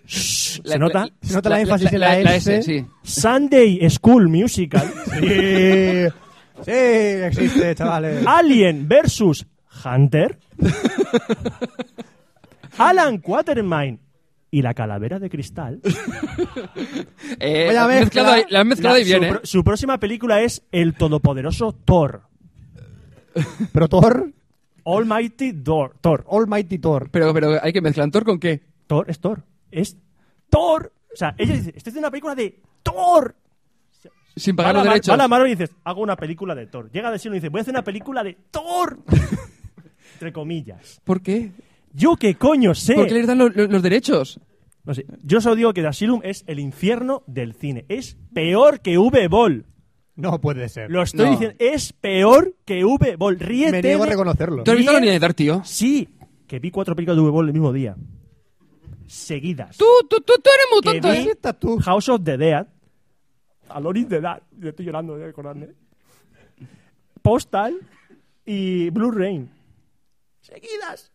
[SPEAKER 3] ¿Se nota?
[SPEAKER 1] Se nota la énfasis en la S.
[SPEAKER 2] sí.
[SPEAKER 3] Sunday School Musical.
[SPEAKER 1] Sí, sí, existe, chavales.
[SPEAKER 3] Ah. Alien versus Hunter. Alan Quatermain y la calavera
[SPEAKER 2] *laughs*
[SPEAKER 3] de cristal.
[SPEAKER 2] Eh,
[SPEAKER 1] Vaya
[SPEAKER 2] la has
[SPEAKER 1] mezcla.
[SPEAKER 2] mezclado ahí- la has mezclado
[SPEAKER 3] La-
[SPEAKER 2] ahí bien,
[SPEAKER 3] su,
[SPEAKER 2] ¿eh?
[SPEAKER 3] pro- su próxima película es El todopoderoso Thor.
[SPEAKER 1] Pero Thor,
[SPEAKER 3] Almighty Thor. Thor.
[SPEAKER 1] Almighty Thor.
[SPEAKER 2] Pero, pero hay que mezclar Thor con qué.
[SPEAKER 3] Thor es Thor. Es Thor. O sea, ella dice, estoy haciendo una película de Thor.
[SPEAKER 2] Sin
[SPEAKER 3] Va
[SPEAKER 2] pagar
[SPEAKER 3] la
[SPEAKER 2] los
[SPEAKER 3] Mar-
[SPEAKER 2] derechos.
[SPEAKER 3] va la Marvel y dices, hago una película de Thor. Llega de Silo y dice, voy a hacer una película de Thor.
[SPEAKER 2] *laughs*
[SPEAKER 3] Entre comillas.
[SPEAKER 2] ¿Por qué?
[SPEAKER 3] Yo qué coño sé.
[SPEAKER 2] ¿Por qué les dan lo- lo- los derechos?
[SPEAKER 3] No sé. Yo solo digo que The Asylum es el infierno del cine. Es peor que V-Ball.
[SPEAKER 1] No puede ser.
[SPEAKER 3] Lo estoy
[SPEAKER 2] No.
[SPEAKER 3] diciendo. Es peor que V-Ball. Ríete.
[SPEAKER 1] Me niego a
[SPEAKER 3] de-
[SPEAKER 1] reconocerlo.
[SPEAKER 2] ¿Tú has visto la
[SPEAKER 3] Bien.
[SPEAKER 2] unidad de Thor, tío?
[SPEAKER 3] Sí, que vi cuatro películas de V-Ball el mismo día. Seguidas.
[SPEAKER 2] Tú, tú, tú, tú eres muy
[SPEAKER 3] Que
[SPEAKER 2] tonto.
[SPEAKER 3] vi
[SPEAKER 2] ¿eh?
[SPEAKER 1] Está tú.
[SPEAKER 3] House of the Dead. Aloris de Dead. Yo estoy llorando de recordarme. Postal y Blue Rain.
[SPEAKER 6] Seguidas.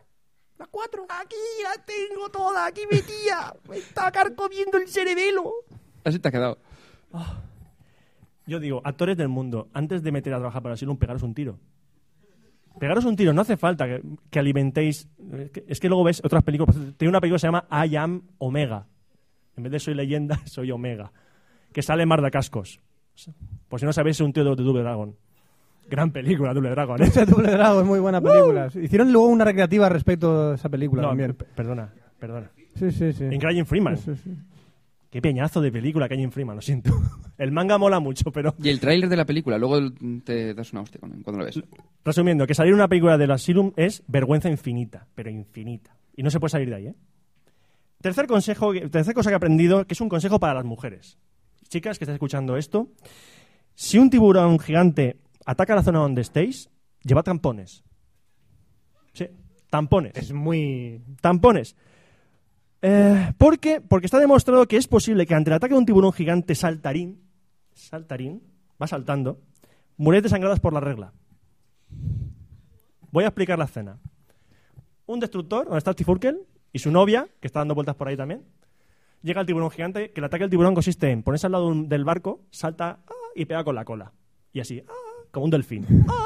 [SPEAKER 6] Las cuatro. Aquí la tengo toda, aquí mi tía. Me está carcomiendo el cerebelo.
[SPEAKER 2] Así te has quedado.
[SPEAKER 3] Yo digo, actores del mundo, antes de meter a trabajar para Asylum, pegaros un tiro. Pegaros un tiro, no hace falta que, que alimentéis. Es que, es que luego ves otras películas. por ejemplo, Tiene una película que se llama I Am Omega. En vez de Soy Leyenda, *laughs* soy Omega. Que sale Marda Cascos. Por si no sabéis, es un tío de, de Double Dragon. Gran película, Double
[SPEAKER 1] *laughs*
[SPEAKER 3] Dragon. ¿eh?
[SPEAKER 1] Ese Double Dragon es muy buena película. Hicieron luego una recreativa respecto a esa película
[SPEAKER 3] No,
[SPEAKER 1] también.
[SPEAKER 3] per- perdona, perdona.
[SPEAKER 1] Sí, sí, sí.
[SPEAKER 3] En Crying Freeman.
[SPEAKER 1] Sí, sí.
[SPEAKER 3] Qué peñazo de película Crying Freeman, lo siento. *laughs* El manga mola mucho, pero
[SPEAKER 2] Y el tráiler de la película, luego te das una hostia con- cuando lo ves.
[SPEAKER 3] Resumiendo, que salir una película del Asylum es vergüenza infinita, pero infinita. Y no se puede salir de ahí, ¿eh? Tercer consejo, que- tercer cosa que he aprendido, que es un consejo para las mujeres. Chicas que estáis escuchando esto, si un tiburón gigante ataca la zona donde estéis, llevad tampones. Sí, tampones.
[SPEAKER 1] Es muy.
[SPEAKER 3] Tampones. Eh, ¿Por qué? Porque está demostrado que es posible que ante el ataque de un tiburón gigante saltarín, saltarín, va saltando, muréis desangradas por la regla. Voy a explicar la escena. Un destructor, donde está Tifurkel, y su novia, que está dando vueltas por ahí también, llega al tiburón gigante, que el ataque del tiburón consiste en ponerse al lado de un- del barco, salta ah, y pega con la cola. Y así, ah, como un delfín. Ah,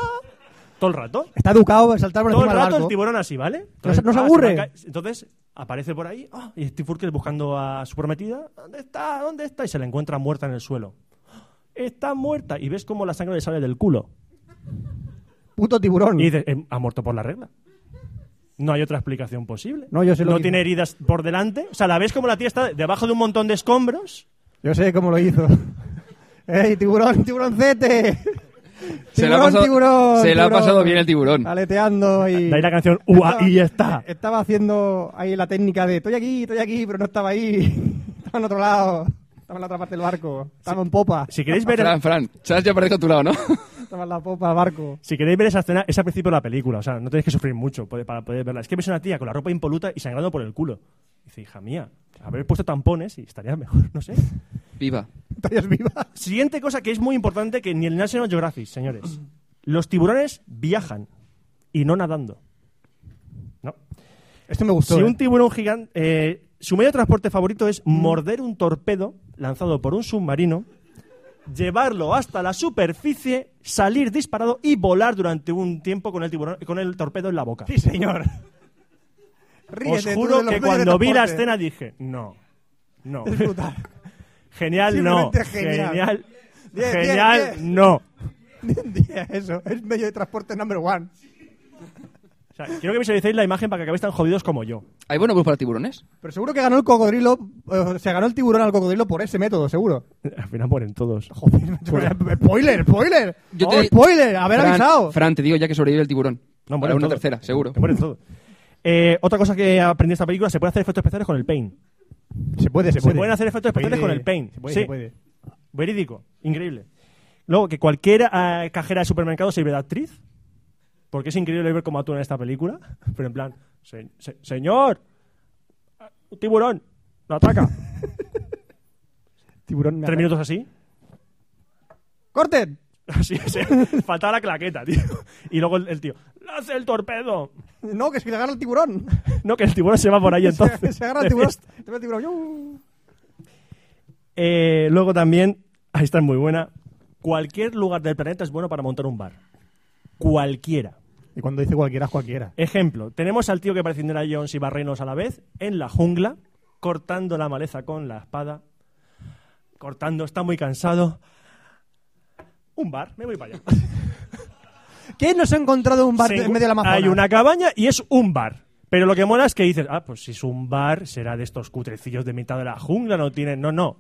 [SPEAKER 3] todo el rato
[SPEAKER 1] Está educado en saltar por
[SPEAKER 3] todo el
[SPEAKER 1] encima del
[SPEAKER 3] rato el
[SPEAKER 1] barco.
[SPEAKER 3] tiburón así, ¿vale?
[SPEAKER 1] se- no se
[SPEAKER 3] ah,
[SPEAKER 1] aburre.
[SPEAKER 3] va a caer. Entonces aparece por ahí ah, y Steve Urkel buscando a su prometida. ¿Dónde está? ¿Dónde está? Y se la encuentra muerta en el suelo. Está muerta. Y ves cómo la sangre le sale del culo.
[SPEAKER 1] Puto tiburón.
[SPEAKER 3] Y dices, "Eh, ha muerto por la regla. No hay otra explicación posible.
[SPEAKER 1] No, yo sé lo que-
[SPEAKER 3] tiene heridas por delante. O sea, la ves como la tía está debajo de un montón de escombros.
[SPEAKER 1] Yo sé cómo lo
[SPEAKER 3] *laughs*
[SPEAKER 1] hizo. ¡Ey, tiburón, tiburoncete!
[SPEAKER 2] Se la ha
[SPEAKER 1] Tiburón,
[SPEAKER 2] pasado-
[SPEAKER 1] tiburón,
[SPEAKER 2] se la ha
[SPEAKER 1] tiburón.
[SPEAKER 2] pasado bien el tiburón.
[SPEAKER 1] Aleteando y...
[SPEAKER 3] De ahí
[SPEAKER 1] *laughs*
[SPEAKER 3] la canción, "Ua, y ya está".
[SPEAKER 1] Estaba haciendo ahí la técnica de estoy aquí, estoy aquí, pero no estaba ahí. *laughs* Estaba en otro lado. Estaba en la otra parte del barco. Estaba en popa.
[SPEAKER 3] Si queréis ver,
[SPEAKER 2] Fran, Fran, Chas ya aparece a tu lado, ¿no? *laughs*
[SPEAKER 1] Estaba en la popa del barco.
[SPEAKER 3] si queréis ver esa escena, es al principio de la película. O sea, no tenéis que sufrir mucho pode- para poder verla. Es que ves una tía con la ropa impoluta y sangrando por el culo. Dice, hija mía, haber puesto tampones y estaría mejor, *laughs* no sé.
[SPEAKER 2] Viva.
[SPEAKER 1] Todavía es viva.
[SPEAKER 3] Siguiente cosa que es muy importante que ni el National Geographic, señores. Los tiburones viajan y no nadando. No.
[SPEAKER 1] Esto me gustó.
[SPEAKER 3] Si
[SPEAKER 1] ¿eh?
[SPEAKER 3] un tiburón gigante... eh, su medio de transporte favorito es
[SPEAKER 1] Mm.
[SPEAKER 3] morder un torpedo lanzado por un submarino, llevarlo hasta la superficie, salir disparado y volar durante un tiempo con el, tiburón, con el torpedo en la boca.
[SPEAKER 1] Sí,
[SPEAKER 3] *laughs*
[SPEAKER 1] señor.
[SPEAKER 3] Os
[SPEAKER 1] Ríete tú de
[SPEAKER 3] juro
[SPEAKER 1] los
[SPEAKER 3] que
[SPEAKER 1] medios de
[SPEAKER 3] cuando vi la
[SPEAKER 1] transporte.
[SPEAKER 3] escena dije, no,
[SPEAKER 1] *laughs*
[SPEAKER 3] no.
[SPEAKER 1] Es brutal.
[SPEAKER 3] Genial, no.
[SPEAKER 1] Simplemente genial.
[SPEAKER 3] Genial,
[SPEAKER 1] Diez,
[SPEAKER 3] genial,
[SPEAKER 1] diez, diez.
[SPEAKER 3] no.
[SPEAKER 1] Eso, es medio de transporte number one.
[SPEAKER 3] O sea, quiero que visualicéis la imagen para que acabéis tan jodidos como yo. *laughs*
[SPEAKER 2] ¿Hay buenos grupos para tiburones?
[SPEAKER 1] Pero seguro que ganó el cocodrilo, eh, se ganó el tiburón al cocodrilo por ese método,
[SPEAKER 3] *laughs*
[SPEAKER 1] seguro.
[SPEAKER 3] Al final mueren todos. Pues
[SPEAKER 1] Joder, *laughs* spoiler, spoiler.
[SPEAKER 2] Yo
[SPEAKER 1] Oh,
[SPEAKER 2] te-
[SPEAKER 1] spoiler, haber
[SPEAKER 2] Fran,
[SPEAKER 1] avisado.
[SPEAKER 2] Fran, te digo ya que sobrevive el tiburón. Para
[SPEAKER 3] No, mueren
[SPEAKER 2] una
[SPEAKER 3] todos.
[SPEAKER 2] tercera, seguro.
[SPEAKER 3] Que mueren todos. Eh, otra cosa que aprendí de esta película, se puede hacer efectos especiales con el paint.
[SPEAKER 1] se puede,
[SPEAKER 3] se pueden hacer efectos
[SPEAKER 1] Se puede.
[SPEAKER 3] especiales con el paint.
[SPEAKER 1] Se puede,
[SPEAKER 3] Sí.
[SPEAKER 1] se puede.
[SPEAKER 3] Verídico, increíble. Luego, que cualquier eh, cajera de supermercado sirve de actriz, porque es increíble ver cómo actúa en esta película, *laughs* pero en plan, "Se- se- señor, un tiburón,
[SPEAKER 1] *laughs*
[SPEAKER 3] lo ataca.
[SPEAKER 1] Tiburón me
[SPEAKER 3] Tres
[SPEAKER 1] ataca.
[SPEAKER 3] minutos así.
[SPEAKER 1] ¡Corten!
[SPEAKER 3] *laughs* Así es, eh. faltaba la claqueta, tío. Y luego el, el tío, ¡lance el torpedo! *laughs*
[SPEAKER 1] No, que si le agarra el tiburón.
[SPEAKER 3] No, que el tiburón se va por *laughs*
[SPEAKER 1] *laughs*
[SPEAKER 3] ahí
[SPEAKER 1] se,
[SPEAKER 3] entonces.
[SPEAKER 1] se agarra el
[SPEAKER 3] *laughs*
[SPEAKER 1] tiburón. se ve el tiburón. ¡Yu!
[SPEAKER 3] Eh, luego también, ahí está muy buena. Cualquier lugar del planeta es bueno para montar un bar. Cualquiera.
[SPEAKER 1] Y cuando dice cualquiera es cualquiera.
[SPEAKER 3] Ejemplo, tenemos al tío que parece Indiana Jones y Barrenos a la vez en la jungla, cortando la maleza con la espada, cortando, está muy cansado. Un bar, me voy para allá.
[SPEAKER 1] ¿Quién nos ha encontrado un bar
[SPEAKER 3] Se-
[SPEAKER 1] en medio de la Amazonas?
[SPEAKER 3] Hay una cabaña y es un bar. Pero lo que mola es que dices, ah, pues si es un bar, será de estos cutrecillos de mitad de la jungla, no tienen, no, no.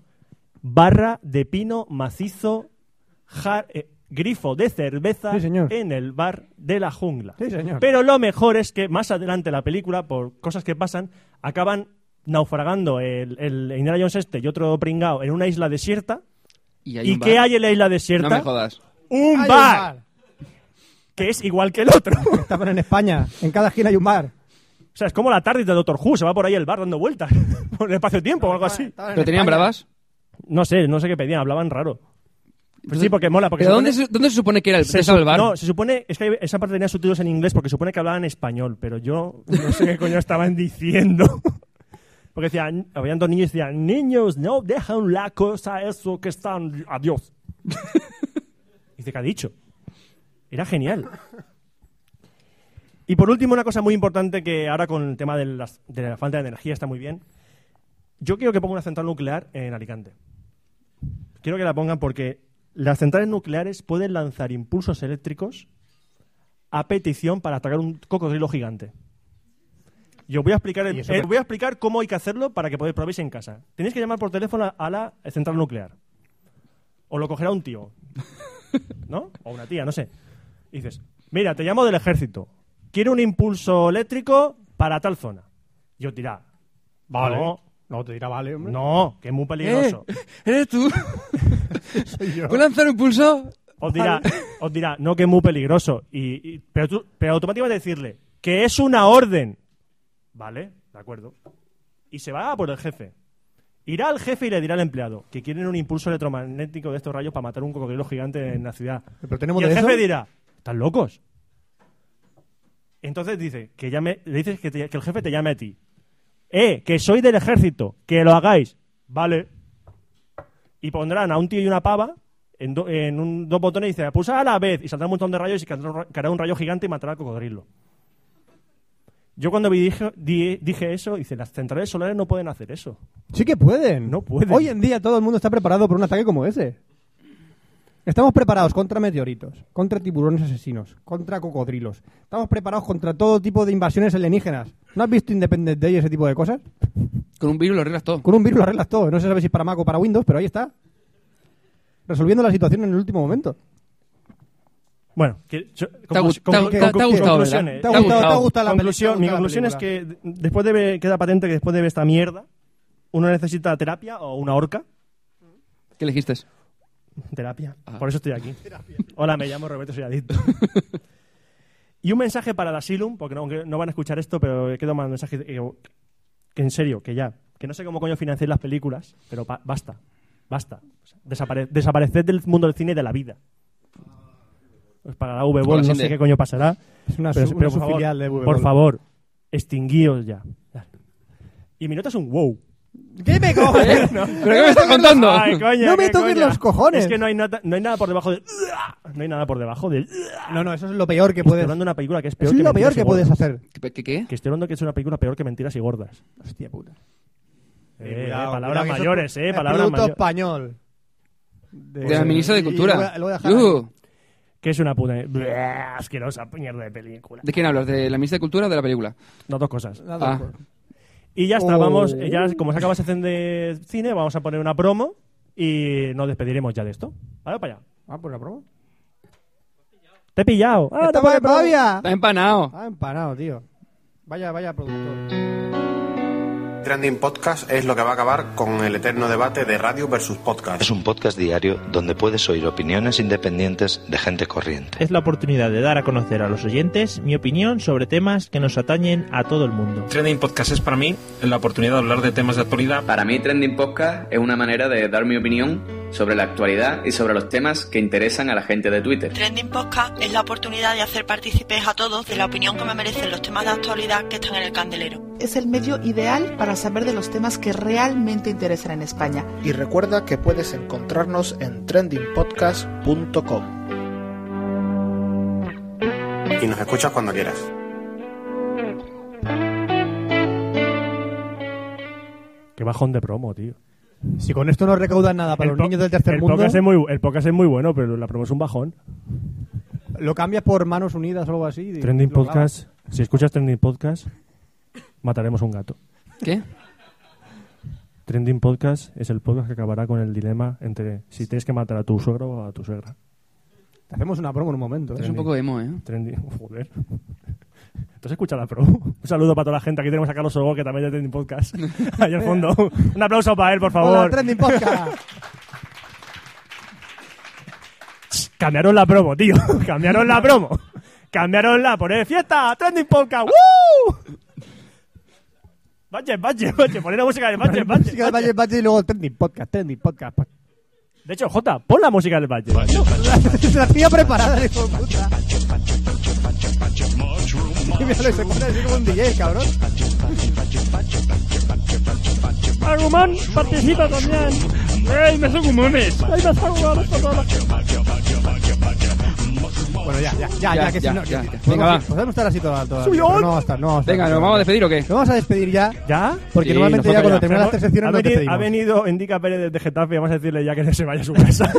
[SPEAKER 3] Barra de pino macizo, jar- eh, grifo de cerveza
[SPEAKER 1] Sí, señor.
[SPEAKER 3] en el bar de la jungla.
[SPEAKER 1] Sí, señor.
[SPEAKER 3] Pero lo mejor es que más adelante la película, por cosas que pasan, acaban naufragando el, el Indiana Jones este y otro pringao en una isla desierta.
[SPEAKER 2] ¿Y, hay
[SPEAKER 3] ¿Y
[SPEAKER 2] un
[SPEAKER 3] qué
[SPEAKER 2] bar.
[SPEAKER 3] hay en la isla desierta?
[SPEAKER 2] No me jodas.
[SPEAKER 3] Un
[SPEAKER 1] Hay
[SPEAKER 3] bar, que es igual que el otro.
[SPEAKER 2] *laughs*
[SPEAKER 1] Está pero en España. En cada esquina hay un bar.
[SPEAKER 3] O sea, es como la tarde de Doctor Who, se va por ahí el bar dando vueltas, *laughs* por el espacio-tiempo o algo así.
[SPEAKER 1] Estaban en
[SPEAKER 2] ¿Pero tenían
[SPEAKER 1] España.
[SPEAKER 2] bravas?
[SPEAKER 3] No sé, no sé qué pedían, hablaban raro. Pues sí, porque mola. Porque
[SPEAKER 2] ¿Pero
[SPEAKER 3] se
[SPEAKER 2] dónde,
[SPEAKER 3] supone-
[SPEAKER 2] se- dónde se supone que era el
[SPEAKER 3] se
[SPEAKER 2] se
[SPEAKER 3] su-
[SPEAKER 2] el bar?
[SPEAKER 3] No, se supone, es que esa parte tenía subtítulos en inglés porque supone que hablaban español, pero yo no sé qué coño estaban diciendo. *laughs* Porque decían, habían dos niños y decían, niños, no dejan la cosa eso que están, adiós. *laughs* Y dice, ¿qué ha dicho? Era genial. Y por último, una cosa muy importante que ahora con el tema de, las- de la falta de energía está muy bien. Yo quiero que pongan una central nuclear en Alicante. Quiero que la pongan porque las centrales nucleares pueden lanzar impulsos eléctricos a petición para atacar un cocodrilo gigante. Yo voy a explicar, el-
[SPEAKER 1] ¿Y eso
[SPEAKER 3] eh,
[SPEAKER 1] qué?
[SPEAKER 3] voy a explicar cómo hay que hacerlo para que podáis probéis en casa. Tenéis que llamar por teléfono a- a la central nuclear. O lo cogerá
[SPEAKER 1] *laughs*
[SPEAKER 3] un tío. ¿No? O una tía, no sé. Y dices, mira, te llamo del ejército. Quiero un impulso eléctrico para tal zona. Yo dirá,
[SPEAKER 1] Vale.
[SPEAKER 3] No,
[SPEAKER 1] No, te dirá vale, hombre.
[SPEAKER 3] no, que es muy peligroso.
[SPEAKER 2] Eh, ¿Eres tú?
[SPEAKER 1] *laughs* Soy yo.
[SPEAKER 2] ¿Puedo lanzar un pulso?
[SPEAKER 3] Os dirá, *laughs* os dirá, no, que es muy peligroso. Y, y- pero, tú, pero automáticamente decirle, que es una orden. Vale, de acuerdo. Y se va a por el jefe. Irá al jefe y le dirá al empleado que quieren un impulso electromagnético de estos rayos para matar un cocodrilo gigante en la ciudad.
[SPEAKER 1] Pero tenemos
[SPEAKER 3] y el
[SPEAKER 1] de
[SPEAKER 3] jefe
[SPEAKER 1] eso.
[SPEAKER 3] dirá, ¿están locos? Entonces dice, que llame, le dices que, te- que el jefe te llame a ti. Eh, que soy del ejército, que lo hagáis. Vale. Y pondrán a un tío y una pava en, do- en un- dos botones y dice, pulsa a la vez. Y saldrá un montón de rayos y caerá un ra- caerá un rayo gigante y matará al cocodrilo. Yo cuando vi- dije, di- dije eso, dice, las centrales solares no pueden hacer eso.
[SPEAKER 1] Sí que pueden.
[SPEAKER 3] No pueden.
[SPEAKER 1] Hoy en día todo el mundo está preparado por un ataque como ese. Estamos preparados contra meteoritos, contra tiburones asesinos, contra cocodrilos. Estamos preparados contra todo tipo de invasiones alienígenas. ¿No has visto Independent Day y ese tipo de cosas?
[SPEAKER 2] Con un virus lo arreglas todo.
[SPEAKER 1] Con un virus lo arreglas todo. No se sabe si es para Mac o para Windows, pero ahí está. Resolviendo la situación en el último momento.
[SPEAKER 3] Bueno, que, yo-
[SPEAKER 2] ha
[SPEAKER 3] conclus-
[SPEAKER 2] gu- te ha gu-
[SPEAKER 3] conclu-
[SPEAKER 1] te ha- te ha
[SPEAKER 3] conclu-
[SPEAKER 2] gustado,
[SPEAKER 3] conclusiones.
[SPEAKER 2] ¿verdad? Te ha Te ha gustado, gustado. te ha
[SPEAKER 1] gustado la
[SPEAKER 3] Conclusión-
[SPEAKER 1] peli- te ha
[SPEAKER 3] Mi
[SPEAKER 1] gustado
[SPEAKER 3] conclusión
[SPEAKER 1] la
[SPEAKER 3] es que d- después de ver- queda patente que después de ver esta mierda, uno necesita terapia o una horca.
[SPEAKER 2] ¿Qué elegiste?
[SPEAKER 3] Terapia.
[SPEAKER 2] Ah.
[SPEAKER 3] Por eso estoy aquí. Hola, me llamo Roberto,
[SPEAKER 2] *laughs*
[SPEAKER 3] soy adicto. y un mensaje para el Asylum, porque no, aunque no van a escuchar esto, pero quedo más mensaje que, que en serio, que ya. Que no sé cómo coño financiáis las películas, pero pa- basta. Basta. O sea, desapare- desapareced del mundo del cine y de la vida.
[SPEAKER 2] Ah.
[SPEAKER 3] Pues para la
[SPEAKER 2] Como la
[SPEAKER 3] V-Ball no
[SPEAKER 2] gente.
[SPEAKER 3] sé qué coño pasará.
[SPEAKER 1] Es una,
[SPEAKER 3] Pero-
[SPEAKER 1] su-
[SPEAKER 3] pero
[SPEAKER 1] una
[SPEAKER 3] por, favor,
[SPEAKER 1] subfilial de Google.
[SPEAKER 3] por favor, extinguíos ya. Ya. Y mi nota es un wow.
[SPEAKER 1] ¿Qué me
[SPEAKER 3] *laughs*
[SPEAKER 1] coges?
[SPEAKER 2] ¿Pero qué me estás contando? *laughs*
[SPEAKER 3] Ay, coño,
[SPEAKER 1] No me
[SPEAKER 3] qué
[SPEAKER 1] toques
[SPEAKER 3] coño.
[SPEAKER 1] los cojones.
[SPEAKER 3] Es que no hay, nota- no hay nada por debajo de. No hay nada por debajo de. Estoy
[SPEAKER 1] No, no, eso es lo peor que puedes.
[SPEAKER 3] hablando de una película que es
[SPEAKER 1] Es
[SPEAKER 3] peor que
[SPEAKER 1] lo peor
[SPEAKER 3] Mentiras
[SPEAKER 1] que
[SPEAKER 3] y Gordas.
[SPEAKER 1] puedes hacer.
[SPEAKER 2] ¿Qué? qué, qué?
[SPEAKER 3] Que estoy hablando que es una película peor que mentiras y gordas.
[SPEAKER 1] Hostia puta.
[SPEAKER 3] Eh,
[SPEAKER 1] Eh, cuidado,
[SPEAKER 3] eh, palabras
[SPEAKER 1] cuidado, que eso
[SPEAKER 3] mayores,
[SPEAKER 1] es
[SPEAKER 3] eh.
[SPEAKER 1] pro-
[SPEAKER 3] Palabras
[SPEAKER 1] producto
[SPEAKER 3] mayores.
[SPEAKER 1] español. De,
[SPEAKER 2] De la ministra
[SPEAKER 1] y-
[SPEAKER 2] de
[SPEAKER 1] y lo voy
[SPEAKER 2] Cultura.
[SPEAKER 1] a- lo voy a dejar ahí.
[SPEAKER 2] Yuhu.
[SPEAKER 3] Que es una puta. Bleh, asquerosa mierda de película.
[SPEAKER 2] ¿De quién hablas? ¿De la ministra de Cultura o de la película?
[SPEAKER 3] No, dos cosas.
[SPEAKER 1] Nada,
[SPEAKER 2] Ah.
[SPEAKER 1] por-
[SPEAKER 3] Y ya está,
[SPEAKER 1] Oh.
[SPEAKER 3] vamos. eh, Ya, como se acaba esa sección de cine, vamos a poner una promo y nos despediremos ya de esto. Vale, para allá.
[SPEAKER 1] Ah, por la promo.
[SPEAKER 3] Te he pillado. Ah, te
[SPEAKER 1] Estaba
[SPEAKER 3] pone
[SPEAKER 1] en
[SPEAKER 3] promo.
[SPEAKER 1] Pavia.
[SPEAKER 2] Está empanado.
[SPEAKER 1] Ah, empanado, tío. Vaya, vaya productor.
[SPEAKER 7] Trending Podcast es lo que va a acabar con el eterno debate de radio versus podcast.
[SPEAKER 8] Es un podcast diario donde puedes oír opiniones independientes de gente corriente.
[SPEAKER 9] Es la oportunidad de dar a conocer a los oyentes mi opinión sobre temas que nos atañen a todo el mundo.
[SPEAKER 10] Trending Podcast es para mí la oportunidad de hablar de temas de actualidad
[SPEAKER 11] Para mí, Trending Podcast es una manera de dar mi opinión
[SPEAKER 10] sobre la actualidad y sobre los temas que interesan a la gente de Twitter.
[SPEAKER 11] Trending Podcast es la oportunidad de hacer partícipes a todos de la opinión que me merecen los temas de actualidad que están en el candelero.
[SPEAKER 12] Es el medio ideal para saber de los temas que realmente interesan en España.
[SPEAKER 13] Y recuerda que puedes encontrarnos en trendingpodcast.com.
[SPEAKER 7] Y nos escuchas cuando quieras.
[SPEAKER 3] Qué bajón de promo, tío.
[SPEAKER 1] Si con esto no recaudan nada para los
[SPEAKER 3] El po-
[SPEAKER 1] niños del tercer
[SPEAKER 3] el
[SPEAKER 1] mundo,
[SPEAKER 3] Podcast es muy, bu- el podcast es muy bueno, pero la promo es un bajón.
[SPEAKER 1] lo cambias por manos unidas o algo así. y
[SPEAKER 3] Trending
[SPEAKER 1] lo grabas.
[SPEAKER 3] Podcast. Si escuchas Trending Podcast, mataremos un gato.
[SPEAKER 2] ¿Qué?
[SPEAKER 3] Trending Podcast es el podcast que acabará con el dilema entre si tienes que matar a tu suegro o a tu suegra.
[SPEAKER 1] Te hacemos una promo en un momento. ¿eh?
[SPEAKER 2] Es un poco emo, ¿eh?
[SPEAKER 3] Trending, *laughs* joder. Entonces escucha la promo. Un saludo para toda la gente. Aquí tenemos a Carlos Sogo, que también es de Trending *laughs* Podcast. Ahí al fondo. Un aplauso para él, por favor.
[SPEAKER 1] Hola, Trending
[SPEAKER 3] *laughs*
[SPEAKER 1] Podcast.
[SPEAKER 3] Cambiaron la promo, tío. *laughs* Cambiaron la promo. Cambiaron la poner fiesta, trending podcast. ¡Woo! Valle, valle, valle. Poner la música del valle, valle.
[SPEAKER 1] Música de Valle, Valle y luego Trending Podcast, Trending Podcast. pues.
[SPEAKER 3] De hecho, Jota, pon la música del valle.
[SPEAKER 1] *laughs* La tía preparada, hijo de puta. *laughs* Y míralo, se pone así como un DJ, cabrón.
[SPEAKER 3] Agumán Ah, participa también. ¡Ey, me son gumones! ¡Ay, me son gumones!
[SPEAKER 1] Bueno, ya, ya, ya,
[SPEAKER 2] Ya,
[SPEAKER 1] ya, que
[SPEAKER 2] ya,
[SPEAKER 1] si no.
[SPEAKER 2] ya,
[SPEAKER 1] que-
[SPEAKER 2] ya.
[SPEAKER 1] podemos-
[SPEAKER 2] Venga, va.
[SPEAKER 1] Podemos estar así toda toda-
[SPEAKER 3] Subión.
[SPEAKER 1] pero No, hasta, no. hasta-
[SPEAKER 2] Venga, ¿nos vamos a despedir o qué?
[SPEAKER 1] Nos vamos a despedir ya.
[SPEAKER 3] ¿Ya?
[SPEAKER 1] Porque
[SPEAKER 2] Sí,
[SPEAKER 1] normalmente
[SPEAKER 2] nos
[SPEAKER 1] ya
[SPEAKER 2] toca
[SPEAKER 1] cuando
[SPEAKER 2] ya.
[SPEAKER 1] terminan las tres secciones
[SPEAKER 3] ha,
[SPEAKER 1] nos
[SPEAKER 3] venido,
[SPEAKER 1] despedimos.
[SPEAKER 3] ha venido Indica Pérez desde Getafe. Vamos a decirle ya que no se vaya a su
[SPEAKER 1] *laughs*
[SPEAKER 3] casa.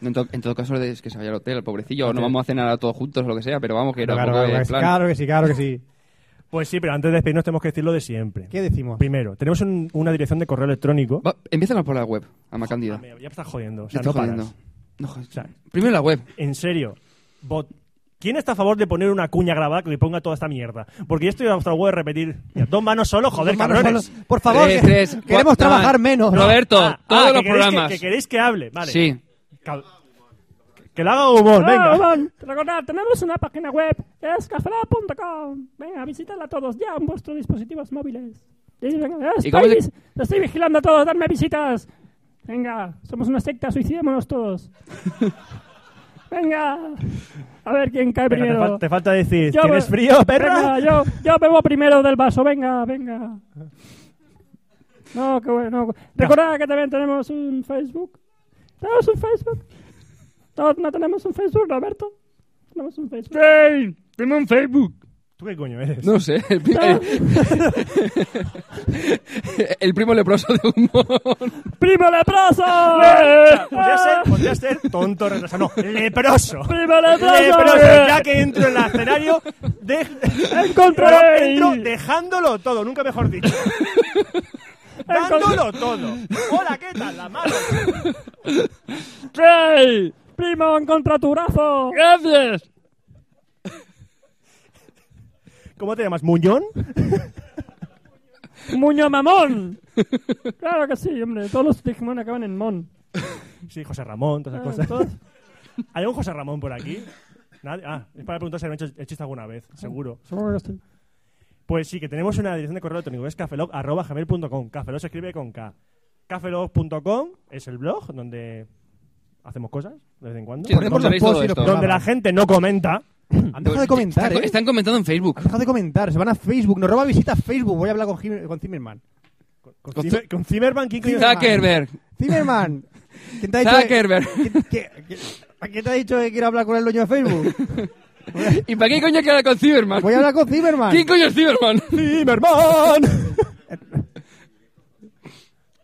[SPEAKER 2] No, En, to- en todo caso, es que se vaya al hotel, el pobrecillo. O no vamos a cenar a todos juntos o lo que sea, pero vamos, que
[SPEAKER 1] Claro,
[SPEAKER 2] era
[SPEAKER 1] claro,
[SPEAKER 2] un poco
[SPEAKER 1] claro,
[SPEAKER 2] el
[SPEAKER 1] que sí,
[SPEAKER 2] plan.
[SPEAKER 1] claro que sí, claro que sí.
[SPEAKER 3] pues sí, pero antes de despedirnos tenemos que decir lo de siempre.
[SPEAKER 1] ¿Qué decimos?
[SPEAKER 3] Primero, tenemos un- una dirección de correo electrónico.
[SPEAKER 2] Va, empieza por la web, Ama Cándida.
[SPEAKER 3] Ah, mira, Ya me estás jodiendo. O
[SPEAKER 2] Te
[SPEAKER 3] sea,
[SPEAKER 2] estoy
[SPEAKER 3] no paras.
[SPEAKER 2] jodiendo. No, joder.
[SPEAKER 3] O sea,
[SPEAKER 2] Primero la web.
[SPEAKER 3] En serio, bot- ¿quién está a favor de poner una cuña grabada que le ponga toda esta mierda? Porque yo estoy hasta el huevo de repetir. Mira, Dos manos solo, joder,
[SPEAKER 1] Dos manos
[SPEAKER 3] cabrones.
[SPEAKER 1] solo. Pues Por favor,
[SPEAKER 2] Tres,
[SPEAKER 1] que-
[SPEAKER 2] tres,
[SPEAKER 1] queremos
[SPEAKER 2] cuatro-
[SPEAKER 1] trabajar
[SPEAKER 2] no,
[SPEAKER 1] menos.
[SPEAKER 2] Roberto,
[SPEAKER 3] Ah,
[SPEAKER 2] todos
[SPEAKER 3] ah, que
[SPEAKER 2] los
[SPEAKER 3] queréis que-
[SPEAKER 2] programas.
[SPEAKER 3] Que, queréis que hable, vale.
[SPEAKER 2] Sí.
[SPEAKER 3] Cab- Que lo haga
[SPEAKER 5] Ah,
[SPEAKER 3] humor, venga.
[SPEAKER 5] Recordad, tenemos una página web, es cafelab.com. Venga, visitadla todos ya en vuestros dispositivos móviles. Y venga,
[SPEAKER 2] ¿Y cómo
[SPEAKER 5] estáis-
[SPEAKER 2] se-
[SPEAKER 5] Lo estoy vigilando a todos, darme visitas. Venga, somos una secta,
[SPEAKER 2] *laughs*
[SPEAKER 5] suicidémonos todos. venga, a ver quién cae
[SPEAKER 3] Venga, te,
[SPEAKER 5] primero.
[SPEAKER 3] fal- te falta decir,
[SPEAKER 5] Yo
[SPEAKER 3] ¿tienes
[SPEAKER 5] me-
[SPEAKER 3] frío,
[SPEAKER 5] Venga,
[SPEAKER 3] perra?
[SPEAKER 5] yo, yo bebo primero del vaso, venga, venga. No, qué bueno. no. Recordad que también tenemos un Facebook. Tenemos un Facebook. No, no tenemos un Facebook, Roberto. Tenemos un Facebook.
[SPEAKER 2] ¡Ey! Tengo un Facebook.
[SPEAKER 3] ¿Tú qué coño eres?
[SPEAKER 2] No sé. El, prim- el- *laughs* el primo leproso de humor.
[SPEAKER 5] ¡Primo ¡Eh! leproso!
[SPEAKER 3] *laughs* Podría ser, podría ser tonto, retrasado. No, leproso.
[SPEAKER 5] ¡Primo leproso!
[SPEAKER 3] Leproso. Ya que entro en el escenario, de... *laughs*
[SPEAKER 5] ¡Eh! Encontré.
[SPEAKER 3] entro dejándolo todo, nunca mejor dicho. Dándolo todo. Hola, ¿qué tal? La mano.
[SPEAKER 5] ¡Rey! ¡Primo, encontra tu brazo! ¡Gracias!
[SPEAKER 3] ¿Cómo te llamas? ¿Muñón?
[SPEAKER 5] ¡Muño mamón! *laughs* Claro que sí, hombre. Todos los Digimon acaban en mon.
[SPEAKER 3] Sí, José Ramón, todas
[SPEAKER 5] Ah,
[SPEAKER 3] esas cosas.
[SPEAKER 5] todos-
[SPEAKER 3] ¿Hay algún José Ramón por aquí? Nadie- Ah, es para preguntar si han hecho el chiste alguna vez, seguro.
[SPEAKER 5] Supongo que estoy-
[SPEAKER 3] Pues sí, que tenemos una dirección de correo electrónico, es cafelog.gmail.com. Cafelog se escribe con K. Cafelog.com es el blog donde hacemos cosas de vez en cuando.
[SPEAKER 2] Sí, donde
[SPEAKER 1] Ponemos los
[SPEAKER 2] pondréis todo
[SPEAKER 1] posts y los
[SPEAKER 2] esto. Pues,
[SPEAKER 3] donde
[SPEAKER 1] programas.
[SPEAKER 3] la gente no comenta.
[SPEAKER 1] Han dejado de comentar,
[SPEAKER 2] Están,
[SPEAKER 1] ¿eh?
[SPEAKER 2] están comentando en Facebook.
[SPEAKER 1] Han dejado de comentar. Se van a Facebook. Nos roba visitas Facebook. Voy a hablar con, Jim- con Zimmerman.
[SPEAKER 3] Con,
[SPEAKER 2] Con-
[SPEAKER 3] Zimmer- con Zimmerman, ¿quién coño-
[SPEAKER 2] Zuckerberg.
[SPEAKER 1] Zimmerman. ¿Quién
[SPEAKER 2] *laughs*
[SPEAKER 1] te ha dicho que-
[SPEAKER 2] Zuckerberg.
[SPEAKER 1] ¿Quién- qué- qué- ¿A quién te ha dicho que quiero hablar con el dueño de
[SPEAKER 2] *laughs*
[SPEAKER 1] Facebook?
[SPEAKER 2] ¿Y para qué coño queda con Ciberman?
[SPEAKER 1] Voy a hablar con Zimmerman.
[SPEAKER 2] ¿Quién coño es Ciberman? *laughs*
[SPEAKER 1] Zimmerman.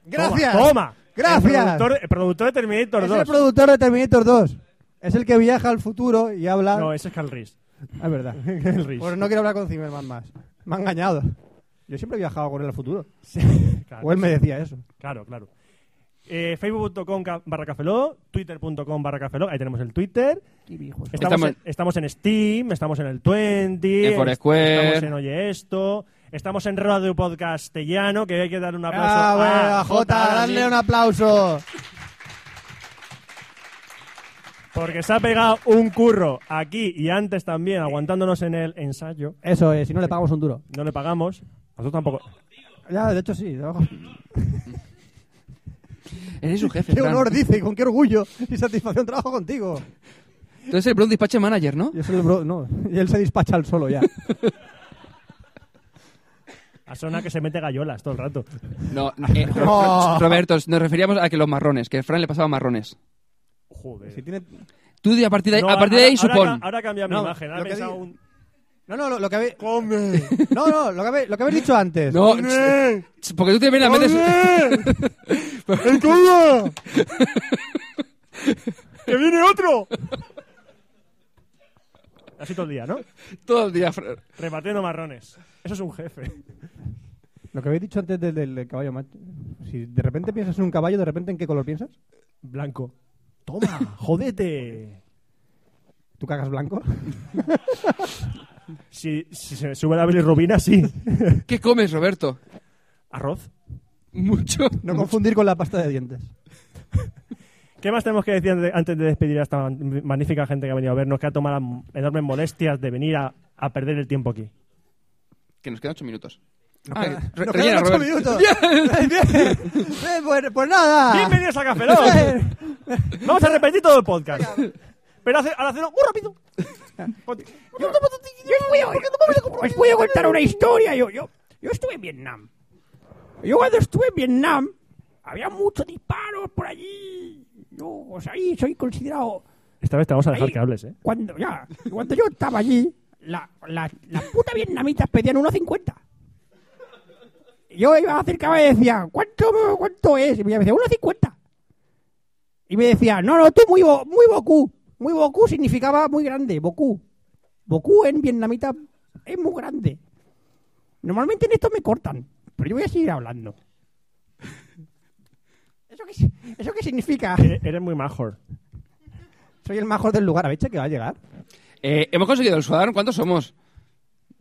[SPEAKER 1] Gracias.
[SPEAKER 3] Toma, toma.
[SPEAKER 1] Gracias.
[SPEAKER 3] El productor, el productor de Terminator
[SPEAKER 1] Es
[SPEAKER 3] 2.
[SPEAKER 1] el productor de Terminator 2. Es el que viaja al futuro y habla.
[SPEAKER 3] No, ese es Carl Reese.
[SPEAKER 1] Ah, es *laughs* verdad.
[SPEAKER 3] El Reese.
[SPEAKER 1] Pues no quiero hablar con Zimmerman más. Me ha engañado. Yo siempre he viajado con él al futuro.
[SPEAKER 3] *laughs* Claro.
[SPEAKER 1] O él me decía eso.
[SPEAKER 3] Claro, claro. Eh, Facebook.com ca- barra cafeló, Twitter.com barra cafeló, ahí tenemos el Twitter. Estamos,
[SPEAKER 2] Estamos-
[SPEAKER 3] en, estamos en Steam, estamos en el 20,
[SPEAKER 2] En Foursquare.
[SPEAKER 3] estamos en Oye Esto, estamos en Radio Podcastellano, que hay que dar un aplauso
[SPEAKER 1] Ah, bueno,
[SPEAKER 3] a
[SPEAKER 1] a Jota,
[SPEAKER 3] ahora sí,
[SPEAKER 1] darle un aplauso.
[SPEAKER 3] Porque se ha pegado un curro aquí y antes también, aguantándonos en el ensayo.
[SPEAKER 1] Eso es, si no le pagamos un duro.
[SPEAKER 3] No le pagamos, nosotros tampoco.
[SPEAKER 1] Ya, de hecho sí. ¿no?
[SPEAKER 2] Eres su jefe.
[SPEAKER 1] Qué
[SPEAKER 2] Fran.
[SPEAKER 1] honor, dice, y con qué orgullo y satisfacción trabajo contigo.
[SPEAKER 2] Tú eres el Brown Dispatch Manager, ¿no?
[SPEAKER 1] Yo soy el bro, no, y él se despacha al *laughs* solo ya.
[SPEAKER 3] A Sona que se mete gallolas todo el rato.
[SPEAKER 2] No,
[SPEAKER 1] *laughs*
[SPEAKER 2] eh, Ro-
[SPEAKER 3] No.
[SPEAKER 2] Roberto, nos referíamos a que los marrones, que Fran le pasaba marrones.
[SPEAKER 3] Joder.
[SPEAKER 2] Tú de a partir de ahí,
[SPEAKER 3] No,
[SPEAKER 2] a partir de ahí
[SPEAKER 3] ahora-
[SPEAKER 2] supón.
[SPEAKER 3] ahora ca- Ahora cambia mi
[SPEAKER 1] No,
[SPEAKER 3] imagen. Ahora
[SPEAKER 1] lo
[SPEAKER 3] he
[SPEAKER 1] que
[SPEAKER 3] pensado
[SPEAKER 1] di-
[SPEAKER 3] un...
[SPEAKER 1] No, no, lo, lo que habéis... No, no, lo que habéis, lo que habéis dicho antes.
[SPEAKER 2] No, ch- ch- porque tú te ven a veces.
[SPEAKER 1] *laughs* ¡El codo!
[SPEAKER 3] ¡Que viene otro! Así todo el día, ¿no?
[SPEAKER 2] *laughs* Todo el día, Fran.
[SPEAKER 3] Repartiendo marrones. Eso es un jefe.
[SPEAKER 1] Lo que habéis dicho antes del, del caballo macho. Si de repente piensas en un caballo, ¿de repente en qué color piensas?
[SPEAKER 3] Blanco. Toma, jodete.
[SPEAKER 1] ¿Tú cagas blanco? *laughs*
[SPEAKER 3] Si, si se me sube la bilirrubina, sí.
[SPEAKER 2] ¿Qué comes, Roberto?
[SPEAKER 3] Arroz.
[SPEAKER 2] Mucho.
[SPEAKER 1] No confundir con la pasta de dientes.
[SPEAKER 3] ¿Qué más tenemos que decir ante- antes de despedir a esta man- magnífica gente que ha venido a vernos, que ha tomado las enormes molestias de venir a, a perder el tiempo aquí?
[SPEAKER 2] Que nos quedan ocho minutos.
[SPEAKER 1] Nos
[SPEAKER 2] Ah,
[SPEAKER 1] quedan-
[SPEAKER 2] que- re-
[SPEAKER 1] nos
[SPEAKER 2] rellena,
[SPEAKER 1] quedan ocho
[SPEAKER 2] Roberto.
[SPEAKER 1] minutos.
[SPEAKER 2] Bien.
[SPEAKER 1] Bien. Eh, pues, pues nada.
[SPEAKER 3] ¡Bienvenidos a Café Lock! *laughs* Vamos a repetir todo el podcast. Pero hace- al hacerlo muy rápido.
[SPEAKER 6] Yo os voy a, os voy a contar una historia. Yo, yo, yo estuve en Vietnam. Yo cuando estuve en Vietnam, había muchos disparos por allí. Yo, o sea, ahí soy considerado...
[SPEAKER 3] Esta vez te vamos a dejar
[SPEAKER 6] Ahí.
[SPEAKER 3] que hables, ¿eh?
[SPEAKER 6] Cuando, ya, cuando yo estaba allí, la- la- las putas vietnamitas pedían 1,50. Yo iba acercaba y decía, ¿cuánto, cuánto es? Y me decía, 1,50. Y me decía, no, no, tú muy, bo- muy Boku. Muy Boku significaba muy grande, Boku. Boku en vietnamita es muy grande. Normalmente en esto me cortan, pero yo voy a seguir hablando. ¿Eso qué, si- eso qué significa?
[SPEAKER 3] E- Eres muy major.
[SPEAKER 1] Soy el mejor del lugar. ¿Habéis che que va a llegar?
[SPEAKER 2] Eh, ¿Hemos conseguido el Sudan? ¿Cuántos somos?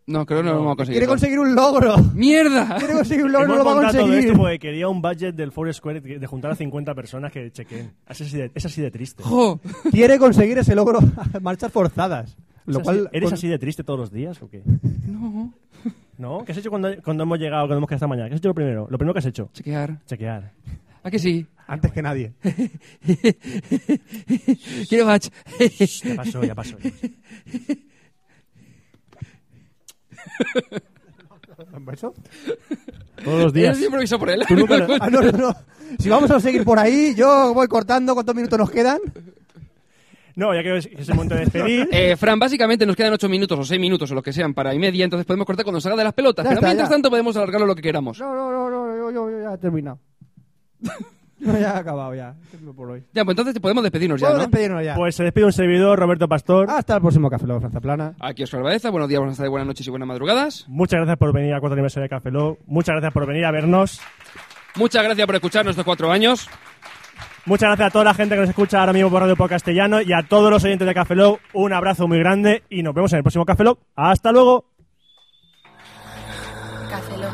[SPEAKER 2] No, creo que no, lo hemos conseguido.
[SPEAKER 1] Quiere conseguir un
[SPEAKER 3] *laughs*
[SPEAKER 1] logro.
[SPEAKER 2] ¡Mierda!
[SPEAKER 1] *laughs* Quiere conseguir un logro, no lo
[SPEAKER 3] Hemos
[SPEAKER 1] va a
[SPEAKER 3] contado todo
[SPEAKER 1] conseguir.
[SPEAKER 3] esto porque quería un budget del Foursquare de de juntar a 50 personas que chequen. Es así de, es así de triste.
[SPEAKER 2] ¡Jo!
[SPEAKER 3] pues.
[SPEAKER 1] Quiere conseguir ese logro a marchas forzadas. Lo
[SPEAKER 3] ¿Es así-
[SPEAKER 1] cual,
[SPEAKER 3] ¿Eres
[SPEAKER 1] con-
[SPEAKER 3] así de triste todos los días o qué?
[SPEAKER 2] No.
[SPEAKER 3] ¿No? ¿Qué has hecho cuando, cuando hemos llegado, cuando hemos quedado esta mañana? ¿Qué has hecho lo primero? Lo primero que has hecho.
[SPEAKER 2] Chequear.
[SPEAKER 3] Chequear.
[SPEAKER 2] ¿A que sí?
[SPEAKER 1] Antes que nadie.
[SPEAKER 2] Quiero batch.
[SPEAKER 3] Ya pasó, ya pasó. ya pasó.
[SPEAKER 1] ¿Un beso? *laughs*
[SPEAKER 3] Todos los días.
[SPEAKER 2] Eres improvisado por él.
[SPEAKER 3] Tú
[SPEAKER 2] *laughs*
[SPEAKER 3] nunca lo-
[SPEAKER 1] Ah, no, no, no. Si vamos a seguir por ahí, yo voy cortando cuántos minutos nos quedan.
[SPEAKER 3] No, ya que es, es el momento de
[SPEAKER 1] *laughs*
[SPEAKER 3] despedir. *laughs*
[SPEAKER 2] Eh, Fran, básicamente nos quedan ocho minutos o seis minutos o lo que sean para y media, entonces podemos cortar cuando salga de las pelotas.
[SPEAKER 1] Ya
[SPEAKER 2] Pero
[SPEAKER 1] está,
[SPEAKER 2] mientras
[SPEAKER 1] ya.
[SPEAKER 2] tanto podemos alargarlo lo que queramos.
[SPEAKER 1] No, no, no, no, yo, yo- yo ya he *laughs* terminado. Yo ya he acabado, ya. Termino por hoy.
[SPEAKER 2] Ya, pues entonces podemos despedirnos ya,
[SPEAKER 1] Puedo
[SPEAKER 2] ¿no?
[SPEAKER 1] despedirnos ya.
[SPEAKER 3] Pues se despide un servidor, Roberto Pastor.
[SPEAKER 1] Hasta el próximo Café Lock Franza Plana.
[SPEAKER 2] Aquí Oscar Baeza, buenos días, buenas tardes, buenas noches y buenas madrugadas.
[SPEAKER 3] Muchas gracias por venir a cuatro aniversario de Café Lock. Muchas gracias por venir a vernos.
[SPEAKER 2] Muchas gracias por escucharnos estos cuatro años.
[SPEAKER 3] Muchas gracias a toda la gente que nos escucha ahora mismo por Radio Por Castellano y a todos los oyentes de Café Lock. Un abrazo muy grande y nos vemos en el próximo Café Lock. ¡Hasta luego!
[SPEAKER 4] Café Lock.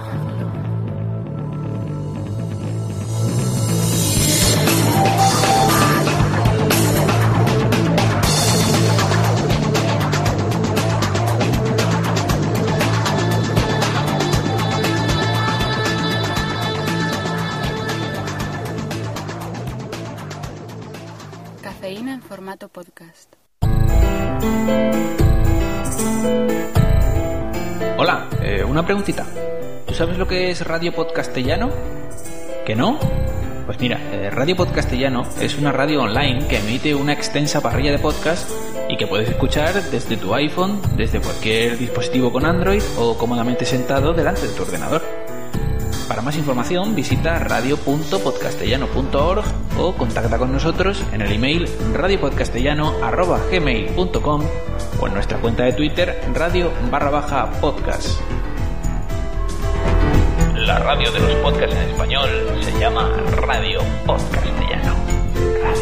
[SPEAKER 14] Cafeína en formato podcast.
[SPEAKER 15] Hola, eh, una preguntita. ¿Tú sabes lo que es Radio Podcastellano? ¿Que no? Pues mira, eh, Radio Podcastellano es una radio online que emite una extensa parrilla de podcasts y que puedes escuchar desde tu iPhone, desde cualquier dispositivo con Android o cómodamente sentado delante de tu ordenador. Para más información visita radio.podcastellano.org o contacta con nosotros en el email radiopodcastellano.gmail.com o en nuestra cuenta de Twitter radio barra baja podcast. La radio de los podcasts en español se llama Radio Podcastellano. Radio